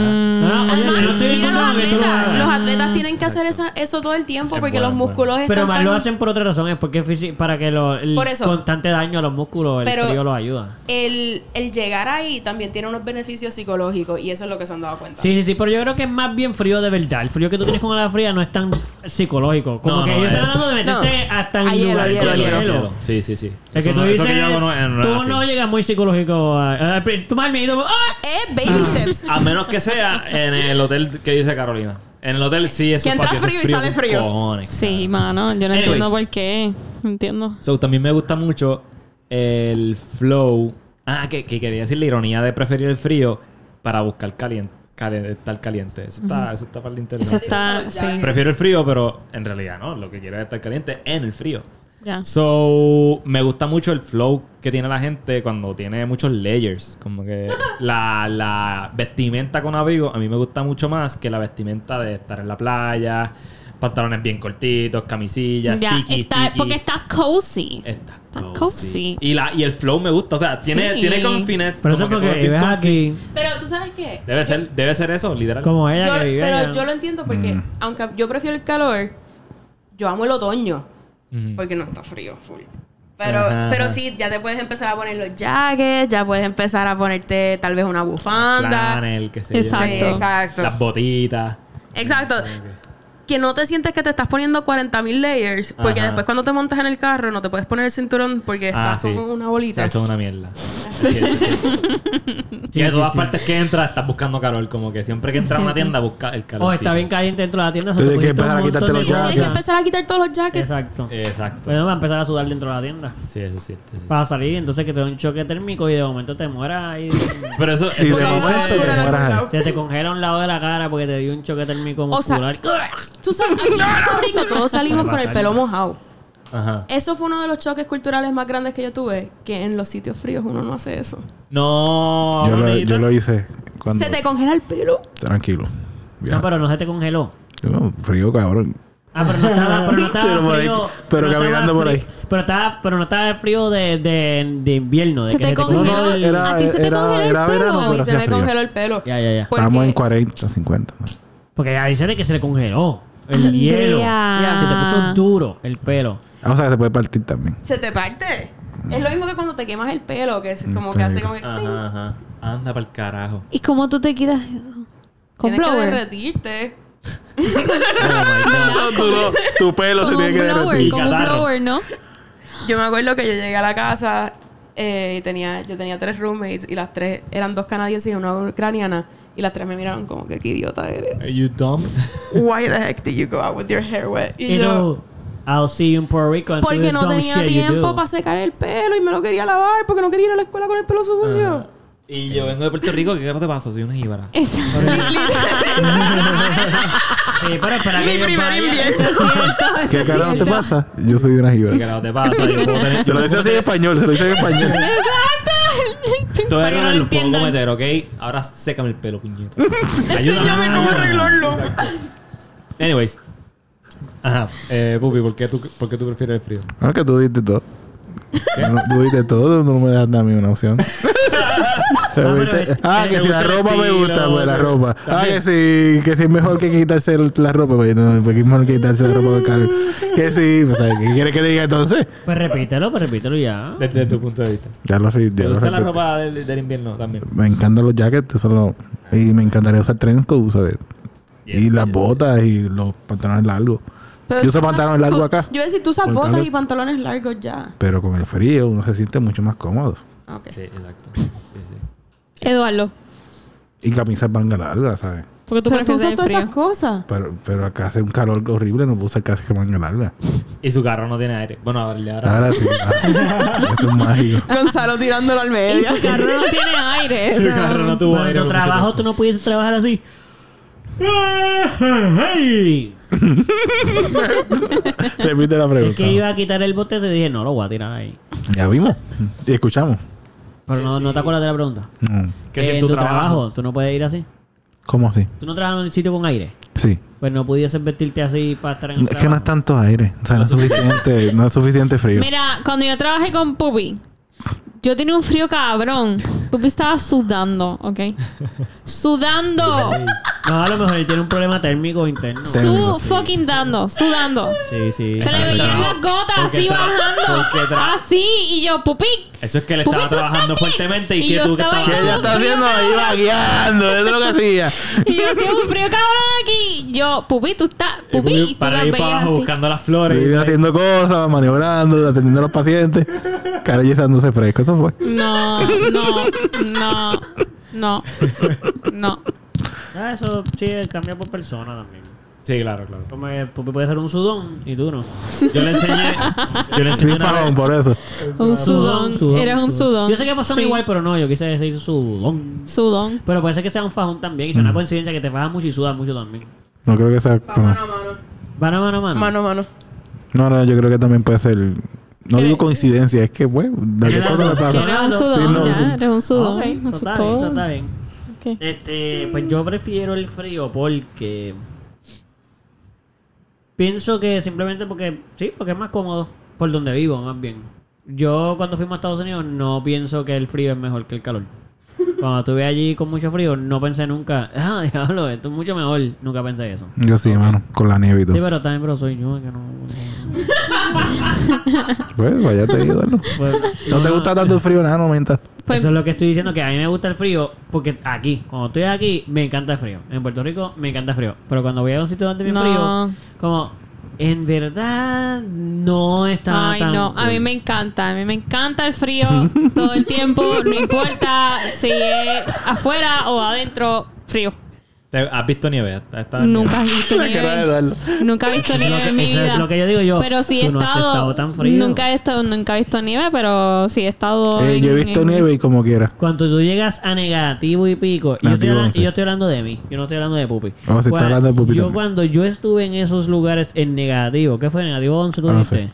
S2: No, no, oye,
S5: Además,
S2: yo no estoy
S5: mira
S2: diciendo
S5: los
S2: que tú lo
S5: atletas.
S2: hagas.
S5: Los atletas tienen que hacer esa- eso todo el tiempo
S1: Es
S5: porque
S1: bueno,
S5: los
S1: es bueno.
S5: músculos están.
S2: Pero más
S5: tan-
S2: lo hacen por otra razón, es porque es físico- para que lo, el
S5: Por eso.
S2: constante daño a los músculos, el
S5: Pero-
S2: frío los ayuda.
S5: El, el llegar ahí también tiene unos beneficios psicológicos y eso es lo que se han dado cuenta.
S2: Sí, sí, sí, pero yo creo que es más bien frío de verdad. El frío que tú tienes con la fría no es tan psicológico. Como
S1: No,
S2: que
S1: no,
S2: ellos
S1: eh.
S2: están hablando de meterse
S5: No.
S2: hasta en
S5: A hielo, a hielo,
S2: con
S5: a hielo.
S2: hielo.
S1: Sí, sí, sí.
S2: Es que
S1: Eso
S2: tú
S1: no- eso
S2: dices,
S1: yo hago no- no era
S2: tú
S1: así.
S2: no llegas muy psicológico a... a- tú más me ido... ¡Ah!
S5: Eh, baby steps.
S1: A menos que sea en el hotel que dice Carolina. En el hotel sí es
S5: Que
S1: un
S5: entra
S1: patio, eso es
S5: frío y sale
S1: con
S5: frío.
S1: cojones.
S3: Sí, mano, yo no
S1: Anyways.
S3: entiendo por qué. No Entiendo.
S1: So, también me gusta mucho el flow. Ah, que, que quería decir la ironía de preferir el frío para buscar caliente. estar caliente. Eso está, eso está para el internet.
S3: Eso está, sí.
S1: Prefiero el frío, pero en realidad no. Lo que quiero es estar caliente en el frío.
S3: Ya.
S1: So, me gusta mucho el flow que tiene la gente cuando tiene muchos layers. Como que la, la vestimenta con abrigo a mí me gusta mucho más que la vestimenta de estar en la playa, pantalones bien cortitos, camisillas,
S3: Ya,
S1: sticky,
S3: está,
S1: sticky.
S3: porque está cozy.
S1: Está
S3: Está
S1: cozy.
S3: cozy.
S1: Y, la, y el flow me gusta. O sea, tiene,
S3: Sí.
S1: tiene con finesse.
S2: Pero eso
S1: como
S2: es
S1: que todo
S2: porque
S1: es bien
S2: ves
S1: confi-
S2: aquí
S5: Pero tú sabes qué?
S1: Debe ser, debe ser eso, literal.
S2: como ella
S5: Yo-
S2: que vive Mm.
S5: pero
S2: allá.
S5: yo lo entiendo porque, aunque yo prefiero el calor, yo amo el otoño. Porque no está frío, full. Pero,
S1: Mm. Ajá.
S5: pero sí, ya te puedes empezar a poner los jackets, ya puedes empezar a ponerte tal vez una bufanda.
S1: Flannel, qué sé yo.
S3: Exacto. Sí,
S5: exacto.
S1: Las botitas.
S5: Exacto. Que no te sientes que te estás poniendo 40.000 layers, porque
S1: Ajá.
S5: después cuando te montas en el carro no te puedes poner el cinturón porque
S1: Ah,
S5: estás
S1: sí.
S5: como una bolita.
S1: Eso es una mierda. Es cierto, es cierto.
S2: Sí,
S1: y de
S2: sí,
S1: todas
S2: sí.
S1: partes que entras, estás buscando calor. Como que siempre que entras a una tienda, busca el calor.
S2: O Oh, está bien caliente dentro de la tienda. se
S4: Entonces
S2: te
S4: hay que
S2: pusiste
S4: empezar
S2: un
S4: a quitarte
S2: montón
S5: Sí,
S4: los
S2: de
S5: tienes que
S2: cosas.
S5: empezar a quitar todos los jackets.
S2: Exacto.
S1: Exacto.
S2: Pero va a empezar a sudar dentro de la tienda.
S1: Sí, eso es cierto. sí.
S2: Para salir, entonces que te da un choque térmico y de momento te mueras y se
S1: Pero eso.
S4: Y de
S1: eso-
S5: Porque hay
S4: momento
S5: basura
S4: te
S5: en algún
S4: mueras ahí.
S5: lado.
S2: te congela un lado de la cara porque te dio un choque térmico
S5: O sea,
S2: muscular.
S5: Tú sabes, aquí en Puerto Rico todos salimos con el pelo mojado.
S1: Ajá.
S5: Eso fue uno de los choques culturales más grandes que yo tuve, que en los sitios fríos uno no hace eso.
S1: No.
S4: Yo lo,
S1: mamita.
S4: yo lo hice cuando.
S5: Se te congela el pelo.
S4: Tranquilo. Ya.
S2: No, pero no se te congeló.
S4: Yo, frío, cabrón.
S2: Ah, pero no estaba, pero no
S4: Pero
S2: estaba
S4: por ahí-
S2: frío.
S4: pero
S2: no estaba
S4: caminando por ahí.
S2: frío- Pero estaba, pero no estaba frío de, de, de invierno. De
S3: Se
S2: que
S3: te
S4: No,
S3: congeló.
S4: no,
S2: el-
S4: era,
S3: ¿A ti se te congeló
S4: era,
S3: el
S4: era
S3: pelo?
S4: verano,
S5: A
S4: pero
S5: mí se
S4: hacía
S5: me
S4: frío.
S5: congeló el pelo.
S2: Ya, ya, ya.
S5: Porque-
S4: Estábamos en 40, 50. ¿no?
S2: Porque ya dice de que se le congeló el
S3: Andrea.
S2: Este hielo.
S3: Ya.
S2: Se te puso duro el pelo.
S4: Ah, o sea, que se puede partir también.
S5: Se te parte. Es lo mismo que cuando te quemas el pelo, que es como que
S4: está
S5: hace
S4: bien.
S5: como que...
S1: Ajá, ajá. Anda para el carajo.
S3: ¿Y cómo tú te quitas eso? Con
S5: Tienes que
S3: blower.
S5: derretirte.
S4: tu pelo
S3: Con un blower, con un
S1: Catarro.
S3: blower, ¿no?
S5: Yo me acuerdo que yo llegué a la casa eh, y tenía, yo tenía tres roommates y las tres eran dos canadienses y una ucraniana.
S6: Y las tres me miraron como que qué idiota
S1: Are
S6: eres.
S1: you dumb?
S6: Why the heck did you go out with your hair wet? Y
S2: Y
S6: yo,
S2: tú, I'll see you in Puerto Rico. and see
S6: porque
S2: the
S6: no
S2: dumb
S6: tenía
S2: shit you do.
S6: tiempo para secar el pelo y me lo quería lavar porque no quería ir a la escuela con el pelo sucio.
S1: Y yo vengo de Puerto Rico, ¿qué carajo te pasa? Soy una jíbara.
S3: Exacto.
S2: Sí, pero para que
S5: Mi
S2: ellos
S5: primer
S2: vayan.
S5: invierno.
S4: ¿Qué carajo te pasa? Yo soy una
S1: ¿Qué
S4: jíbara.
S1: carajo te pasa? Yo puedo tener-
S4: Te lo dice así en español, se lo dice en español.
S1: Todo
S3: Para que
S1: error
S3: no lo
S1: lo puedo
S3: entiendan.
S1: cometer, ¿ok? Ahora sécame el pelo, puñeta.
S6: Enséñame cómo arreglarlo.
S1: Anyways. Ajá. Eh, Pupi, ¿por qué, tú, ¿por qué tú prefieres el frío?
S4: No, Ah, que tú diste todo. No, tú diste todo, no me das a mí una opción.
S2: pero
S4: Viste-
S2: es-
S4: ah,
S1: me
S4: que si
S1: gusta
S4: la
S1: el
S4: ropa me
S1: estilo,
S4: gusta, pues la
S1: pero-
S4: ropa. Ah,
S1: También.
S4: que si, que si es mejor que quitarse el- la ropa, pues no, porque es mejor que quitarse la ropa de calor. Que si, pues, ¿sabes? ¿qué quieres que te diga entonces?
S2: Pues repítelo, pues repítelo ya.
S1: Desde tu punto de vista.
S4: Ya lo re-
S1: ¿Te
S4: ya lo
S1: gusta la
S4: repetí.
S1: ropa del, del invierno también?
S4: Me encantan los jackets, solo. Y me encantaría usar trench coat, ¿sabes? y las botas y los pantalones largos.
S6: Pero
S4: yo uso
S6: tú-
S4: pantalones largos
S6: tú-
S4: acá.
S6: Yo decía, tú usas
S4: Por
S6: botas
S4: calor.
S6: y pantalones largos ya.
S4: Pero con el frío uno se siente mucho más cómodo.
S6: Ok.
S1: Sí, exacto. Sí, sí.
S3: Eduardo,
S4: Y camisas manga largas, ¿sabes?
S3: porque tú
S6: Pero tú usas
S3: prefieres el
S6: todas esas
S3: frío.
S6: cosas.
S4: Pero, pero acá hace un calor horrible, no puedo usar casi que manga larga.
S1: Y su carro no tiene aire. Bueno, a ver, ahora.
S4: Ahora sí. ahora- Eso es mágico.
S6: Gonzalo tirándolo al
S3: Y
S6: medio.
S3: su carro no tiene aire. o
S1: Su
S3: sea,
S1: carro no tuvo aire.
S2: Cuando
S1: por
S2: trabajo,
S1: mucho
S2: tú no pudieses trabajar así. Hey.
S4: Repite la
S2: Es
S4: pregunta.
S2: que iba a quitar el bote y dije, no, lo voy a tirar ahí.
S4: Ya vimos. Y escuchamos.
S2: Pero no, no te acuerdas de la pregunta.
S4: No.
S1: tiempo. Que si
S2: Eh,
S1: en tu trabajo.
S2: tú no puedes ir así.
S4: ¿Cómo así?
S2: Tú no trabajas en un sitio con aire.
S4: Sí.
S2: Pues no pudieses vestirte así para estar en el
S4: Es que no es
S2: trabajo.
S4: tanto aire. O sea, no es suficiente, no es suficiente frío.
S3: Mira, cuando yo trabajé con Pupi, yo tenía un frío cabrón. Pupi estaba sudando, ¿ok? Sudando.
S2: No, a lo mejor él tiene un problema térmico interno.
S4: Sí.
S3: Su fucking dando, sudando.
S2: Sí, sí.
S3: Se le
S1: Porque
S3: veían las
S1: trabajo-
S3: gotas
S1: porque
S3: así
S1: tra- porque
S3: bajando.
S1: tra-
S3: Así. Y yo, Pupi.
S1: Eso es que él
S3: Pupi,
S1: estaba
S3: tú
S1: trabajando
S3: estás bien.
S1: fuertemente y,
S3: Y
S1: que
S3: yo
S1: tú que
S3: estaba
S1: estabas.
S3: en
S4: ¿Qué
S3: casa.
S4: ella está haciendo ahí vagueando? Eso es lo que hacía.
S3: Y yo hacía un frío cabrón aquí. Y yo, Pupi, tú estás.
S1: Y
S3: Pupi, y tú
S1: para
S3: las
S1: ir para
S3: veías
S1: abajo
S3: así.
S1: buscando las flores.
S4: Iba haciendo cosas, maniobrando, atendiendo a los pacientes. Carellezándose fresco, eso fue.
S3: No, no, no, no, no.
S2: Ah, eso sí cambia por persona también.
S1: Sí, claro, claro.
S2: Como eh, que Pupi puede ser un sudón y tú no.
S1: Yo le enseñé. Yo
S2: Ah,
S1: le enseñé
S4: Sin
S1: una
S4: fajón,
S1: vez.
S4: por eso.
S3: Un sudón. Eres un sudón.
S2: Yo sé que pasó
S3: Sí.
S2: igual, pero no, yo quise decir sudón.
S3: Sudón.
S2: Pero puede ser que sea un fajón también y sea una coincidencia que te fajas mucho y sudas mucho también.
S4: No creo que sea. como-
S6: Mano a mano.
S2: Van a mano a mano.
S6: Mano a mano.
S4: No, no, yo creo que también puede ser. No
S3: ¿Qué?
S4: digo coincidencia, es que, bueno, cualquier cosa me
S3: Que
S4: pasa.
S3: eres un
S2: Sí,
S3: sudón,
S4: no,
S3: ya,
S4: sí.
S3: eres un sudón.
S2: Ok,
S3: Eso
S2: eso
S3: es
S2: está bien,
S3: todo.
S2: eso está bien.
S3: Ok.
S2: Este, pues yo prefiero el frío porque pienso que simplemente porque sí, porque es más cómodo por donde vivo, más bien. Yo cuando fuimos a Estados Unidos no pienso que el frío es mejor que el calor. Cuando estuve allí con mucho frío no pensé nunca, ah, diablo, esto es mucho mejor, nunca pensé eso.
S4: Yo sí, hermano, con la nieve y
S2: Sí,
S4: todo.
S2: pero también pero soy yo que no. no-
S4: Pues, vaya te digo, ¿no?
S2: pues,
S4: No te gusta tanto el frío, nada, no menta.
S3: Pues-
S2: Eso es lo que estoy diciendo, que a mí me gusta el frío, porque aquí, cuando estoy aquí, me encanta el frío. En Puerto Rico me encanta el frío. Pero cuando voy a un sitio donde me
S3: No.
S2: frío, como, en verdad, no está
S3: Ay,
S2: tan...
S3: no, a mí
S2: cool.
S3: me encanta, a mí me encanta el frío todo el tiempo, no importa si es afuera o adentro, frío.
S1: ¿Te- ¿Has visto nieve? Está
S3: Nunca he visto
S4: La cara de
S3: nieve.
S4: Eduardo.
S3: Nunca he visto nieve en mi
S2: Eso es
S3: vida.
S2: lo que yo digo yo.
S3: Pero sí he
S2: tú no has
S3: estado,
S2: estado tan frío.
S3: Nunca he estado, nunca he visto nieve, pero sí he estado.
S4: Eh, yo he
S3: en-
S4: visto
S3: en-
S4: nieve y como quiera.
S2: Cuando tú llegas a negativo y pico, y yo, estoy
S4: Negativo
S2: hablando,
S4: once.
S2: y yo estoy hablando de mí, yo no estoy hablando de Pupi.
S4: No, se está
S2: Cuando-
S4: hablando de Pupi
S2: Yo
S4: también.
S2: cuando yo estuve en esos lugares en negativo, ¿qué fue negativo 11 tú
S4: Ah,
S2: dijiste?
S4: sí.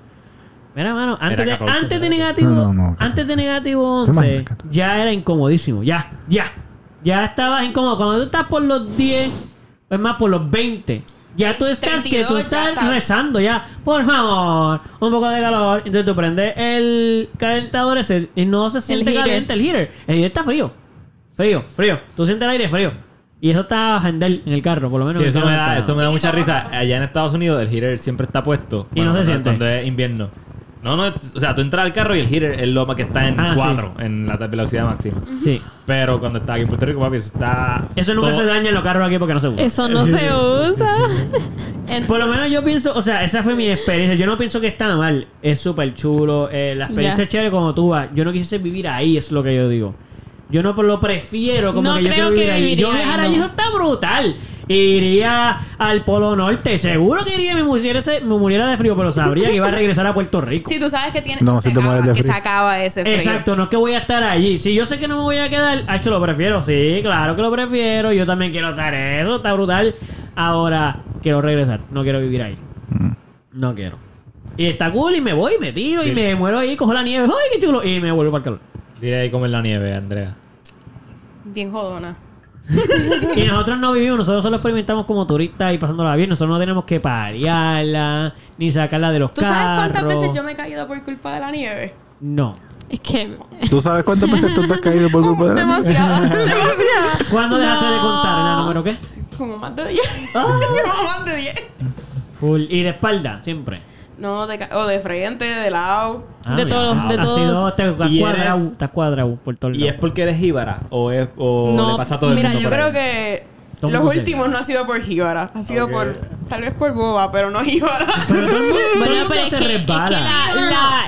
S2: Mira, mano, antes,
S1: Era
S2: de,
S1: 14,
S2: antes de
S1: era
S2: negativo,
S4: No, no, no, 14.
S2: antes de negativo 11,
S4: Se imagina, 14.
S2: ya era incomodísimo, ya, ya. Ya estabas incómodo. Cuando tú estás por los 10, es más, por los 20. Ya tú estás que tú
S6: 32, ya
S2: estás
S6: está.
S2: rezando ya. Por favor, un poco de calor. Entonces tú prendes el calentador ese y no se siente
S3: heater.
S2: caliente el heater. El heater está frío. Frío, frío. Tú sientes el aire frío. Y eso está Gendel en el carro, por lo menos.
S1: Sí, eso
S2: en el
S1: me
S2: carro
S1: da,
S2: está.
S1: eso me da mucha risa. Allá en Estados Unidos el heater siempre está puesto.
S2: Y no se
S1: cuando-
S2: siente.
S1: Cuando es invierno. No, no, o sea, tú entras al carro y el heater es lo que está en
S2: Ah, sí.
S1: 4, en la velocidad máxima.
S2: Sí.
S1: Pero cuando está aquí en Puerto Rico, papi, eso está.
S2: Eso nunca
S1: todo-
S2: se daña en los carros aquí porque no se usa.
S3: Eso no se usa.
S6: En-
S2: Por lo menos yo pienso, o sea, esa fue mi experiencia. Yo no pienso que está mal. Es súper chulo. eh, la experiencia
S3: Ya.
S2: es chévere como tú vas. Yo no quisiese vivir ahí, es lo que yo digo. Yo no lo prefiero como
S3: No
S2: que yo
S3: creo
S2: quiero vivir
S3: que
S2: ahí. Yo
S3: viviría
S2: viajar
S3: ahí,
S2: ahí,
S3: no.
S2: eso está brutal. Iría al Polo Norte. Seguro que iría y me muriera, me muriera de frío, pero sabría que iba a regresar a Puerto Rico.
S7: Si tú sabes que tiene
S4: No,
S7: se
S4: si te
S5: Ah,
S7: acaba,
S4: mueres de
S7: que se
S4: frío.
S7: acaba ese frío.
S2: Exacto, no es que voy a estar allí. Si yo sé que no me voy a quedar, ay, se lo prefiero. Sí, claro que lo prefiero. Yo también quiero hacer eso, está brutal. Ahora quiero regresar, no quiero vivir ahí. No quiero. Y está cool y me voy, y me tiro y
S1: Sí.
S2: me muero ahí, cojo la nieve, ¡ay, qué chulo! Y me vuelvo para el calor.
S1: Dile ahí comer la nieve, Andrea.
S5: Bien jodona.
S2: Y nosotros no vivimos, nosotros solo experimentamos como turistas y pasándola bien. Nosotros no tenemos que parearla, ni sacarla de los
S5: ¿Tú sabes cuántas
S2: carros.
S5: veces yo me he caído por culpa de la nieve?
S2: No.
S3: Es que.
S4: ¿Tú sabes cuántas veces tú te has caído por culpa de la nieve?
S5: Demasiado, demasiado.
S2: ¿Cuándo dejaste de
S3: No.
S2: contar? ¿En la número qué?
S5: Como más de 10.
S6: Ah.
S5: Como más de 10.
S2: Full. Y de espalda, siempre.
S5: No, de, ca- o de frente, de lado.
S3: De todos,
S2: Ah, mira.
S3: de
S2: Ha sido-
S3: todos.
S2: te has
S1: Y
S2: cuadrado,
S1: eres-
S2: te has cuadrado por todos
S1: ¿Y es
S2: lados.
S1: porque eres jíbara? ¿O, es, o
S3: No,
S1: le pasa a todo el
S5: Mira,
S1: mundo
S5: yo
S1: por
S5: creo
S1: ahí?
S5: que
S2: Todo
S5: los
S2: mundo se-
S5: últimos no ha sido por Jíbara. Ha sido
S1: Ok.
S5: por. Tal vez por boba, pero no Jíbara.
S3: Bueno, pero es
S2: se
S3: que, es que
S2: resbala.
S3: la-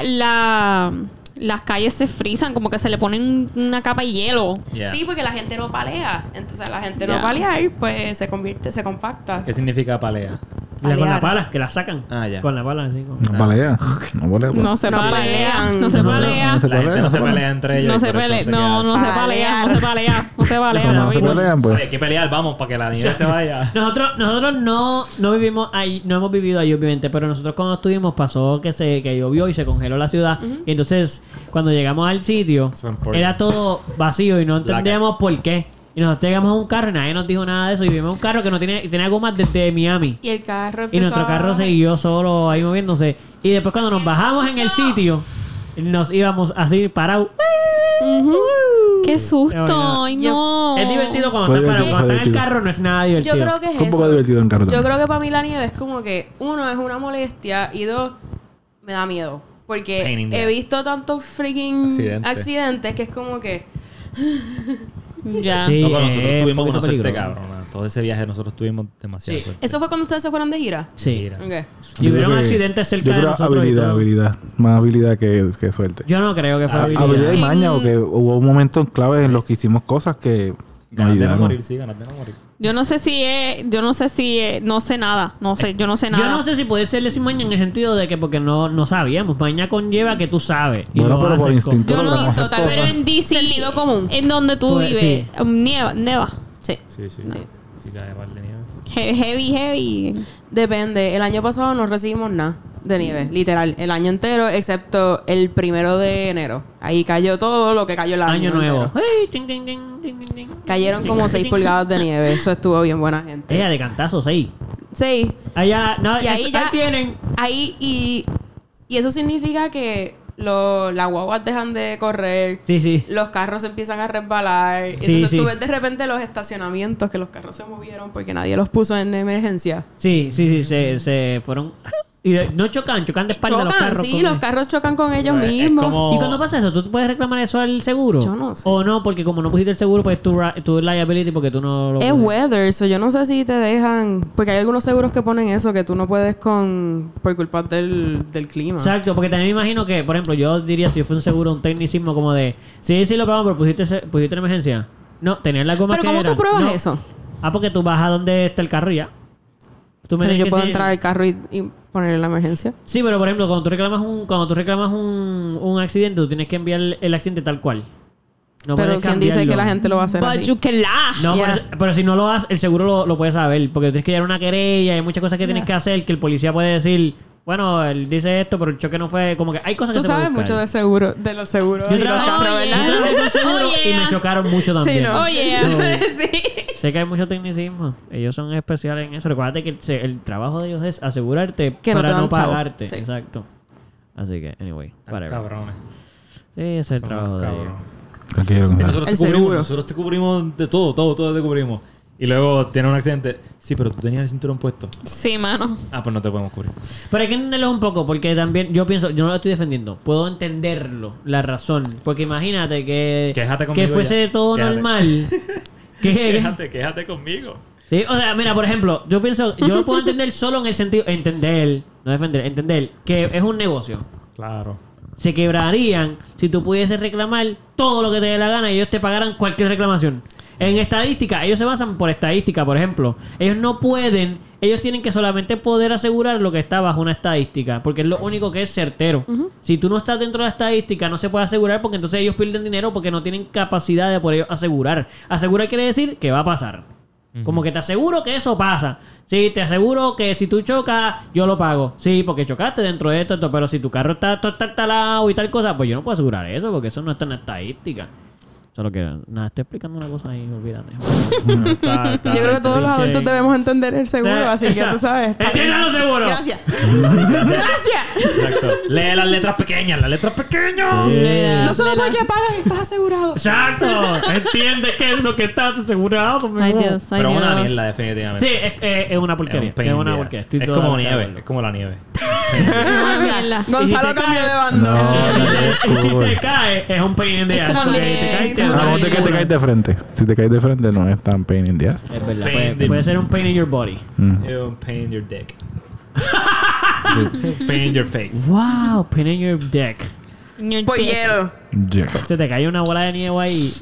S3: la- la- las calles se frisan, como que se le ponen una capa de hielo.
S1: Yeah.
S5: Sí, pues. porque la gente no palea. Entonces la gente
S3: Ya.
S5: no palear, pues se convierte, se compacta.
S1: ¿Qué significa palea?
S2: La con la
S5: Balear.
S2: pala, que la sacan.
S1: Ah, ya.
S2: Con la pala, así. Con...
S4: No balea. No balea. pues.
S3: No se
S5: No
S3: palea,
S5: pelean.
S3: no se
S4: No, no, no
S3: palea.
S4: se
S1: la gente
S4: pelea,
S1: no se
S4: no se
S1: pelea
S4: pelea.
S1: entre ellos.
S3: No
S1: y
S3: se
S1: por eso
S3: pelea, no, no
S1: quedan
S3: se
S1: así.
S3: palea, no se pelea, no se
S4: Como
S3: palea.
S4: no se
S3: David.
S4: pelean,
S1: Oye, hay
S4: pues.
S1: que pelear, vamos, para que la nieve se vaya.
S2: Nosotros, nosotros no, no vivimos ahí, no hemos vivido ahí, obviamente, pero nosotros cuando estuvimos pasó que se que llovió y se congeló la ciudad. Y entonces, cuando llegamos al sitio,
S1: Eso fue en Portland.
S2: era todo vacío y no entendíamos por qué. Y nosotros llegamos a un carro y nadie nos dijo nada de eso. Y vimos un carro que no tiene, tenía gomas desde Miami.
S5: Y el carro
S2: Y
S5: empezó
S2: nuestro
S5: a-
S2: carro siguió solo ahí moviéndose. Y después cuando nos bajamos en el sitio, nos íbamos así parados.
S3: Qué
S2: Qué
S3: susto,
S2: vaina.
S3: ay no.
S2: Es divertido cuando
S4: Fue
S2: estás parado. Cuando
S4: divertido, fue
S2: estás en el
S4: divertido.
S2: carro no es nada divertido.
S5: Yo creo que es
S4: Fue un poco
S5: eso.
S4: divertido en carro
S5: Yo
S4: también.
S5: creo que para mí la nieve es como que, uno, es una molestia y dos, me da miedo. Porque
S1: Pain in the
S5: he
S1: ass.
S5: visto tantos freaking
S1: Accidente.
S5: accidentes que es como que.
S3: Ya.
S2: Sí,
S1: No, pero nosotros
S4: eh,
S2: es
S1: tuvimos
S2: un
S1: una
S2: poquito
S1: suerte,
S2: peligroso.
S1: cabrón. Todo ese viaje nosotros tuvimos demasiado
S2: Sí.
S1: suerte.
S5: ¿Eso fue cuando ustedes se fueron de gira?
S2: Sí.
S1: Mira.
S5: Ok.
S2: Y
S4: Yo creo
S2: hubieron
S4: que-
S2: accidentes cerca
S4: Yo
S2: de
S4: creo
S2: nosotros y
S4: habilidad,
S2: todo.
S4: habilidad. Más habilidad que, que suerte.
S2: Yo no creo que fue
S1: Ah,
S2: habilidad.
S4: Habilidad y
S3: Sí.
S4: maña, porque hubo momentos claves en los que hicimos cosas que nos
S1: Ganas de no
S4: ayudaron.
S1: morir, sí, ganas de no morir.
S3: Yo no sé si es, yo no sé si es, no sé nada, no sé, yo no sé nada.
S2: Yo no sé si puede ser sin maña en el sentido de que porque no, no sabíamos. Maña conlleva que tú sabes. y
S4: Bueno,
S2: lo
S4: pero por
S2: haces con-
S4: instinto.
S3: Yo no
S4: Todas las
S3: sé,
S4: cosas.
S3: pero en DC,
S5: Sentido común.
S3: en donde tú
S2: Pues,
S3: vives,
S2: sí.
S3: um, nieva, neva.
S5: Sí.
S1: Sí, sí. Sí, cae par de nieve.
S3: He- heavy, heavy.
S5: Depende. El año pasado no recibimos nada de nieve, literal. El año entero, excepto el primero de enero. Ahí cayó todo lo que cayó el
S2: Año
S5: año,
S2: nuevo.
S5: entero.
S2: Ay, ting, ting, ting, ting, ting, ting.
S5: Cayeron como 6 pulgadas de nieve. Eso estuvo bien buena gente.
S2: Ella de cantazos ahí.
S5: Sí.
S2: Allá, no,
S5: Y ahí
S2: es-
S5: ya-
S2: tienen.
S5: Ahí y, y eso significa que lo- las guaguas dejan de correr.
S2: Sí, sí.
S5: Los carros se empiezan a resbalar. Entonces
S2: sí.
S5: tú ves de repente los estacionamientos que los carros se movieron porque nadie los puso en emergencia.
S2: Sí, sí, sí, se, se fueron. Y de- no chocan, chocan de espalda los
S5: Chocan,
S2: carros.
S5: sí,
S2: con-
S5: los carros chocan con ellos
S1: Es- es
S5: mismos.
S1: como-
S2: ¿Y cuando pasa eso? ¿Tú puedes reclamar eso al seguro?
S5: Yo no sé.
S2: O no, porque como no pusiste el seguro, pues tu, ra- tu liability porque tú no lo.
S5: Es
S2: pusiste.
S5: weather, so yo no sé si te dejan, porque hay algunos seguros que ponen eso que tú no puedes con por culpa del, del clima.
S2: Exacto, porque también me imagino que, por ejemplo, yo diría si fue un seguro, un tecnicismo como de. Sí, sí, lo pagamos, pero pusiste, se- pusiste en emergencia. No, tenías la goma
S5: Pero
S2: que
S5: ¿cómo tú
S2: era.
S5: pruebas
S2: No.
S5: eso?
S2: Ah, porque tú vas a donde está el carro y ya. Tú
S5: Pero
S2: dices
S5: yo
S2: que
S5: puedo
S2: sí.
S5: entrar al carro y, y ponerle la emergencia.
S2: Sí, pero por ejemplo, cuando tú reclamas un, cuando tú reclamas un, un accidente, tú tienes que enviar el, el accidente tal cual. No
S5: pero
S2: puedes
S5: ¿quién dice
S2: cambiarlo.
S5: que la gente lo va a hacer así?
S3: Bayuquelá.
S2: No,
S5: Yeah.
S2: pero, pero si no lo haces, el seguro lo, lo puede saber. Porque tienes que llevar una querella, hay muchas cosas que tienes que hacer que el policía puede decir, bueno, él dice esto, pero el choque no fue. Como que hay cosas
S5: Tú
S2: que se puede
S5: sabes
S2: buscar.
S5: mucho de seguro, de los seguros.
S2: Yo
S5: y los
S2: trabajé-
S5: carros,
S3: Oye.
S5: ¿verdad?
S2: Yo trabajé con seguro
S3: Oh, yeah.
S2: y me chocaron mucho
S5: Sí,
S2: también.
S5: ¿no?
S3: Oye,
S5: sí.
S2: Sé que hay mucho tecnicismo. Ellos son especiales en eso. Recuerda que el, se- el trabajo de ellos es asegurarte
S5: Que no
S2: para
S5: te
S2: no,
S5: dan chavo.
S2: pagarte.
S5: Sí.
S2: Exacto. Así que, anyway,
S1: Tan
S2: whatever.
S1: Cabrones.
S2: Sí, ese es el trabajo
S1: Somos
S2: de ellos.
S1: cabrones.
S4: Tranquilo, con
S1: Nosotros
S5: El
S1: te cubrimos,
S5: seguro.
S1: nosotros te cubrimos de todo, todo, todo te cubrimos. Y luego tiene un accidente. Sí, pero tú tenías el cinturón puesto.
S3: Sí, mano.
S1: Ah, pues no te podemos cubrir.
S2: Pero hay que entenderlo un poco, porque también yo pienso, yo no lo estoy defendiendo, puedo entenderlo, la razón. Porque imagínate que,
S1: Quéjate conmigo
S2: que fuese
S1: ya.
S2: todo
S1: Quéjate.
S2: normal. que,
S1: Quéjate, quéjate conmigo.
S2: Sí, o sea, mira, por ejemplo, yo pienso, yo lo puedo entender solo en el sentido, entender, no defender, entender que es un negocio.
S1: Claro.
S2: se quebrarían si tú pudieses reclamar todo lo que te dé la gana y ellos te pagaran cualquier reclamación. En estadística, ellos se basan por estadística, por ejemplo. Ellos no pueden, ellos tienen que solamente poder asegurar lo que está bajo una estadística, porque es lo único que es certero. Si tú no estás dentro de la estadística, no se puede asegurar porque entonces ellos pierden dinero porque no tienen capacidad de por ellos asegurar. Asegurar quiere decir que va a pasar. Como que te aseguro que eso pasa. Sí, te aseguro que si tú chocas, yo lo pago. Sí, porque chocaste dentro de esto, esto, pero si tu carro está todo tartalado y tal cosa, pues yo no puedo asegurar eso porque eso no está en la estadística. Solo que, nada, estoy explicando una cosa ahí, olvídate.
S6: Yo creo que todos los adultos debemos entender el seguro, así que tú sabes. está bien.
S2: Entiéndalo seguro.
S6: Gracias. Gracias.
S1: Exacto. Lee las letras pequeñas, las letras pequeñas.
S6: No solo porque pagas, estás asegurado.
S2: Exacto. Entiende qué es lo que estás asegurado, mi
S3: Ay,
S2: amor.
S3: Dios, ay,
S1: Pero es una
S3: Dios.
S1: mierda, definitivamente.
S2: Sí, es, es- es una porquería.
S1: Es, un
S2: Es,
S1: pain in the
S2: una
S1: ass.
S2: porquería. Estoy
S1: es
S2: toda-
S1: como nieve, es como la nieve.
S3: Una mierda.
S6: Gonzalo cambió de bando.
S4: No,
S2: Y si
S4: no
S2: te
S4: es cool.
S2: cae, es un pain in the
S3: Es
S2: ass.
S3: como
S2: Porque
S3: le-
S2: te caes, te
S6: no,
S4: A
S2: duele.
S4: menos de que te caes de frente. Si te caes de frente, no es tan pain in the ass.
S2: Es verdad,
S1: Pain
S2: puede,
S1: in the-
S2: puede ser un pain in your body.
S1: Ew, pain in your dick. pain in your face.
S2: Wow, pain in your deck.
S3: Ñor
S5: Pues,
S6: Pues,
S3: dick.
S6: eh,
S5: Pollero.
S4: Yeah.
S2: Se te cayó una bola de nieve ahí.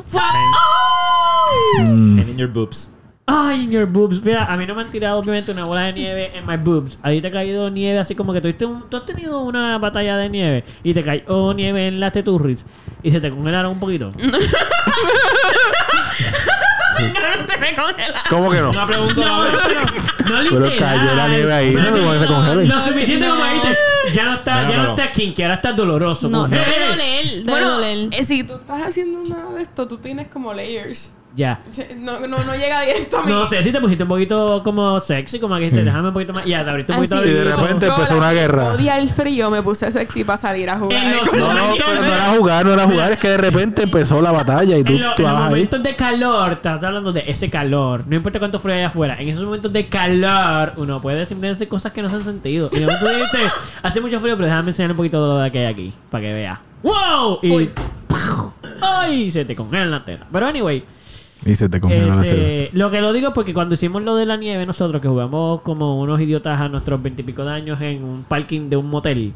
S4: Mm.
S1: Pain in your boobs.
S2: Ay, in your boobs. Mira, a mí no me han tirado obviamente una bola de nieve en my boobs. A ti te ha caído nieve así como que tuviste un- tú has tenido una batalla de nieve y te cayó nieve en las teturris y se te congelaron un poquito.
S5: Se me congela.
S4: ¿Cómo que no?
S1: Una pregunta a la vez.
S2: No
S4: Pero cayó la nieve ahí. No,
S2: pero-
S4: se congela.
S2: Lo suficiente como ahí te- ya no está,
S1: No,
S2: ya no,
S1: no.
S2: está kinky, ahora está doloroso.
S3: No,
S2: como-
S3: debe
S2: ¡Eh!
S3: doler, debe
S5: Bueno,
S3: doler.
S5: eh, si
S6: Tú
S5: tú.
S6: estás haciendo una de esto, tú tienes como layers.
S2: Ya.
S6: No, no, no llega directo a mí.
S2: No sé, si te pusiste un poquito como sexy, como que dijiste, déjame un poquito más. Ya, te abriste un poquito
S6: Así
S4: Y de
S6: que
S4: repente
S6: yo
S4: empezó una
S6: la-
S4: guerra.
S6: Odia el frío, me puse sexy para salir a jugar.
S2: En los
S4: No, no, pero no era jugar, no era jugar. Es que de repente empezó la batalla y tú,
S2: en, lo- en
S4: tú
S2: los
S4: vas ahí.
S2: momentos de calor, estás hablando de ese calor, no importa cuánto frío haya afuera, en esos momentos de calor uno puede simplemente hacer cosas que no se han sentido. Y de momento dijiste, hace mucho frío, pero déjame enseñar un poquito de lo que hay aquí, para que veas. ¡Wow! Y
S3: Fui.
S2: ¡pau! ¡Ay! Se te congelan la tela. Pero anyway,
S4: Y se te congeló la
S2: este,
S4: tele.
S2: lo que lo digo es porque cuando hicimos lo de la nieve, nosotros que jugamos como unos idiotas a nuestros veintipico de años en un parking de un motel.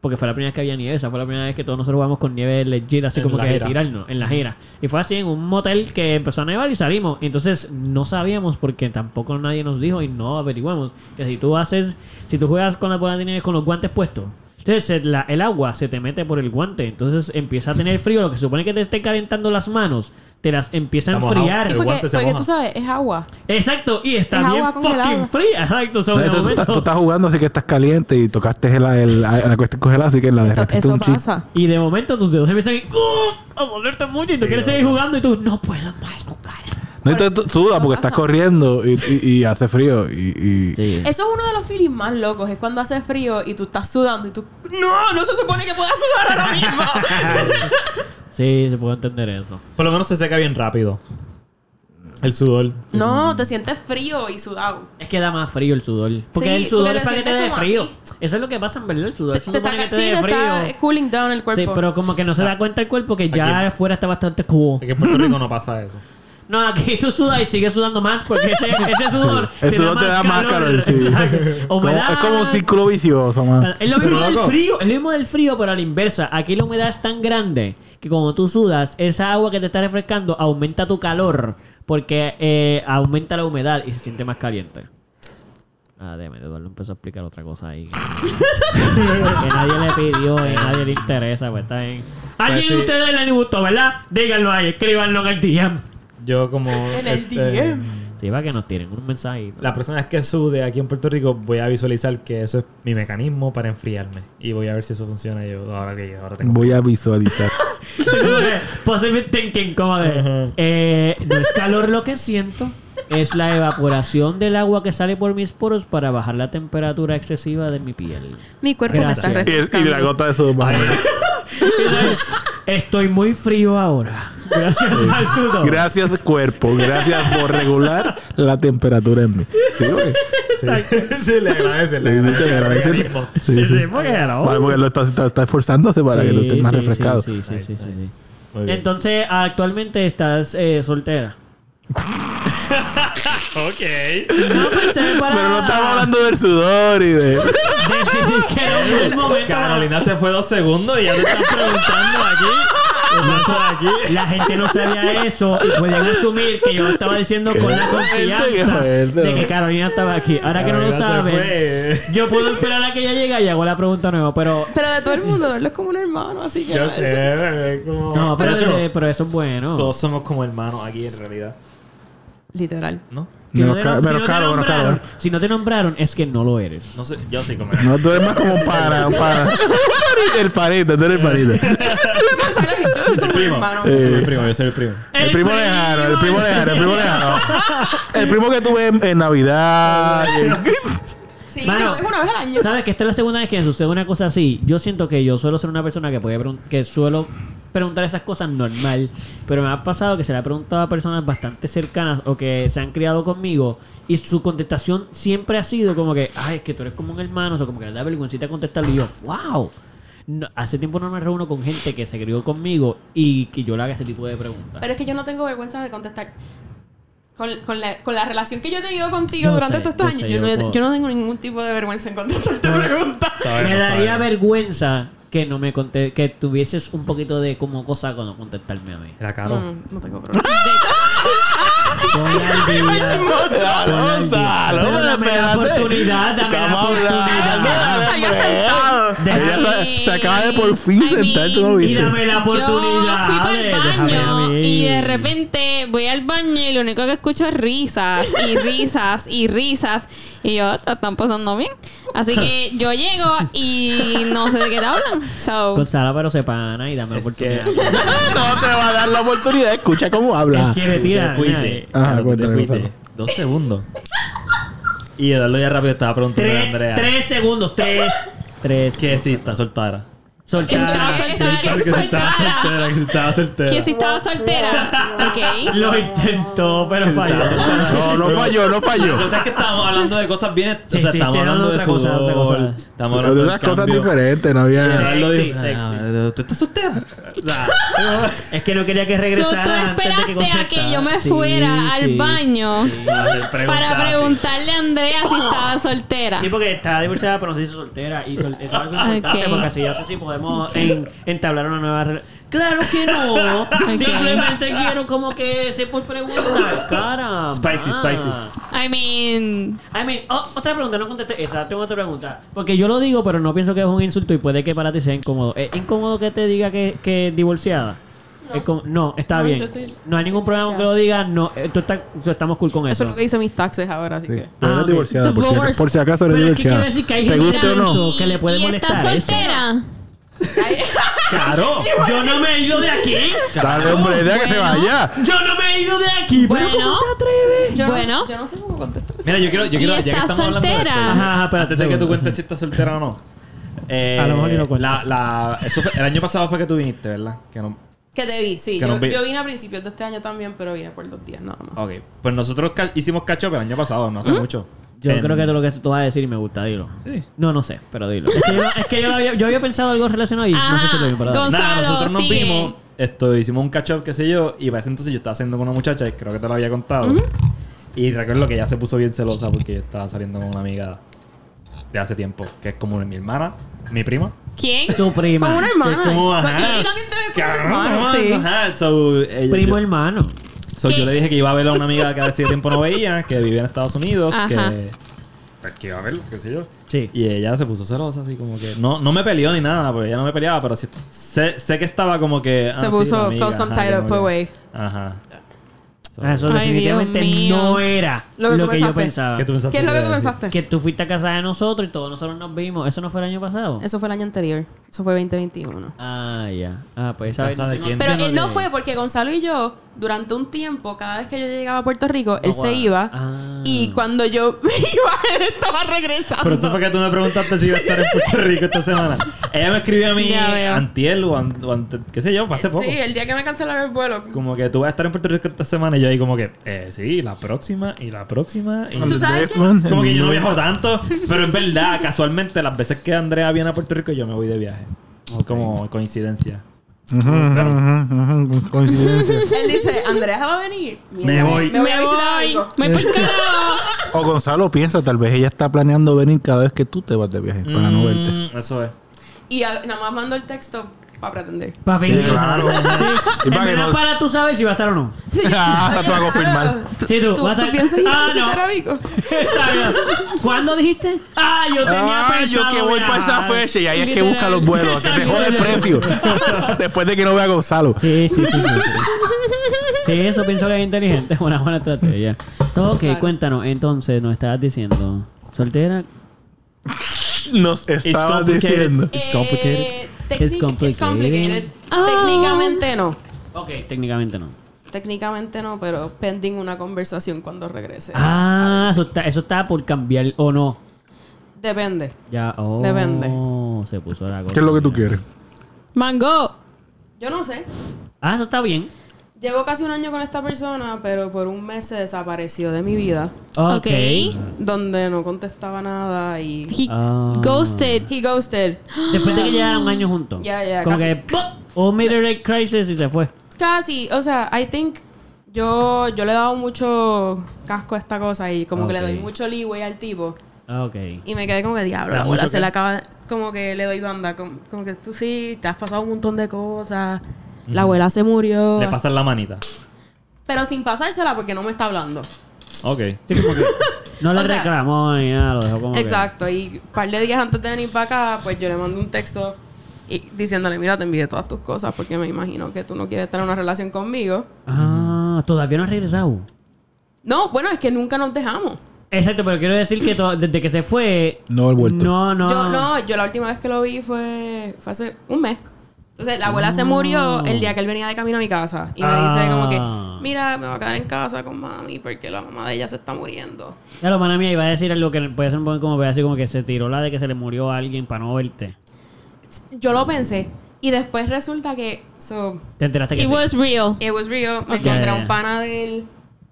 S2: Porque fue la primera vez que había nieve, esa fue la primera vez que todos nosotros jugamos con nieve legit, así
S1: En
S2: como
S1: la
S2: que de
S1: gira.
S2: tirarnos en la gira. Y fue así en un motel que empezó a nevar y salimos. Entonces no sabíamos porque tampoco nadie nos dijo y no averiguamos que si tú haces, si tú juegas con la bola de nieve con los guantes puestos, entonces el, la- el agua se te mete por el guante. Entonces empieza a tener frío, lo que supone que te esté calentando las manos, te las empieza a
S1: Está mojado. Sí,
S2: enfriar.
S6: Sí,
S1: El
S6: porque,
S1: guante se
S6: porque
S1: moja.
S6: tú sabes, es agua.
S2: Exacto, y está
S6: Es
S2: bien
S6: agua congelada.
S2: fucking fría. Exacto, so, de
S4: Tú, tú
S2: momento-
S4: estás- tú estás jugando así que estás caliente y tocaste la, el- la, la cuestión congelada, así que la
S6: Eso,
S4: dejaste tú
S6: eso
S4: un chip.
S6: pasa.
S2: Y de momento tus dedos empiezan ahí, ¡uh! a volverte mucho y tú quieres seguir jugando y tú no puedo más jugar.
S4: No, y tú, tú sudas porque estás corriendo y, y- y hace frío. Y, y-
S2: Eh.
S6: Eso es uno de los feelings más locos. Es cuando hace frío y tú estás sudando y tú... ¡No! No se supone que puedas sudar ahora mismo.
S2: Sí, se puede entender eso.
S1: Por lo menos se seca bien rápido. El sudor.
S6: no, te sientes frío y sudado.
S2: Es que da más frío el sudor. Porque
S6: Sí,
S2: el sudor
S6: porque
S2: es para
S6: lo
S2: que te dé
S6: sientes como
S2: frío.
S6: así.
S2: Eso es lo que pasa en verdad, el sudor.
S6: Te,
S2: se
S6: te
S2: supone
S6: está,
S2: que te
S6: sí,
S2: dé
S6: te
S2: frío.
S6: está cooling down el cuerpo.
S2: Sí, pero como que no se
S4: Ah.
S2: da cuenta el cuerpo que ya
S1: Aquí-
S2: afuera está bastante cool.
S1: Es que en Puerto Rico no pasa eso.
S2: No, aquí tú sudas y sigues sudando más porque ese, ese sudor.
S4: El sudor te da más calor, sí.
S2: Exacto.
S4: Como-
S2: Humedad.
S4: es como un círculo vicioso, man.
S2: Es lo mismo
S1: Pero,
S2: del
S1: loco.
S2: frío, es lo mismo del frío, pero a la inversa. Aquí la humedad es tan grande que cuando tú sudas, esa agua que te está refrescando aumenta tu calor porque eh, aumenta la humedad y se siente más caliente. Ah, déjame, Eduardo empezó a explicar otra cosa ahí. que nadie le pidió y nadie le interesa, pues está bien. ¿Alguien
S1: Pues
S2: de
S1: sí.
S2: ustedes le gustó, verdad? Díganlo ahí, escríbanlo en el DM.
S1: Yo como... este,
S6: En el DM.
S2: Sí, para que nos tiren un mensajito.
S1: La persona es que sude aquí en Puerto Rico, voy a visualizar que eso es mi mecanismo para enfriarme. Y voy a ver si eso funciona yo ahora que yo ahora tengo.
S4: Voy a visualizar.
S2: Positive Pues thinking, como de. eh, no es calor lo que siento, es la evaporación del agua que sale por mis poros para bajar la temperatura excesiva de mi piel.
S5: Mi cuerpo
S2: Gracias.
S5: me está
S4: y, es- y
S5: refrescando.
S4: la gota de sudor baja.
S2: Estoy muy frío ahora. Gracias al sudor.
S4: Gracias, cuerpo. Gracias por regular la temperatura en mí. Sí, güey.
S1: sí, le agradece, le
S4: Sí,
S1: agradece.
S4: sí, te agradezco.
S1: mecanismo.
S4: Sí,
S2: Sí,
S4: sí.
S2: sí, porque no.
S4: Vale, porque lo está, está- está esforzándose para que tú estés más
S2: Sí, sí,
S4: refrescado.
S2: Sí, sí, sí, sí, sí.
S1: Muy bien.
S2: Entonces, actualmente estás eh, soltera.
S1: ok.
S2: No pensé para.
S4: Pero no estamos hablando del sudor y de.
S2: Decidí que era un buen momento. para-
S1: Carolina se fue dos segundos y ya te estás preguntando aquí. ¿Qué pasó aquí?
S2: La gente no sabía eso y podían asumir que yo lo estaba diciendo con la
S4: qué
S2: confianza
S4: fuerte.
S2: de que Carolina estaba aquí. Ahora que no lo
S1: Carolina se
S2: saben,
S1: fue.
S2: yo puedo esperar a que ella llegue y hago la pregunta nueva, pero.
S6: Pero de todo el mundo, él es como un hermano, así que.
S1: Yo sé, bebé, como...
S2: No, pero,
S1: Nacho,
S2: eh, pero eso es bueno.
S1: todos somos como hermanos aquí en realidad,
S6: Literal.
S1: ¿no?
S2: Si no te
S4: Menos ca-
S2: nom- si
S4: menos
S2: no te
S4: caro, menos
S2: nombraron-
S4: caro.
S2: Si no te nombraron, es que no lo eres.
S1: No sé, yo soy como
S4: No, tú eres más como para, para. El parito, tú eres el parito.
S1: el primo.
S6: hermano.
S1: Yo soy
S4: Eh,
S1: el primo, yo soy el primo.
S4: El primo lejano, el primo lejano, el primo lejano. El primo que tuve en, en Navidad. y en-
S6: Sí,
S2: Mano,
S6: no, es una vez al año.
S2: ¿Sabes que esta es la segunda vez que sucede una cosa así? Yo siento que yo suelo ser una persona que puede pregun- que suelo preguntar esas cosas normal, pero me ha pasado que se la he preguntado a personas bastante cercanas o que se han criado conmigo y su contestación siempre ha sido como que, ay, es que tú eres como un hermano, o sea, como que le da vergüencita contestarlo y yo, wow. No, hace tiempo no me reúno con gente que se crió conmigo y que yo le haga ese tipo de preguntas.
S6: Pero es que yo no tengo vergüenza de contestar. Con, con la, con la relación que yo he tenido contigo
S2: Yo
S6: durante
S2: sé,
S6: todos estos
S2: yo
S6: años,
S2: sé,
S6: yo,
S2: yo
S6: no,
S2: puedo-
S6: yo no tengo ningún tipo de vergüenza en contestar esta pregunta.
S1: Sabemos,
S2: me daría
S1: sabemos.
S2: vergüenza que no me conte que tuvieses un poquito de como cosa con no contestarme a mí.
S1: Era caro.
S5: Mm.
S6: No, no tengo problema.
S2: Con la vida.
S4: Gonzalo,
S3: Ah,
S4: Gonzalo,
S2: Pero dame la
S4: espérate.
S2: oportunidad, dame la
S4: Estamos hablando,
S2: oportunidad. Ah,
S4: dale,
S6: Salió
S4: hombre.
S6: sentado.
S2: Deja-
S4: Ella se- se acaba de por fin
S3: I mean,
S4: sentar, tú no
S2: Y
S4: viste.
S2: dame la
S3: Yo
S2: oportunidad.
S3: fui para
S2: de-
S3: el
S2: déjame a
S3: baño
S2: mí.
S3: y de repente voy al baño y lo único que escucho es risas y risas y risas. Y yo, "La están pasando bien. Así que yo llego y no sé de qué te hablan. So,
S2: Gonzalo, pero se pana y dame la
S1: Es
S2: oportunidad.
S1: que-
S4: No te va a dar la oportunidad, escucha cómo habla.
S2: Es que retira.
S1: Te
S2: eh.
S1: fuiste.
S4: Ajá,
S1: Claro, tú
S4: cuéntame,
S1: te fuiste.
S4: Gonzalo.
S1: Dos segundos. Y Eduardo ya rápido estaba preguntando a
S2: Tres,
S1: Andrea.
S2: tres segundos. Tres. Tres.
S1: Que si está soltera.
S2: Soltar.
S3: Estaba soltera.
S1: Que si estaba
S3: soltera.
S1: soltera, que si estaba soltera.
S3: que si estaba soltera. Ok.
S2: Lo intentó, pero falló.
S4: No, no falló, no falló.
S1: Pero sabes que estábamos hablando de cosas bien.
S2: Sí,
S1: o sea,
S2: sí,
S1: estamos
S2: sí,
S1: hablando de
S2: otra cosa,
S1: sudor.
S2: otra cosa.
S1: Estamos
S4: Pero
S1: hablando
S4: de
S1: de
S4: unas cosas
S1: cambio.
S4: diferentes, no había.
S1: Eduardo
S2: Sexy,
S1: dijo,
S2: sexy.
S1: "Ah, ¿Tú estás soltera? O sea,
S2: Es que no quería que
S3: So, tú
S2: regresara. antes de que
S3: esperaste a que yo me
S2: contestara. Sí,
S3: fuera al
S2: sí.
S3: baño para preguntarle a Andrea si estaba soltera.
S2: Sí, porque está divorciada, pero no se hizo soltera. Y sol- eso es algo importante
S3: Ok.
S2: porque así ya sé si podemos en- entablar una nueva relación. ¡Claro que no! Simplemente quiero como que sé por preguntar, cara.
S1: Spicy, spicy.
S3: I mean,
S2: I mean, oh, otra pregunta, no contesté esa, tengo otra pregunta. Porque yo lo digo, pero no pienso que es un insulto y puede que para ti sea incómodo. ¿Es incómodo que te diga que, que es divorciada? Es como- No, está
S6: No,
S2: bien.
S6: yo estoy-
S2: no hay ningún problema que lo diga. No, eh, tú estás- tú estamos cool con
S6: Eso
S2: eso.
S6: es lo que hice mis taxes ahora, así que.
S4: Pero
S2: Ah,
S4: eres
S2: ok.
S4: divorciada, por si acaso-
S3: Divorce.
S4: por si acaso eres
S2: Pero es que quiere
S4: divorciada.
S2: decir que hay
S4: ¿Te
S2: gente
S4: gusta o no?
S2: que le puede
S3: ¿y está
S2: molestar eso?
S3: soltera?
S1: Claro.
S2: Yo no me he ido de aquí.
S4: Dale, hombre, deja que se
S3: Bueno.
S4: vaya.
S2: Yo no me he ido de aquí.
S3: Bueno.
S2: Pero ¿cómo te atreves?
S6: Yo,
S3: Bueno.
S6: yo no sé cómo contestar.
S1: Mira, yo quiero, yo
S3: Y
S1: quiero, ya que
S3: está
S1: estamos hablando de esto,
S3: soltera.
S2: Ajá, ajá, espérate
S1: antes de
S2: un
S1: que tú
S2: segundo,
S1: cuentes
S2: sí.
S1: si estás soltera o no. eh,
S2: A lo mejor y no cuenta.
S1: la, la, eso fue- El año pasado fue que tú viniste, ¿verdad? Que no,
S6: Que te vi, sí.
S1: Que
S6: Yo,
S1: nos vi-
S6: yo vine a principios de este año también, pero vine por dos días nada más.
S1: ok. Pues nosotros ca- hicimos catch up el año pasado, no hace mucho.
S2: Yo
S1: En-
S2: creo que lo que tú vas a decir me gusta, dilo. No, no sé, pero dilo. Es que yo, es que yo, lo había, yo había pensado algo relacionado y no sé si lo
S3: Ajá,
S2: bien, pero dale.
S3: Gonzalo,
S1: Nada, nosotros nos
S3: sigue.
S1: vimos, esto, hicimos un catch up, qué sé yo, y para ese entonces yo estaba haciendo con una muchacha, y creo que te lo había contado. Y recuerdo que ella se puso bien celosa porque yo estaba saliendo con una amiga de hace tiempo, que es como mi hermana, mi prima.
S3: ¿Quién?
S2: Tu prima.
S6: Como una hermana.
S1: Como,
S6: Pues,
S1: ajá.
S6: yo- yo también te veo como
S1: Cabrón,
S6: una hermana,
S1: ajá,
S6: sí.
S1: ajá. So, ella-
S2: Primo hermano.
S1: So,
S3: ¿Qué?
S1: yo le dije que iba a ver a una amiga que hace tiempo no veía, que vivía en Estados Unidos,
S3: Ajá.
S1: que. Pues que iba a verlo, qué sé yo.
S2: Sí.
S1: Y ella se puso celosa, así como que. No, no me peleó ni nada, porque ella no me peleaba, pero sí- sé, sé que estaba como que. ah,
S6: Se
S1: la
S6: puso-
S1: amiga,
S6: felt some pues,
S1: ajá,
S6: type
S1: como
S6: of
S1: que-
S6: way.
S1: Ajá. So,
S2: Eso
S3: Ay,
S2: definitivamente
S3: Dios mío.
S2: no era
S6: Lo que
S2: lo que,
S6: tú
S2: yo
S6: pensaste.
S2: pensaba.
S1: ¿Qué tú pensaste
S6: ¿Qué es lo que tú
S1: iba a decir?
S6: pensaste?
S2: Que tú fuiste a casa de nosotros y todos nosotros nos vimos. ¿Eso no fue el año pasado?
S6: Eso fue el año anterior. Eso fue 2021.
S2: Ah, ya. Ah, pues sabes.
S1: ¿Casa de quién?
S6: Pero
S1: Yo
S6: él no
S1: le-
S6: fue porque Gonzalo y yo, durante un tiempo, cada vez que yo llegaba a Puerto Rico, él
S2: No,
S6: se
S2: guau.
S6: iba.
S2: Ah.
S6: Y cuando yo me iba, él estaba regresando.
S1: Pero eso fue que tú me preguntaste si iba a estar en Puerto Rico esta semana. Ella me escribió a mí
S3: Ya veo.
S1: antiel o, an- o ante- qué sé yo, hace poco.
S6: Sí, eh. el día que me cancelaron el vuelo.
S1: Como que tú vas a estar en Puerto Rico esta semana y yo ahí como que, eh, sí, la próxima y la próxima. Y
S6: ¿Tú sabes
S4: Next
S6: qué?
S4: one,
S1: Como que yo no
S4: el-
S1: viajo tanto, pero es verdad, casualmente las veces que Andrea viene a Puerto Rico yo me voy de viaje. Como coincidencia.
S4: Ujú, ujú, ujú, ujú, Coincidencia.
S5: Él dice, Andrea va a venir.
S1: Me voy.
S5: Me voy a visitar
S3: voy.
S5: algo.
S3: Me voy por carajo.
S4: O Gonzalo piensa, tal vez ella está planeando venir cada vez que tú te vas de viaje para no verte.
S1: Mm, Eso es.
S5: Y a- nada más mando el texto para pretender.
S2: Para fingir.
S4: claro.
S2: Sí.
S4: Y
S2: En
S4: para que
S2: verdad,
S4: no-
S2: para tú sabes si va a estar o no.
S4: Ah, te va a confirmar.
S2: Sí, tú.
S5: ¿Tú,
S2: vas a
S5: tú
S2: estar-
S5: piensas ir a
S2: Ah,
S5: visitar a
S2: no.
S5: Vico?
S2: Exacto. ¿Cuándo dijiste? Ah, yo tenía
S4: Ah, yo
S2: pensado
S4: que voy para esa
S2: viajar.
S4: fecha y ahí es que
S3: Literal.
S4: busca los vuelos, que te
S2: Exacto.
S4: jode el precio. Después de que no vea a Gonzalo.
S2: Sí, sí, sí, sí. sí. Sí, eso pienso que es inteligente. Es una buena estrategia. So, ok,
S5: Claro.
S2: cuéntanos. Entonces, nos estabas diciendo. ¿Soltera?
S4: Nos estabas
S1: complicated.
S4: diciendo.
S2: It's complicated.
S5: Eh,
S2: It's
S5: técnic-
S2: complicated.
S5: It's complicated.
S3: Ah.
S5: Técnicamente no.
S2: Ok, técnicamente no.
S5: Técnicamente no, pero pending una conversación cuando regrese.
S2: Ah, eso está, eso está por cambiar o no.
S5: Depende.
S2: Ya, oh.
S5: Depende.
S2: Se puso la cosa.
S4: ¿Qué es lo que tú
S2: mira.
S4: quieres?
S3: Mango.
S5: Yo no sé.
S2: Ah, eso está bien.
S5: Llevo casi un año con esta persona, pero por un mes se desapareció de mi vida.
S2: Ok.
S3: Ok.
S5: Donde no contestaba nada y...
S3: He
S2: Ah.
S3: ghosted.
S5: He ghosted.
S2: Después de que llevan un año juntos.
S5: Ah. Ya, ya,
S2: Como
S5: casi.
S2: que. ¡pum! Un midlife crisis y se fue.
S5: Casi, o sea, I think yo, yo le he dado mucho casco a esta cosa y como que le doy
S2: Ok.
S5: mucho leeway al tipo.
S2: Ah, Ok.
S5: Y me quedé como que diablo,
S1: Da
S5: la bola
S1: mucho
S5: se
S1: que-
S5: le acaba. Como que le doy banda, como, como que tú sí, te has pasado un montón de cosas. La abuela se murió.
S1: Le pasan la manita.
S5: Pero sin pasársela porque no me está hablando.
S1: Ok.
S2: No
S5: O
S2: le
S5: sea-
S2: reclamó ni nada, lo dejó como. que-
S5: Exacto. Y un par de días antes de venir para acá, pues yo le mandé un texto y, diciéndole, mira, te envié todas tus cosas porque me imagino que tú no quieres estar en una relación conmigo.
S2: Ah, todavía no ha regresado.
S5: No, bueno, es que nunca nos dejamos.
S2: Exacto, pero quiero decir que to- desde que se fue.
S4: No he vuelto.
S2: No, no.
S5: Yo no, yo la última vez que lo vi fue, fue hace un mes. Entonces, la abuela se murió el día que él venía de camino a mi casa. Y me dice como
S2: Ah.
S5: que, mira, me voy a quedar en casa con mami porque la mamá de ella se está muriendo.
S2: Ya lo mala mía iba a decir algo que puede ser un poco como, voy a decir como que se tiró la de que se le murió a alguien para no verte.
S5: Yo lo pensé. Y después resulta que, so,
S2: Te enteraste que
S3: It
S2: sí?
S5: pues,
S3: was real.
S5: it was real. Me
S2: Ok.
S5: encontré a un pana de él.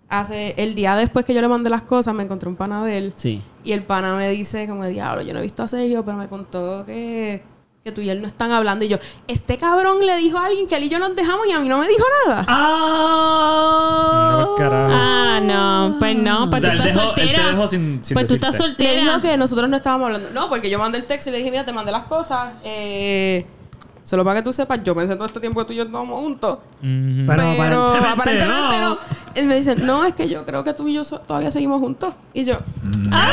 S5: Hace, el día después que yo le mandé las cosas, me encontré un pana de él.
S2: Sí.
S5: Y el pana me dice, como diablo, yo no he visto a Sergio, pero me contó que, que tú y él no están hablando. Y yo, este cabrón le dijo a alguien que él y yo nos dejamos y a mí no me dijo nada.
S2: ¡Ah!
S1: No, carajo.
S3: Ah, no. Pues no,
S1: O
S3: pues
S1: sea,
S3: tú
S1: él
S3: estás
S1: dejó- él te
S3: soltera.
S1: dejó sin- sin
S3: pues tú estás
S1: decirte.
S5: Le
S3: soltera.
S5: dijo que nosotros no estábamos hablando. No, porque yo mandé el texto y le dije, mira, te mandé las cosas. eh, solo para que tú sepas, yo pensé todo este tiempo que tú y yo estábamos juntos.
S1: Mhm.
S2: Pero
S5: Pero, aparentemente,
S2: aparentemente no.
S5: no. Y me dicen, no, es que yo creo que tú y yo so- todavía seguimos juntos. Y yo,
S2: ¿Y
S3: Ah,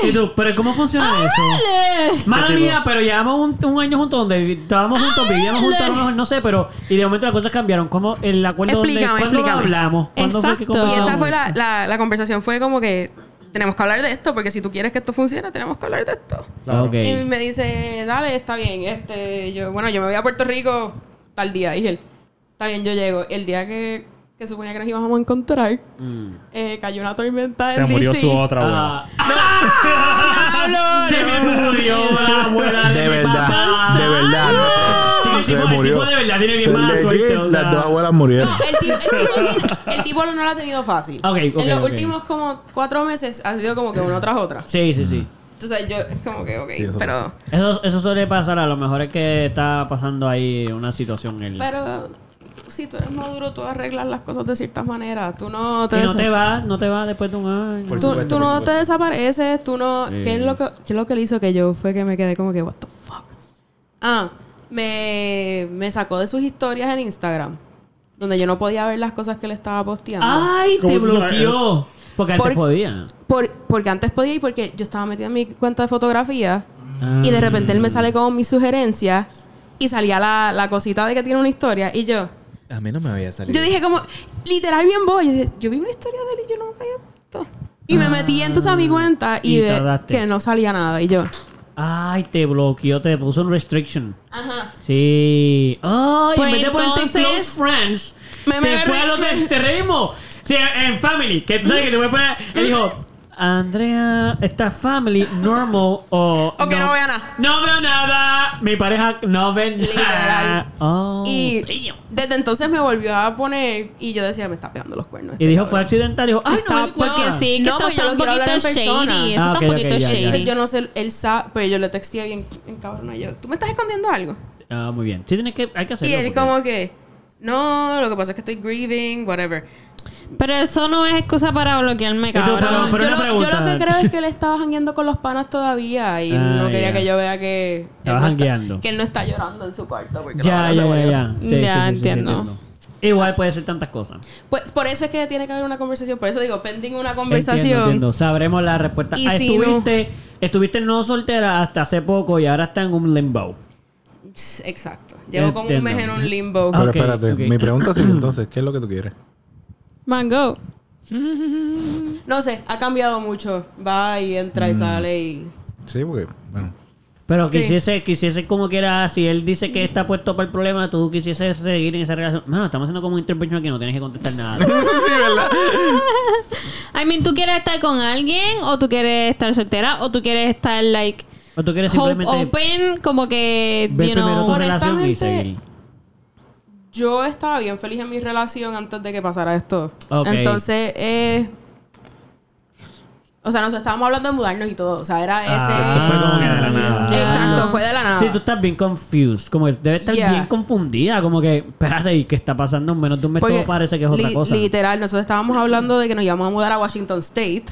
S3: ¡Ale!
S2: tú? ¿Pero cómo
S5: Ah,
S2: funciona eso?
S3: ¡Ale!
S2: Mala
S1: ¿Qué tipo?
S2: mía, pero llevamos un, un año juntos donde vi- estábamos juntos, vivíamos juntos, a lo mejor, no sé, pero. Y de momento las cosas cambiaron. ¿Cómo el acuerdo donde
S5: Explícame,
S2: cuándo lo
S5: explícame.
S2: hablamos? ¿Cuándo fue que
S3: Exacto.
S5: Y
S2: conversamos?
S5: esa fue la, la, la conversación, fue como que tenemos que hablar de esto, porque si tú quieres que esto funcione, tenemos que hablar de esto.
S1: Claro.
S2: Ok.
S5: Y me dice, dale, está bien, este, yo, bueno, yo me voy a Puerto Rico tal día. Y él, está bien, yo llego. El día que, que suponía que nos íbamos a encontrar,
S4: Mm.
S5: eh, cayó una tormenta
S1: Se
S5: en
S1: murió
S5: DC.
S1: su otra abuela.
S2: Ah,
S5: ¡Diablo!
S2: se me murió la abuela de,
S4: De
S2: mi
S4: verdad,
S2: papá.
S4: de verdad.
S2: Sí, el
S4: Se
S2: tipo- el
S4: murió.
S2: tipo de verdad tiene bien
S4: Se
S2: mala
S4: legit,
S2: suerte, o sea.
S4: Las dos abuelas murieron.
S5: No, el tipo, el, tipo, el tipo no la ha tenido fácil.
S2: Ok, ok,
S5: en los
S2: ok.
S5: últimos como cuatro meses ha sido como que una tras otra.
S2: Sí, sí, sí.
S1: Mm.
S5: Entonces yo, es como que, ok,
S4: Sí, eso
S5: pero...
S2: Eso, eso suele pasar, a lo mejor es que está pasando ahí una situación. El...
S5: Pero si tú eres maduro, tú arreglas las cosas de ciertas maneras. Tú no te,
S2: Y no
S5: desa-
S2: te vas, no te vas después de un año.
S1: Por
S5: tú,
S1: supuesto,
S5: tú
S1: por
S5: no
S1: supuesto.
S5: te desapareces, tú no...
S2: Sí.
S5: ¿Qué, es lo que, qué es lo que le hizo que yo fue que me quedé como que, what the fuck? Ah, me, me sacó de sus historias en Instagram, donde yo no podía ver las cosas que le estaba posteando.
S2: ¡Ay! Te
S1: ¿Cómo tú sabes?
S2: bloqueó. Porque antes
S5: Ah. Por-
S2: podía.
S5: Por- porque antes podía ir porque yo estaba metida en mi cuenta de fotografía y
S1: Ah.
S5: de repente él me sale con mis sugerencias y salía la, la cosita de que tiene una historia y yo...
S1: A mí no me había salido.
S5: Yo dije como, literal bien voy. Yo, dije, yo vi una historia de él y yo no me caía cuenta. Y me metí entonces a mi cuenta y,
S2: Y
S5: ve
S2: tardaste.
S5: que no salía nada. Y yo,
S2: Ay, te bloqueó, te puso un restriction.
S5: ajá.
S2: Sí. Ay,
S3: Pues
S2: en vez de ponerte en
S3: entonces-
S2: close friends,
S5: Me-
S2: te
S5: me-
S2: fue a los
S5: me-
S2: extremos. Sí, en family, que tú sabes que te voy a poner. Él dijo, Andrea, está family normal o.
S5: O que no vea nada.
S2: No veo nada. Mi pareja no ve nada.
S5: Literal.
S2: Oh,
S5: Y
S2: damn.
S5: desde entonces me volvió a poner y yo decía, me está pegando los cuernos.
S2: Y
S5: este
S2: dijo,
S5: cabrón".
S2: fue accidental. Dijo, ay,
S3: Está-
S2: no, me di
S3: Ah, porque
S2: cuenta".
S3: sí, que
S5: No,
S3: está,
S5: pues
S3: está
S5: yo lo
S3: un
S5: quiero
S3: poquito
S5: hablar en persona.
S3: shady. Eso
S2: Ah,
S3: está
S2: ok,
S3: un poquito
S2: ok, ya, ya.
S3: shady.
S5: Entonces yo no sé, él sabe, pero yo le texté bien, bien cabrón. y yo, tú me estás escondiendo algo.
S2: Ah, muy bien. Sí, tienes que, hay que hacerlo.
S5: Y él
S2: porque-
S5: como que, no, lo que pasa es que estoy grieving, whatever.
S3: Pero eso no es excusa para bloquearme,
S2: Pero-
S3: cabrón.
S2: pero- pero
S5: yo,
S2: una
S5: lo, yo lo
S2: pregunta.
S5: que creo es que él estaba jangueando con los panas todavía y
S2: Ah,
S5: no quería
S2: ya.
S5: que yo vea que...
S2: Estaba
S5: él no está-
S2: jangueando.
S5: Que él no está llorando en su cuarto. Porque lo van
S2: Ya,
S5: a
S2: ya, ya,
S5: saborear.
S2: ya. Sí, sí, sí,
S3: Ya,
S2: sí, sí,
S3: entiendo.
S2: Igual puede ser tantas cosas.
S5: Pues por eso es que tiene que haber una conversación. Por eso digo, pending una conversación.
S2: Entiendo, entiendo. Sabremos la respuesta.
S5: Y
S2: Ah,
S5: si no-
S2: estuviste, estuviste no soltera hasta hace poco y ahora está en un limbo.
S5: Pss, Exacto. Llevo como un mes en
S2: Entiendo.
S5: un limbo.
S2: Ah.
S4: Pero
S2: Ok,
S4: espérate,
S2: ok.
S4: mi pregunta sigue entonces, ¿qué es lo que tú quieres?
S3: Mango.
S5: No sé, ha cambiado mucho. Va y entra
S2: Mm.
S5: y sale y...
S4: Sí, porque, bueno.
S2: Pero
S5: Sí.
S2: quisiese, quisiese como quiera, si él dice que está puesto para el problema, tú quisieses seguir en esa relación. Mano, estamos haciendo como un intervention aquí, no tienes que contestar nada.
S3: I mean, ¿tú quieres estar con alguien? ¿O tú quieres estar soltera? ¿O tú quieres estar, like,
S2: O tú quieres
S3: hope
S2: simplemente
S3: open? Como que,
S2: ver
S3: you
S2: primero tu
S3: know...
S2: relación y
S5: honestamente,
S2: seguir.
S5: Yo estaba bien feliz en mi relación antes de que pasara esto.
S2: Ok.
S5: Entonces, eh... O sea, nos estábamos hablando de mudarnos y todo. O sea, era ese...
S2: Ah.
S1: esto fue como que de la nada.
S5: Ah, Exacto, fue de la nada.
S2: Sí, tú estás bien confused. Como que debes estar
S5: Yeah.
S2: bien confundida. Como que, espérate, ¿y qué está pasando? En menos de un mes
S5: Porque
S2: todo parece que es otra
S5: li-
S2: cosa.
S5: Literal, nosotros estábamos hablando de que nos íbamos a mudar a Washington State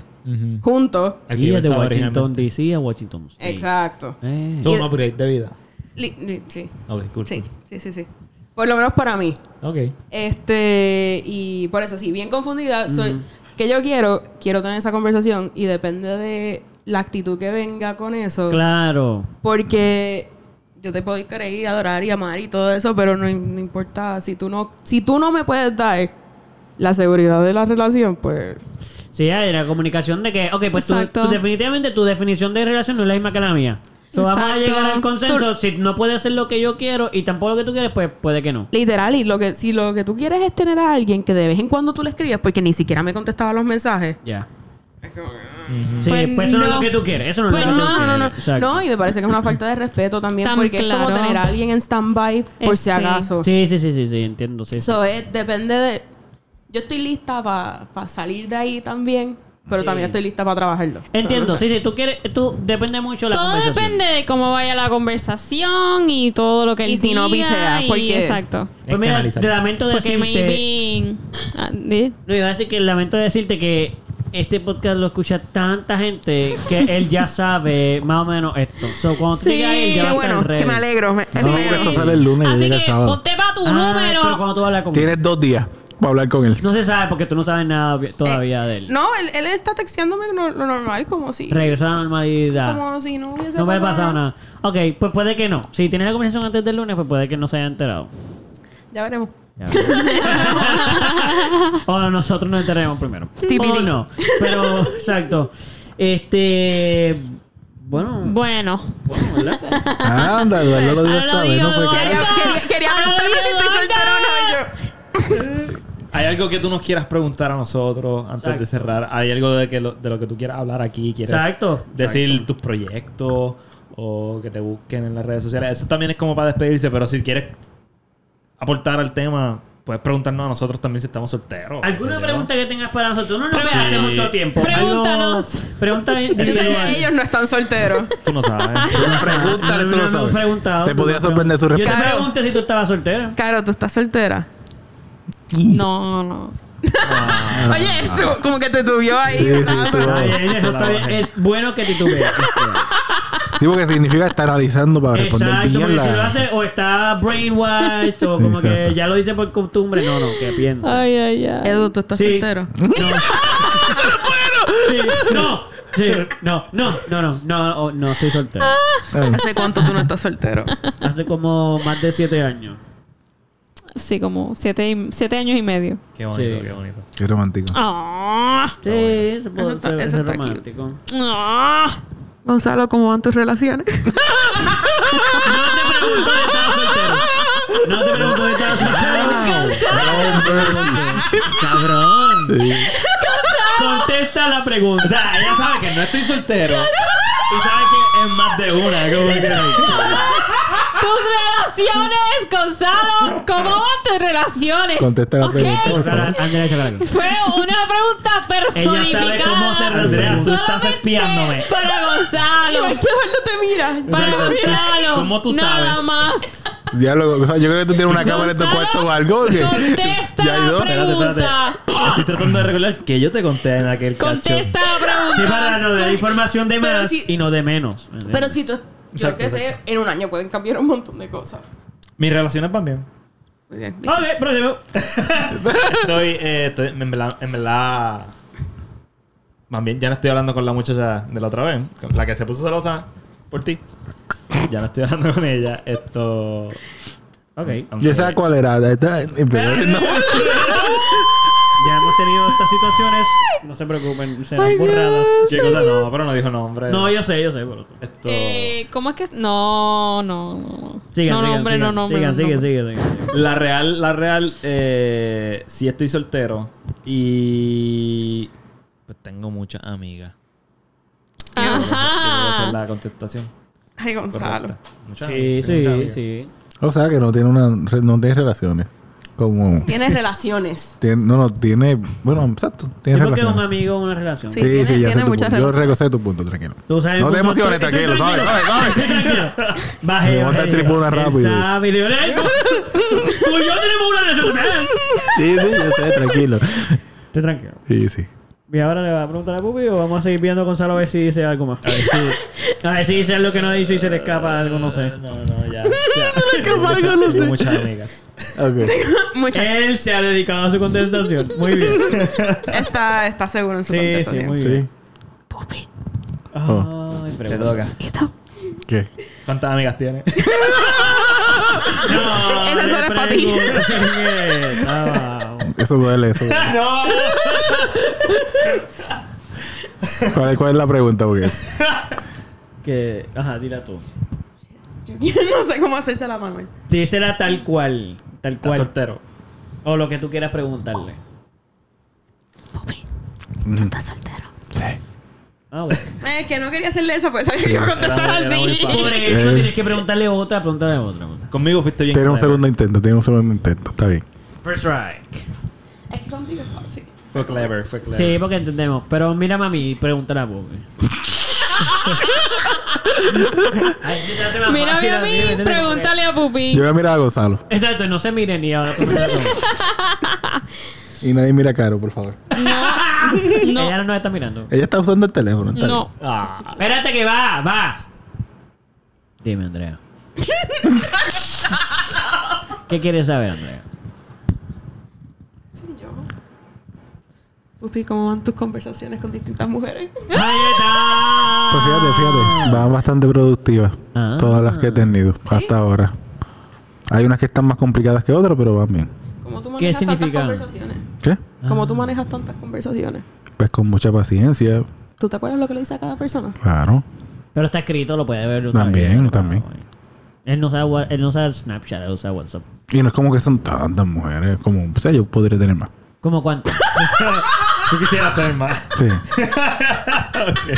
S5: juntos.
S1: Al que
S2: Y
S1: yo
S2: es de
S1: pensaba
S2: Washington
S1: originalmente.
S2: DC a Washington State.
S5: Exacto.
S2: Eh.
S1: Todo un upgrade de vida.
S5: Li- li- sí.
S1: Ok, cool.
S5: sí, sí, sí, sí. Por lo menos para mí.
S1: Ok.
S5: Este, y por eso, sí, bien confundida. Soy, que yo quiero, quiero tener esa conversación y depende de la actitud que venga con eso.
S2: Claro.
S5: Porque yo te puedo querer y adorar y amar y todo eso, pero no, no importa. Si tú no, si tú no me puedes dar la seguridad de la relación, pues.
S2: Sí, ya, era comunicación de que, ok, pues tú,
S3: Exacto.
S2: tú definitivamente tu definición de relación no es la misma que la mía. So, vamos a
S3: Exacto.
S2: llegar al consenso.
S5: Tú-
S2: Si no puede hacer lo que yo quiero y tampoco lo que tú quieres, pues puede que no.
S5: Literal, y lo que, si lo que tú quieres es tener a alguien que de vez en cuando tú le escribes, porque ni siquiera me contestaba los mensajes.
S2: Ya.
S1: Ujú.
S2: Sí, pues,
S3: Pues
S2: eso no. es
S3: no.
S2: lo que tú quieres. Eso no
S3: Pues
S2: es lo que tú
S5: No,
S2: quieres.
S5: no, no.
S2: Exacto.
S5: No, y me parece que es una falta de respeto también,
S3: Tan
S5: porque es como
S3: claro.
S5: tener a alguien en stand-by por
S3: Eh,
S5: si
S3: sí.
S5: acaso.
S2: Sí, sí, sí, sí, sí, entiendo. Sí,
S5: Eso es, depende de. Yo estoy lista para salir de ahí también, pero también estoy lista para trabajarlo.
S2: Entiendo, sí, sí, tú quieres, tú depende mucho de la
S3: Todo
S2: conversación.
S3: depende de cómo vaya la conversación y todo lo que él
S5: Y si no
S3: diga
S5: pichea,
S3: y-
S5: porque-
S3: Exacto.
S1: Es
S2: Pues mira,
S1: canalizar.
S2: te lamento
S3: Porque
S2: decirte,
S3: maybe... ah, di.
S2: no iba a decir que lamento decirte que este podcast lo escucha tanta gente que él ya sabe más o menos esto. So, cuando tú
S3: Sí,
S2: digas él ya va a
S3: qué
S5: Qué
S2: estar
S5: bueno,
S2: en
S5: que
S2: redes.
S5: me alegro. me-
S4: No,
S5: me-
S4: porque esto sale el lunes y
S3: Así
S4: llega el
S3: que
S4: sábado.
S3: ponte para tu
S2: Ah, pero
S3: número.
S2: cuando tú hablas con él.
S4: Tienes dos días para hablar con él.
S2: No se sabe porque tú no sabes nada obvi- todavía de él.
S5: Eh, No, él, él está texteándome no- lo normal, como si.
S2: Regresa a la normalidad.
S5: Como si no hubiese
S2: no me ha pasado
S5: pasado
S2: nada. Ok, pues puede que no. Si tienes la conversación antes del lunes, pues puede que no se haya enterado.
S5: Ya veremos.
S2: Ya. o nosotros nos enteraremos primero.
S5: TBD.
S2: O no. Pero, exacto. Este. Bueno.
S3: Bueno.
S2: bueno, ¿verdad?
S4: Anda, Eduardo lo dijo
S3: Ahora
S4: esta
S3: lo
S4: vez, no
S3: digo,
S4: fue que-
S3: Eduardo.
S5: Quería, quería preguntarle si estoy soltero o no. y yo-
S1: ¿Hay algo que tú nos quieras preguntar a nosotros antes
S2: Exacto.
S1: de cerrar? ¿Hay algo de, que lo, de lo que tú quieras hablar aquí? ¿Quieres
S2: Exacto.
S1: decir tus proyectos o que te busquen en las redes sociales? Eso también es como para despedirse, pero si quieres aportar al tema, puedes preguntarnos a nosotros también si estamos solteros.
S2: ¿Alguna
S1: ¿no?
S2: pregunta que tengas para nosotros? No nos ve
S3: Pregunta-
S2: hace mucho tiempo.
S3: Pregúntanos.
S2: Algo- Pregunta de- de-
S5: Yo sé
S2: de-
S5: que ellos no están solteros.
S1: Tú no sabes.
S4: Pregúntale,
S2: No,
S4: tú
S2: no,
S4: lo
S2: no,
S4: sabes.
S2: he preguntado.
S4: Te
S2: Tú
S4: podría
S2: no sabes.
S4: sorprender su
S2: Yo
S4: respuesta.
S2: te
S5: Claro.
S2: pregunté si tú estabas soltera.
S5: Caro, ¿tú estás soltera?
S3: No, no.
S2: Ah.
S5: Oye, esto como que te tuvió ahí.
S4: Sí, sí,
S5: ¿sabes?
S4: tú-
S2: Está bien, eso
S1: se la
S2: está bien.
S1: bajé.
S2: Es bueno que titubeas.
S4: Sí, porque significa estar analizando para responder
S2: Exacto,
S4: bien
S2: porque si lo
S4: la...
S2: hace o está brainwashed o como que
S4: Exacto.
S2: ya lo dice por costumbre. No, no, que piensa.
S3: Ay, ay, ay.
S5: Edu, ¿tú estás
S2: Sí.
S5: soltero?
S2: No. Sí, no, sí, no, no, no, no, no, oh, no, estoy soltero.
S5: ¿Hace cuánto tú no estás soltero?
S2: Hace como más de siete años.
S3: Sí, como siete, y- siete años y medio.
S1: Qué bonito,
S2: Sí.
S1: qué bonito.
S4: Qué romántico.
S3: Ah,
S2: Sí, eso puede
S5: está-
S2: ser,
S5: eso
S2: ser
S5: está cute.
S2: romántico.
S3: ah.
S5: Gonzalo, ¿cómo van tus relaciones?
S2: No te pregunto de estás soltero. Cabrón. Contesta la pregunta.
S1: O sea, ella sabe que no estoy soltero. Y sabe que es más de una. Como que...
S3: Tus relaciones, Gonzalo. ¿Cómo van tus relaciones?
S4: Contesta la
S3: Ok.
S4: pregunta, por favor.
S2: Andrea, échale algo.
S3: Fue una pregunta personificada.
S2: Ella sabe cómo se
S1: Andrea, tú estás
S3: solamente
S1: espiándome.
S3: Para Gonzalo.
S5: Eduardo te mira.
S3: Para
S1: Exacto.
S3: Gonzalo.
S1: ¿Cómo tú
S3: Nada
S1: sabes?
S3: más.
S4: Diablo, o sea, yo creo que tú tienes una cámara en tu
S3: Gonzalo,
S4: cuarto o algo. que-
S3: contesta
S4: Ya hay
S3: la
S4: dos.
S1: Espérate, espérate.
S3: pregunta.
S1: Estoy tratando de recordar que yo te conté en aquel
S3: Contesta
S1: cacho.
S3: la pregunta.
S2: Sí, para no de información de
S6: Pero
S2: más
S6: si-
S2: y no de menos. ¿me
S6: Pero
S2: entiendes?
S6: si tú, yo
S1: Exacto,
S6: que sé, en un año pueden cambiar un montón de cosas.
S1: Mis relaciones van bien.
S5: Muy bien.
S2: Ok, próximo.
S1: Estoy, eh, estoy en verdad, en verdad. Más bien, ya no estoy hablando con la muchacha de la otra vez, con la que se puso celosa por ti. Ya no estoy hablando con ella. Esto.
S2: Ok.
S1: aunque-
S4: Yo sabía cuál era. la- esta- pero- pues, no.
S2: Ya hemos tenido estas situaciones. No se preocupen, serán borradas.
S1: ¿Qué cosa? No, pero no dijo nombre.
S2: No, yo sé, yo sé. Por otro.
S1: Esto.
S3: Eh, ¿Cómo es que.? No, no. no.
S2: Sigan,
S3: no,
S2: sigan,
S3: nombre,
S2: sigan,
S3: no, nombre.
S2: sigan,
S3: no,
S2: sigan,
S3: nombre.
S2: sigan, sigan.
S1: La real, la real, eh, sí estoy soltero y pues tengo muchas amigas. Quiero hacer
S3: Ajá.
S1: la contestación.
S6: Ay, Gonzalo.
S1: correcta. Muchas
S2: Sí,
S1: amigas, tengo muchas
S2: sí,
S1: amigas.
S2: sí.
S4: O sea, que no tiene una. No tiene relaciones. Como.
S6: Tienes relaciones.
S4: tiene- no, no, tiene. Bueno, exacto. Tiene
S2: Yo creo que un
S4: relaciones.
S2: amigo una relación.
S6: Sí, tiene-
S4: ya
S6: tiene
S4: sé tu
S6: muchas
S4: punto. Yo
S6: relaciones.
S4: recosé tu punto, tranquilo.
S2: Tú sabes,
S4: No te
S2: tú-
S4: emociones,
S2: tú- tú- tú-
S4: tranquilo, suave, suave,
S2: Estoy tranquilo. Baje.
S4: Me monta el
S2: baje.
S4: tribuna
S2: Él
S4: rápido.
S2: sabe, de verdad, eso. Tú y yo tenemos una relación. ¿eh? ¿verdad?
S4: Sí, sí, yo sé, tranquilo.
S2: Estoy tranquilo.
S4: Sí, sí.
S2: ¿Y ahora le va a preguntar a Pupi o vamos a seguir viendo a Gonzalo a ver si dice algo más? A ver si, dice algo que no dice y se le escapa algo, no sé.
S1: No, no, ya. ya. Tengo muchas- tengo muchas amigas.
S4: Ok.
S6: Muchas.
S2: Él se ha dedicado a su contestación. Muy bien.
S6: Está, está seguro en su
S2: Sí, sí,
S6: contestación.
S2: muy bien.
S4: Sí. Ah.
S3: Pupi,
S2: Ay,
S1: Te
S2: pregunta.
S1: toca.
S3: quieto.
S4: Oh, ¿Qué?
S1: ¿Cuántas amigas tienes?
S2: No,
S6: Esa
S2: le
S6: sola es para ti.
S2: preguntes eso.
S4: Eso duele, eso duele. ¿Cuál, es- ¿Cuál es la pregunta? Porque
S2: Que, ajá, dila tú.
S6: Yo no sé cómo hacerse la mano.
S2: Dísela tal cual. Tal
S1: ¿Estás
S2: cual.
S1: soltero?
S2: O lo que tú quieras preguntarle.
S3: Pupi, tú estás soltero.
S2: Ah, ok.
S6: Es que no quería hacerle eso, pues sabía que iba a contestar
S2: Ah,
S1: Era muy- era muy
S6: así.
S1: fácil.
S2: Por eso tienes que preguntarle otra, preguntarle otra. otra.
S1: Conmigo fuiste bien.
S4: tiene un
S1: clever.
S4: segundo intento, tiene un segundo intento, está bien.
S2: First try.
S6: Es que contigo es fácil.
S1: Fue clever, fue clever.
S2: Sí, porque entendemos. Pero mira, mami, pregúntale a Pupi. Ay, se te hace más
S3: Mira,
S2: fácil
S3: mira a
S2: mí,
S3: mí,
S2: ¿entiendes?
S3: pregúntale a Pupi.
S4: Yo voy a mirar a Gonzalo.
S2: Exacto, no se miren y ahora pregúntale a Pupi.
S4: Y nadie mira a Caro, por favor.
S2: Ella
S3: No,
S2: no nos está mirando.
S4: Ella está usando el teléfono. está
S3: no.
S1: Ah,
S2: Espérate que va, va. Dime, Andrea. ¿Qué quieres saber, Andrea?
S6: Sí, yo. Pupi, ¿cómo van tus conversaciones con distintas mujeres?
S2: ¡Ahí está!
S4: bien. Pues fíjate, fíjate, van bastante productivas.
S2: Ah.
S4: Todas las que he tenido hasta ahora. Hay unas que están más complicadas que otras, pero van bien.
S6: ¿Cómo tú
S2: ¿Qué Ah.
S6: manejas tantas
S2: significa?
S6: conversaciones?
S4: ¿Qué?
S6: ¿Cómo tú manejas tantas conversaciones?
S4: Pues con mucha paciencia,
S6: ¿Tú te acuerdas lo que le dice a cada persona?
S4: claro.
S2: Pero está escrito, lo puede ver.
S4: También, también.
S2: Él no, usa, wa- él no usa Snapchat, él usa WhatsApp.
S4: Y no es como que son tantas mujeres, como, o sea, yo podría tener más.
S2: ¿Cómo cuánto?
S1: tú quisieras tener más.
S4: Sí.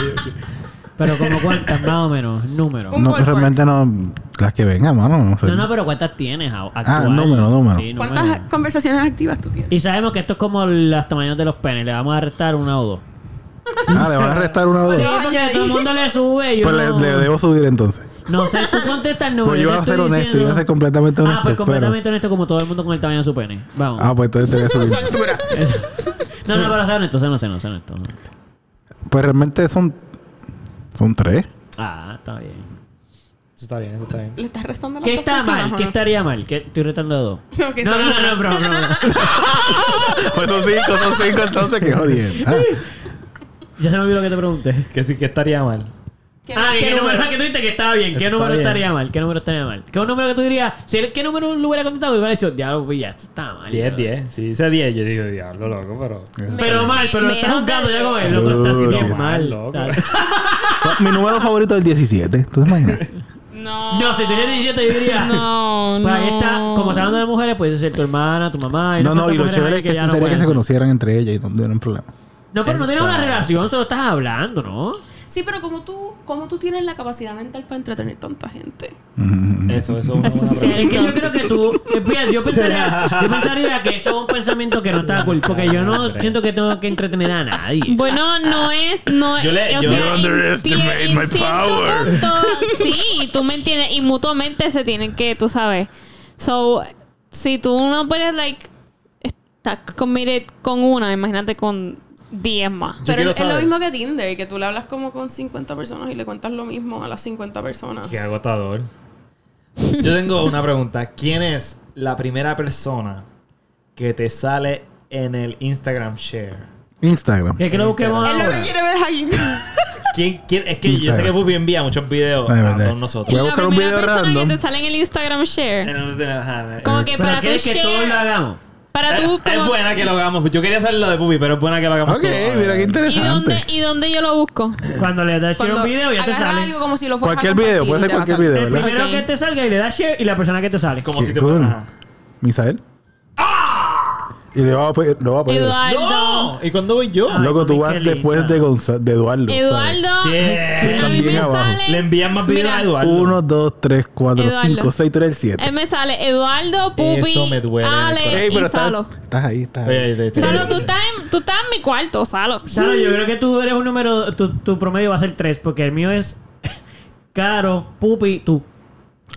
S2: Pero como cuántas, más o menos, número.
S6: Un
S4: No,
S6: golpe.
S4: realmente no, las que vengan, mano, no sé.
S2: No, no, pero cuántas tienes a- actual.
S4: Ah, número, número.
S2: Sí, número.
S6: ¿Cuántas conversaciones activas tú tienes?
S2: Y sabemos que esto es como los tamaños de los penes. Le vamos a restar una o dos.
S4: Ah, le van a restar una o dos.
S2: Sí, porque todo el mundo le sube. Yo
S4: Pues le,
S2: no-
S4: le debo subir entonces.
S2: No sé, tú contesta el número.
S4: Pues yo
S2: te
S4: iba a
S2: estoy
S4: ser honesto,
S2: diciendo-
S4: iba a ser completamente honesto.
S2: Ah, pues
S4: pero-
S2: completamente honesto como todo el mundo con el tamaño de su pene. Vamos.
S4: Ah, pues entonces te voy a subir.
S2: No, no, pero sea honesto, sea honesto, sea honesto.
S4: Pues realmente son. Son tres.
S2: Ah, está bien.
S1: Eso está bien, eso está bien.
S6: ¿Le estás restando a las
S2: ¿Qué
S6: otras
S2: está
S6: personas,
S2: mal? ¿Qué
S6: o no?
S2: estaría mal? ¿Qué? Estoy retando a dos.
S6: No, que
S2: No,
S6: son
S2: no, no,
S6: una.
S2: no, bro, no. no.
S4: Pues son cinco, son cinco entonces, que jodienda.
S2: Ya se me olvidó lo que te pregunté.
S1: Que sí que estaría mal.
S6: ¿Qué-
S2: Ah,
S6: qué
S2: ¿qué, número?
S6: número?
S2: que tú dijiste que estaba bien. ¿Qué
S1: Eso
S2: número
S1: está bien.
S2: estaría mal? ¿Qué número estaría mal? ¿Qué un número que tú dirías? Si él, ¿Qué número lo hubiera contestado? Y hubiera dicho, ya, pues, ya, esto está mal.
S1: 10, 10. Si dice 10, yo digo, diablo, loco, pero.
S2: Pero mal, pero lo estás
S6: Menos de
S2: jugando ya
S6: diez.
S2: con él. Loco, está
S4: Duro.
S2: haciendo mal.
S1: Loco.
S2: ¿sabes?
S4: pues, Mi número favorito es el 17. ¿Tú te imaginas?
S3: No.
S2: No, si te hubiera dicho, te diría...
S3: No,
S2: Pues ahí está, como está hablando de mujeres, puede ser tu hermana, tu mamá.
S4: No, no,
S2: tantas
S4: y lo
S2: mujeres
S4: chévere
S2: ahí
S4: es que
S2: ya
S4: sí
S2: no
S4: sería que
S2: pueden
S4: se
S2: ser.
S4: conocieran entre ellas y no tuvieran problema.
S2: No, pero no
S1: Eso
S2: tienes
S1: está-
S2: una relación, solo estás hablando, ¿no?
S6: Sí, pero ¿cómo tú, cómo tú tienes la capacidad mental para entretener tanta gente?
S4: Mm.
S1: Eso, eso. es una
S3: Eso
S1: buena
S3: sí.
S1: pregunta.
S2: Es que yo creo que tú. eh, Fíjate, yo pensaría, yo pensaría que eso es un pensamiento que no está cool. Porque yo no siento que tengo que entretener a nadie.
S3: Bueno, no es, no es.
S1: Yo le- yo- You
S4: underestimate my power.
S3: sí, tú me entiendes. Y mutuamente se tienen que, tú sabes. So, si tú no puedes, like, estar committed con una, imagínate con 10 más.
S1: Yo
S6: pero
S1: quiero
S6: es es lo
S1: saber.
S6: mismo que Tinder, que tú le hablas como con 50 personas y le cuentas lo mismo a las 50 personas.
S1: Qué agotador. Yo tengo una pregunta. ¿Quién es la primera persona que te sale en el Instagram share?
S4: Instagram.
S2: Que que lo busquemos
S6: Es lo que
S2: ahora.
S6: quiere ver ahí.
S1: ¿Quién, quién? Es que yo sé que Pupi envía muchos videos
S4: Ay,
S1: a
S4: verdad.
S1: todos
S4: Voy a
S1: nosotros.
S4: buscar un
S3: primera
S4: video
S3: persona
S4: random.
S3: que te sale en el Instagram
S1: Eh,
S3: share.
S1: Ajá,
S3: Como que
S2: Pero
S3: para tu
S2: quieres que todos lo
S3: share.
S2: hagamos.
S3: Para
S1: Es-
S3: tu.
S1: Es
S3: como-
S1: buena que lo hagamos. Yo quería hacer lo de Pupi, pero es buena que lo hagamos.
S4: Ok,
S1: todos.
S4: mira qué
S3: ¿Y dónde,
S4: interesante.
S3: ¿Y dónde yo lo busco?
S2: Cuando le das share a
S6: Cuando
S2: un video, ya te
S6: agarras
S2: sale.
S6: algo como si lo fueras a
S4: Cualquier video, puede
S6: compartir y te
S4: ser
S6: va a
S4: cualquier
S6: salir.
S4: video,
S2: El
S4: ¿verdad?
S2: primero
S3: Ok.
S2: que te salga y le das share y la persona que te sale.
S1: Como
S4: Qué
S1: si te
S4: cool.
S1: ajá.
S4: Misael.
S2: ¡Ah!
S4: Y le vamos a poner. Lo voy a poner.
S3: Eduardo.
S1: ¡No! ¿Y cuándo voy yo?
S2: Ay,
S4: Loco, tú
S2: mami, qué
S4: vas después
S2: linda.
S4: de, Gonza- de Eduardo. ¿sabes?
S3: Eduardo.
S1: ¿Qué?
S3: A
S4: Están
S3: mí
S4: bien
S3: me
S4: abajo.
S3: sale.
S1: Le envían más videos
S3: Mira.
S1: a Eduardo.
S4: 1, 2, 3, 4,
S3: Eduardo.
S4: 5, 6, tú eres el 7.
S3: Él me sale Eduardo, Pupi,
S1: Eso me duele en el corazón.
S3: Ale
S4: Ey, pero
S3: y
S4: estás,
S3: Salo.
S4: estás ahí, estás
S1: Oye,
S4: ahí.
S1: oye, oye,
S3: Salo,
S1: oye.
S3: tú estás, en, tú estás en mi cuarto, Salo.
S2: Sara, yo creo que tú eres un número. Tu, tu promedio va a ser 3, porque el mío es. Caro, Pupi, tú.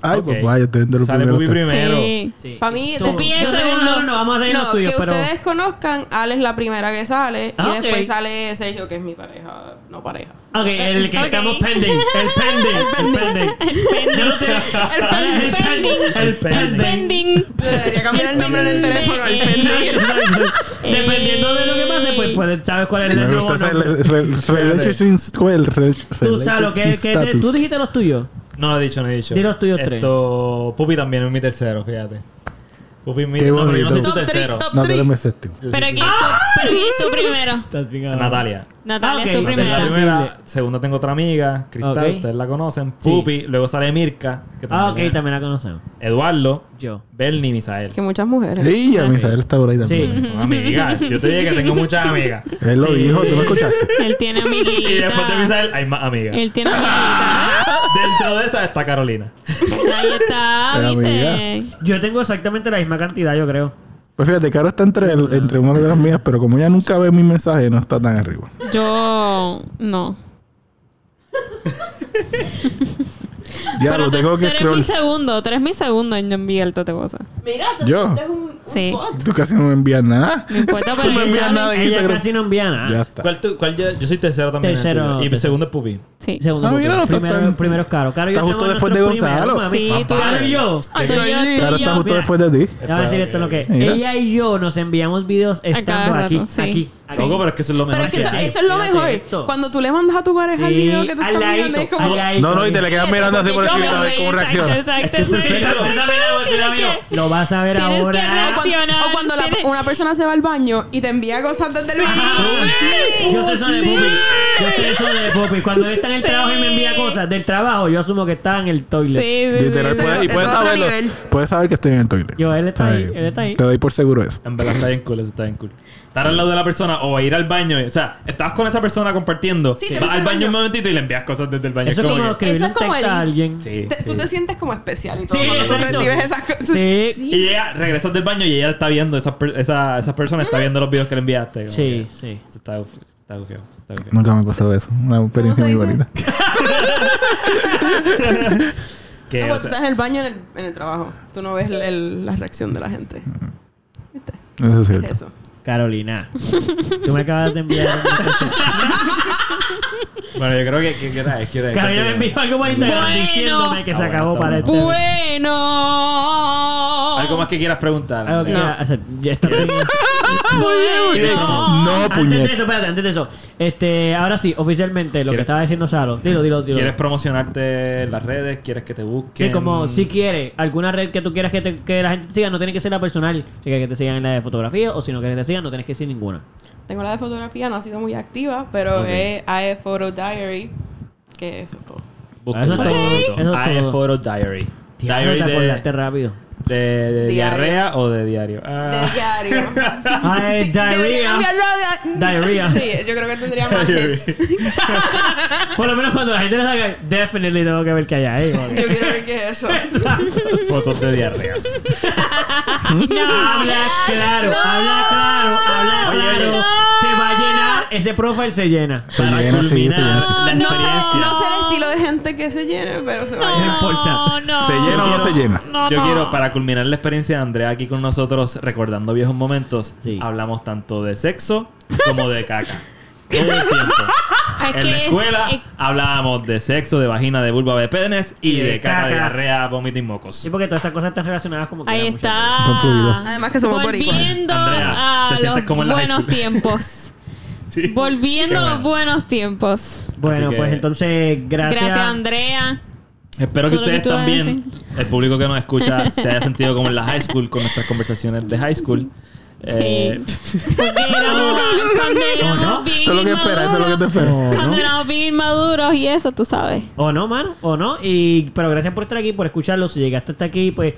S4: Ay,
S1: Ok.
S4: papá, yo estoy viendo los
S1: Sale
S4: primeros
S1: Pupi
S4: tres.
S1: primero.
S3: Sí.
S2: Sí.
S6: Para mí,
S2: Tú.
S6: de-
S3: Yo
S2: Yo tengo
S3: no-
S2: uno, no, vamos a hacer los
S6: no,
S2: tuyos,
S6: que
S2: pero.
S6: ustedes conozcan, Ale es la primera que sale
S2: Ah,
S6: y
S2: ok.
S6: después sale Sergio, que es mi pareja, no pareja.
S2: Ok, el que
S3: Ok.
S2: estamos pending. El pending. El pending. Yo no te-
S3: El pending.
S2: El
S3: El
S2: pending.
S3: pending.
S6: Yo debería cambiar el nombre en el teléfono al
S3: pending.
S6: pendejo.
S2: Dependiendo de lo que pase, pues, puedes- sabes cuál es el
S4: Me
S2: nuevo
S4: gusta
S2: nombre.
S4: ese re- re- relationship- el re-
S2: Tú, Salo, que,
S4: relationship
S2: que te- tú
S4: status.
S2: dijiste los tuyos.
S1: No lo he dicho, no he dicho.
S2: Di los tuyos tres.
S1: Esto, Pupi también es mi tercero, fíjate. Pupi es mi
S4: Qué
S1: no, pero yo no soy tu
S6: bonito. Top three,
S1: tercero.
S6: top
S4: No, tú eres
S6: three.
S4: mi séptimo.
S1: Yo soy
S3: Pero
S1: tu-
S3: aquí pero aquí tú primero.
S2: Estás bien ahora.
S1: Natalia.
S3: Natalia,
S2: Ah,
S3: es
S2: ok.
S3: tu
S1: Natalia es la
S3: primero.
S1: primera. Segunda tengo otra amiga, Cristal,
S2: Ok.
S1: ustedes la conocen.
S2: Sí.
S1: Pupi, luego sale Mirka, que
S2: Ah, ok,
S1: es-
S2: también la conocemos.
S1: Eduardo,
S2: Yo.
S1: Bernie y Misael.
S6: Que muchas mujeres.
S4: Sí, ya Misael está por ahí también.
S2: Sí.
S1: Son amigas. Yo te dije que tengo muchas amigas.
S4: Él lo dijo, tú lo escuchaste.
S3: Él tiene amiguita.
S1: Y después de Misael hay más amigas.
S3: Él tiene amiguita.
S1: Dentro de esa está Carolina.
S3: Ahí está,
S4: Pero
S3: viste.
S2: Yo tengo exactamente la misma cantidad, yo creo.
S4: Pues fíjate, Caro está entre, el- entre una de las mías, pero como ella nunca ve mi mensaje, no está tan arriba.
S3: Yo no.
S4: Ya
S3: Pero
S4: lo
S3: tú-
S4: tengo que
S3: tú eres mi
S4: scroll.
S3: segundo, tú eres mi segundo en enviar te cosa.
S6: Mira, te
S4: Yo.
S6: sientes un, un
S3: Sí.
S6: spot.
S4: Tú casi no me envías nada.
S3: No
S6: Pues
S3: importa,
S4: Tú
S3: pero
S4: me
S3: que
S4: envías
S3: saben-
S4: nada en
S2: Ella
S4: Instagram.
S2: casi no envía nada.
S4: Ya está.
S1: ¿Cuál tú, cuál yo, yo soy tercero también. en el
S2: Tercero,
S1: tuyo. Y
S2: tercero.
S1: segundo es Pupi.
S3: Sí.
S2: Segundo.
S4: Ah, mira,
S2: grupo.
S4: no está
S2: primero,
S4: tan-
S2: primero es caro. Caro y yo
S4: Está justo
S2: estamos
S4: después de
S2: nuestros
S4: Gonzalo.
S2: primeros, mami.
S3: Sí, tú-
S2: Caro y yo.
S6: Ay,
S3: Ah, Tú y yo, tú y
S4: Caro está
S3: yo.
S4: justo
S2: mira.
S4: después de ti.
S2: Ya voy a decir esto lo que es.
S4: Mira.
S2: Ella y yo nos enviamos videos estando
S3: cada
S2: aquí,
S3: rato, sí.
S2: aquí, aquí.
S1: Loco, pero es que eso es lo mejor
S6: Pero es que eso,
S1: hay.
S6: eso es lo
S2: Mira,
S6: mejor.
S2: directo.
S6: Cuando tú le mandas a tu pareja el video que tú
S2: al
S6: estás mirando, es
S2: ladito,
S6: como.
S2: al ladito.
S4: No, no, y te le quedas mirando así por
S6: Yo me
S4: encima a ver
S6: reí,
S4: cómo
S3: Exacto,
S4: reacciona.
S3: exacto,
S1: Es tu
S2: Pues
S1: tercero.
S3: exacto.
S2: Lo vas a ver
S3: Tienes que
S2: ahora.
S3: reaccionar.
S6: O cuando la-
S3: Tienes-
S6: una persona se va al baño y te envía cosas desde el baño.
S2: Yo sé eso de Poppy. Yo sé eso de Poppy. Cuando él está en el
S3: Sí.
S2: trabajo y me envía cosas del trabajo, yo asumo que está en el
S3: Sí,
S2: toilet.
S3: sí, sí.
S4: Literal,
S6: Eso-
S4: puedes, y
S6: eso
S4: puedes
S6: es otro
S4: saberlo.
S6: nivel.
S4: Puedes saber que estoy en el toilet.
S2: Yo, él está ahí, él está ahí.
S4: Te doy por seguro eso.
S1: En verdad está bien cool, eso está bien cool. Estar al lado de la persona o ir al baño. O sea, estabas con esa persona compartiendo.
S6: Sí, te
S1: vas
S6: metes
S1: al
S6: al
S1: baño
S6: baño.
S1: un momentito y le envías cosas desde el baño.
S2: Eso es
S1: Es
S2: como
S1: que-
S2: escribirle
S6: Eso es
S2: un
S6: como
S2: texto a
S6: el-
S2: alguien.
S1: Sí,
S6: Te- Tú
S1: sí.
S6: te sientes como especial y todo.
S2: Sí,
S6: cuando tú
S2: exacto.
S6: recibes esas cosas.
S2: Sí.
S1: Y ella, regresas del baño y ella está viendo, esa, per- esa, esa persona está viendo los videos que le enviaste. como que-
S2: Sí, sí.
S1: Eso está guf- está gufiado, está gufiado.
S4: Nunca me ha pasado eso. Una experiencia muy
S6: dice?
S4: bonita.
S1: Que,
S6: Ah,
S1: o
S6: pues tú
S1: sea,
S6: estás en el baño en el, en el trabajo. Tú no ves el- el- la reacción de la gente.
S1: Mm,
S6: ¿Viste?
S4: Eso es
S6: Es
S4: cierto.
S6: eso.
S2: Carolina, tú me acabas de enviar. un mensaje.
S1: Bueno, yo creo que, que, que era, es que era-
S2: Carolina me envió algo por Instagram
S3: Bueno.
S2: diciéndome que
S1: Ah,
S2: se
S1: bueno,
S2: acabó
S1: está
S2: para
S1: bueno.
S2: este.
S3: Bueno.
S1: Algo más que quieras preguntar.
S2: Algo que
S1: Andrea.
S2: Ah, ya- o sea, ya está bien.
S3: Ah, Bueno.
S4: No,
S2: Antes de
S4: puñet.
S2: eso, espérate, antes de eso. Este, ahora sí, oficialmente, lo que
S1: ¿Quieres-
S2: estaba diciendo Saro. Dilo, dilo, dilo.
S1: ¿Quieres promocionarte en las redes? ¿Quieres que mm. te busquen?
S2: Sí, como si quieres, alguna red que tú quieras que, te- que la gente te siga, no tiene que ser la personal. Si quieres que te sigan en la de fotografía o si no quieres que te sigan, no tienes que decir ninguna.
S6: Tengo la de fotografía, no ha sido muy activa, pero es AE Photo Diary, que eso es todo.
S1: Busquen.
S2: Ah, Eso es todo, eso es
S1: AE
S2: todo.
S1: Ah, Photo Diary.
S2: Diablo, te acordaste rápido.
S1: ¿De, de
S6: Diario.
S1: diarrea o de diario? Ah.
S6: De diario.
S2: Ay,
S6: Sí, debería
S2: diarrea.
S6: cambiarlo a- mm,
S2: Diarrea.
S6: Sí, yo creo que tendría más hits.
S2: Por lo menos cuando la gente le saca, definitely tengo que ver que hay ahí. porque-
S6: Yo quiero ver qué es eso.
S1: Fotos de diarreas.
S2: habla claro, habla claro, habla claro. Se va a llenar, ese profile se llena.
S4: Se
S1: Para
S4: llena, sí, se
S1: culminar
S4: llena, sí.
S1: la
S6: No sé,
S1: experiencia.
S6: no sé el estilo de gente que se llene, pero se va a
S2: No
S6: llenar.
S2: importa.
S3: no.
S4: ¿Se llena o no se llena?
S3: No,
S1: Yo
S3: no.
S1: quiero, para culminar la experiencia de Andrea aquí con nosotros, recordando viejos momentos,
S2: Sí.
S1: hablamos tanto de sexo como de caca. Todo el tiempo.
S3: Es
S1: en
S3: que
S1: la
S3: es-
S1: escuela
S3: es-
S1: hablábamos de sexo, de vagina, de vulva, de penes y
S2: Y de
S1: de caca,
S2: caca.
S1: diarrea, vómito y mocos.
S2: Sí, porque todas estas cosas están relacionadas como que
S3: Ahí
S2: mucho.
S3: está.
S4: Con fluido.
S6: Además que somos boricuas.
S3: Volviendo
S1: Andrea, te
S3: a
S1: sientes
S3: los
S1: como en la high
S3: buenos
S1: school.
S3: tiempos.
S1: Sí.
S3: Volviendo a
S1: Qué
S3: los
S1: bueno.
S3: buenos tiempos.
S2: Bueno,
S1: Así que-
S2: pues entonces, gracias.
S3: Gracias, Andrea.
S1: Espero que
S3: Solo que
S1: ustedes
S3: tú vas a
S1: también, el público que nos escucha, se haya sentido como en la high school con nuestras conversaciones de high school. Eh,
S3: Porque éramos- cuando éramos
S2: no?
S3: bien
S4: Esto es lo que esperas, esto es lo que te
S3: inmaduros-
S4: espera.
S2: Oh,
S3: Cuando
S2: ¿no?
S3: éramos bien inmaduros y eso, tú sabes.
S2: O no, mano, o no. Y, pero gracias por estar aquí, por escucharlo. Si llegaste hasta aquí, pues,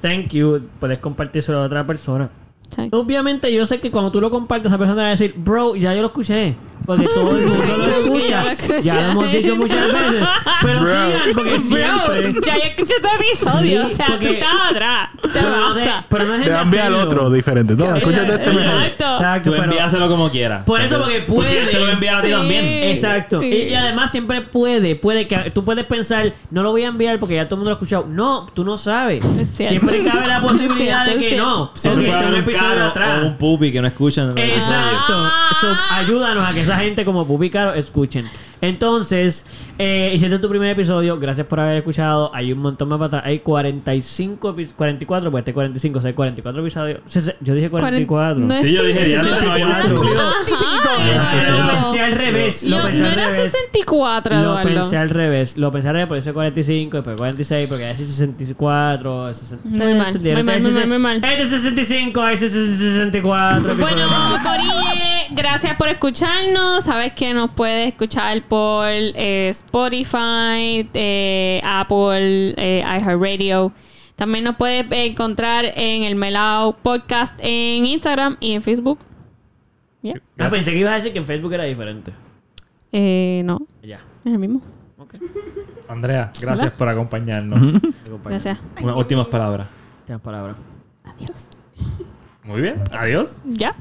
S2: thank you. Puedes compartírselo a otra persona.
S3: Exacto.
S2: Obviamente, yo sé que cuando tú lo compartes, esa persona va a decir, bro, ya yo lo escuché. Porque todo el mundo lo escucha.
S3: Ya lo escuché.
S2: Ya lo hemos dicho muchas veces. Pero
S4: Bro.
S2: sigan, porque siempre.
S3: Bro, ya yo escuché este episodio.
S2: Sí,
S3: o sea,
S2: porque-
S3: tú estabas atrás. Te
S2: Pero no, de-
S3: vas a...
S2: pero no es
S4: Te
S2: en
S4: envía al
S2: hacerlo.
S4: otro diferente. No, escúchate este mejor.
S3: Exacto.
S2: Exacto,
S1: tú
S2: pero-
S1: envíaselo como quieras.
S2: Por eso, porque puedes.
S1: Porque te lo enviar a ti
S3: Sí.
S1: también.
S2: Exacto.
S3: Sí.
S2: Y, y además siempre puede, puede que tú puedes pensar, no lo voy a enviar porque ya todo el mundo lo ha escuchado. No, tú no sabes.
S3: Es cierto.
S2: Siempre cabe la posibilidad
S3: Es
S2: de
S3: cierto, es
S2: que
S3: cierto.
S2: no.
S1: Siempre
S2: Ok,
S1: puede
S2: tengo
S1: haber
S2: este un
S1: un
S2: episodio
S1: caro
S2: atrás.
S1: o un pupi que no escuchan. en el episodio.
S2: Exacto. So, ayúdanos a que esa gente como Pupi y Caro escuchen. Entonces, eh, y si este es tu primer episodio, gracias por haber escuchado. Hay un montón más para atrás. Hay 45, epi- 44, pues este 45, o sea, hay 44 episodios. Sí, sí, Yo dije 44.
S3: Cuaren- no es
S1: Sí, yo dije, ya lo
S3: 64.
S1: habíamos cumplido.
S2: Pero lo
S3: Claro.
S2: pensé al revés. Lo
S3: No,
S2: pensé
S3: no
S2: al
S3: era
S2: revés.
S3: 64,
S2: Lo pensé
S3: Eduardo.
S2: al revés. Lo pensé al revés, por eso 45, después 46, porque es 64, 60.
S3: Muy mal, muy mal, muy mal, muy mal.
S2: Este es 65, este es 64.
S3: Bueno,
S2: episodio más.
S3: Corille, gracias por escucharnos. Sabes que nos puedes escuchar por eh, Spotify, eh, Apple, eh, iHeartRadio. También nos puedes encontrar en el Melao Podcast en Instagram y en Facebook. Ya.
S2: Ah, pensé que ibas a decir que en Facebook era diferente.
S3: Eh, no,
S2: Ya.
S3: es el mismo.
S2: Ok.
S1: Andrea, gracias
S3: Hola.
S1: por acompañarnos.
S2: Acompaña.
S3: Gracias.
S1: Unas últimas palabras.
S2: Tienes palabra.
S1: Muy bien, adiós.
S3: Ya.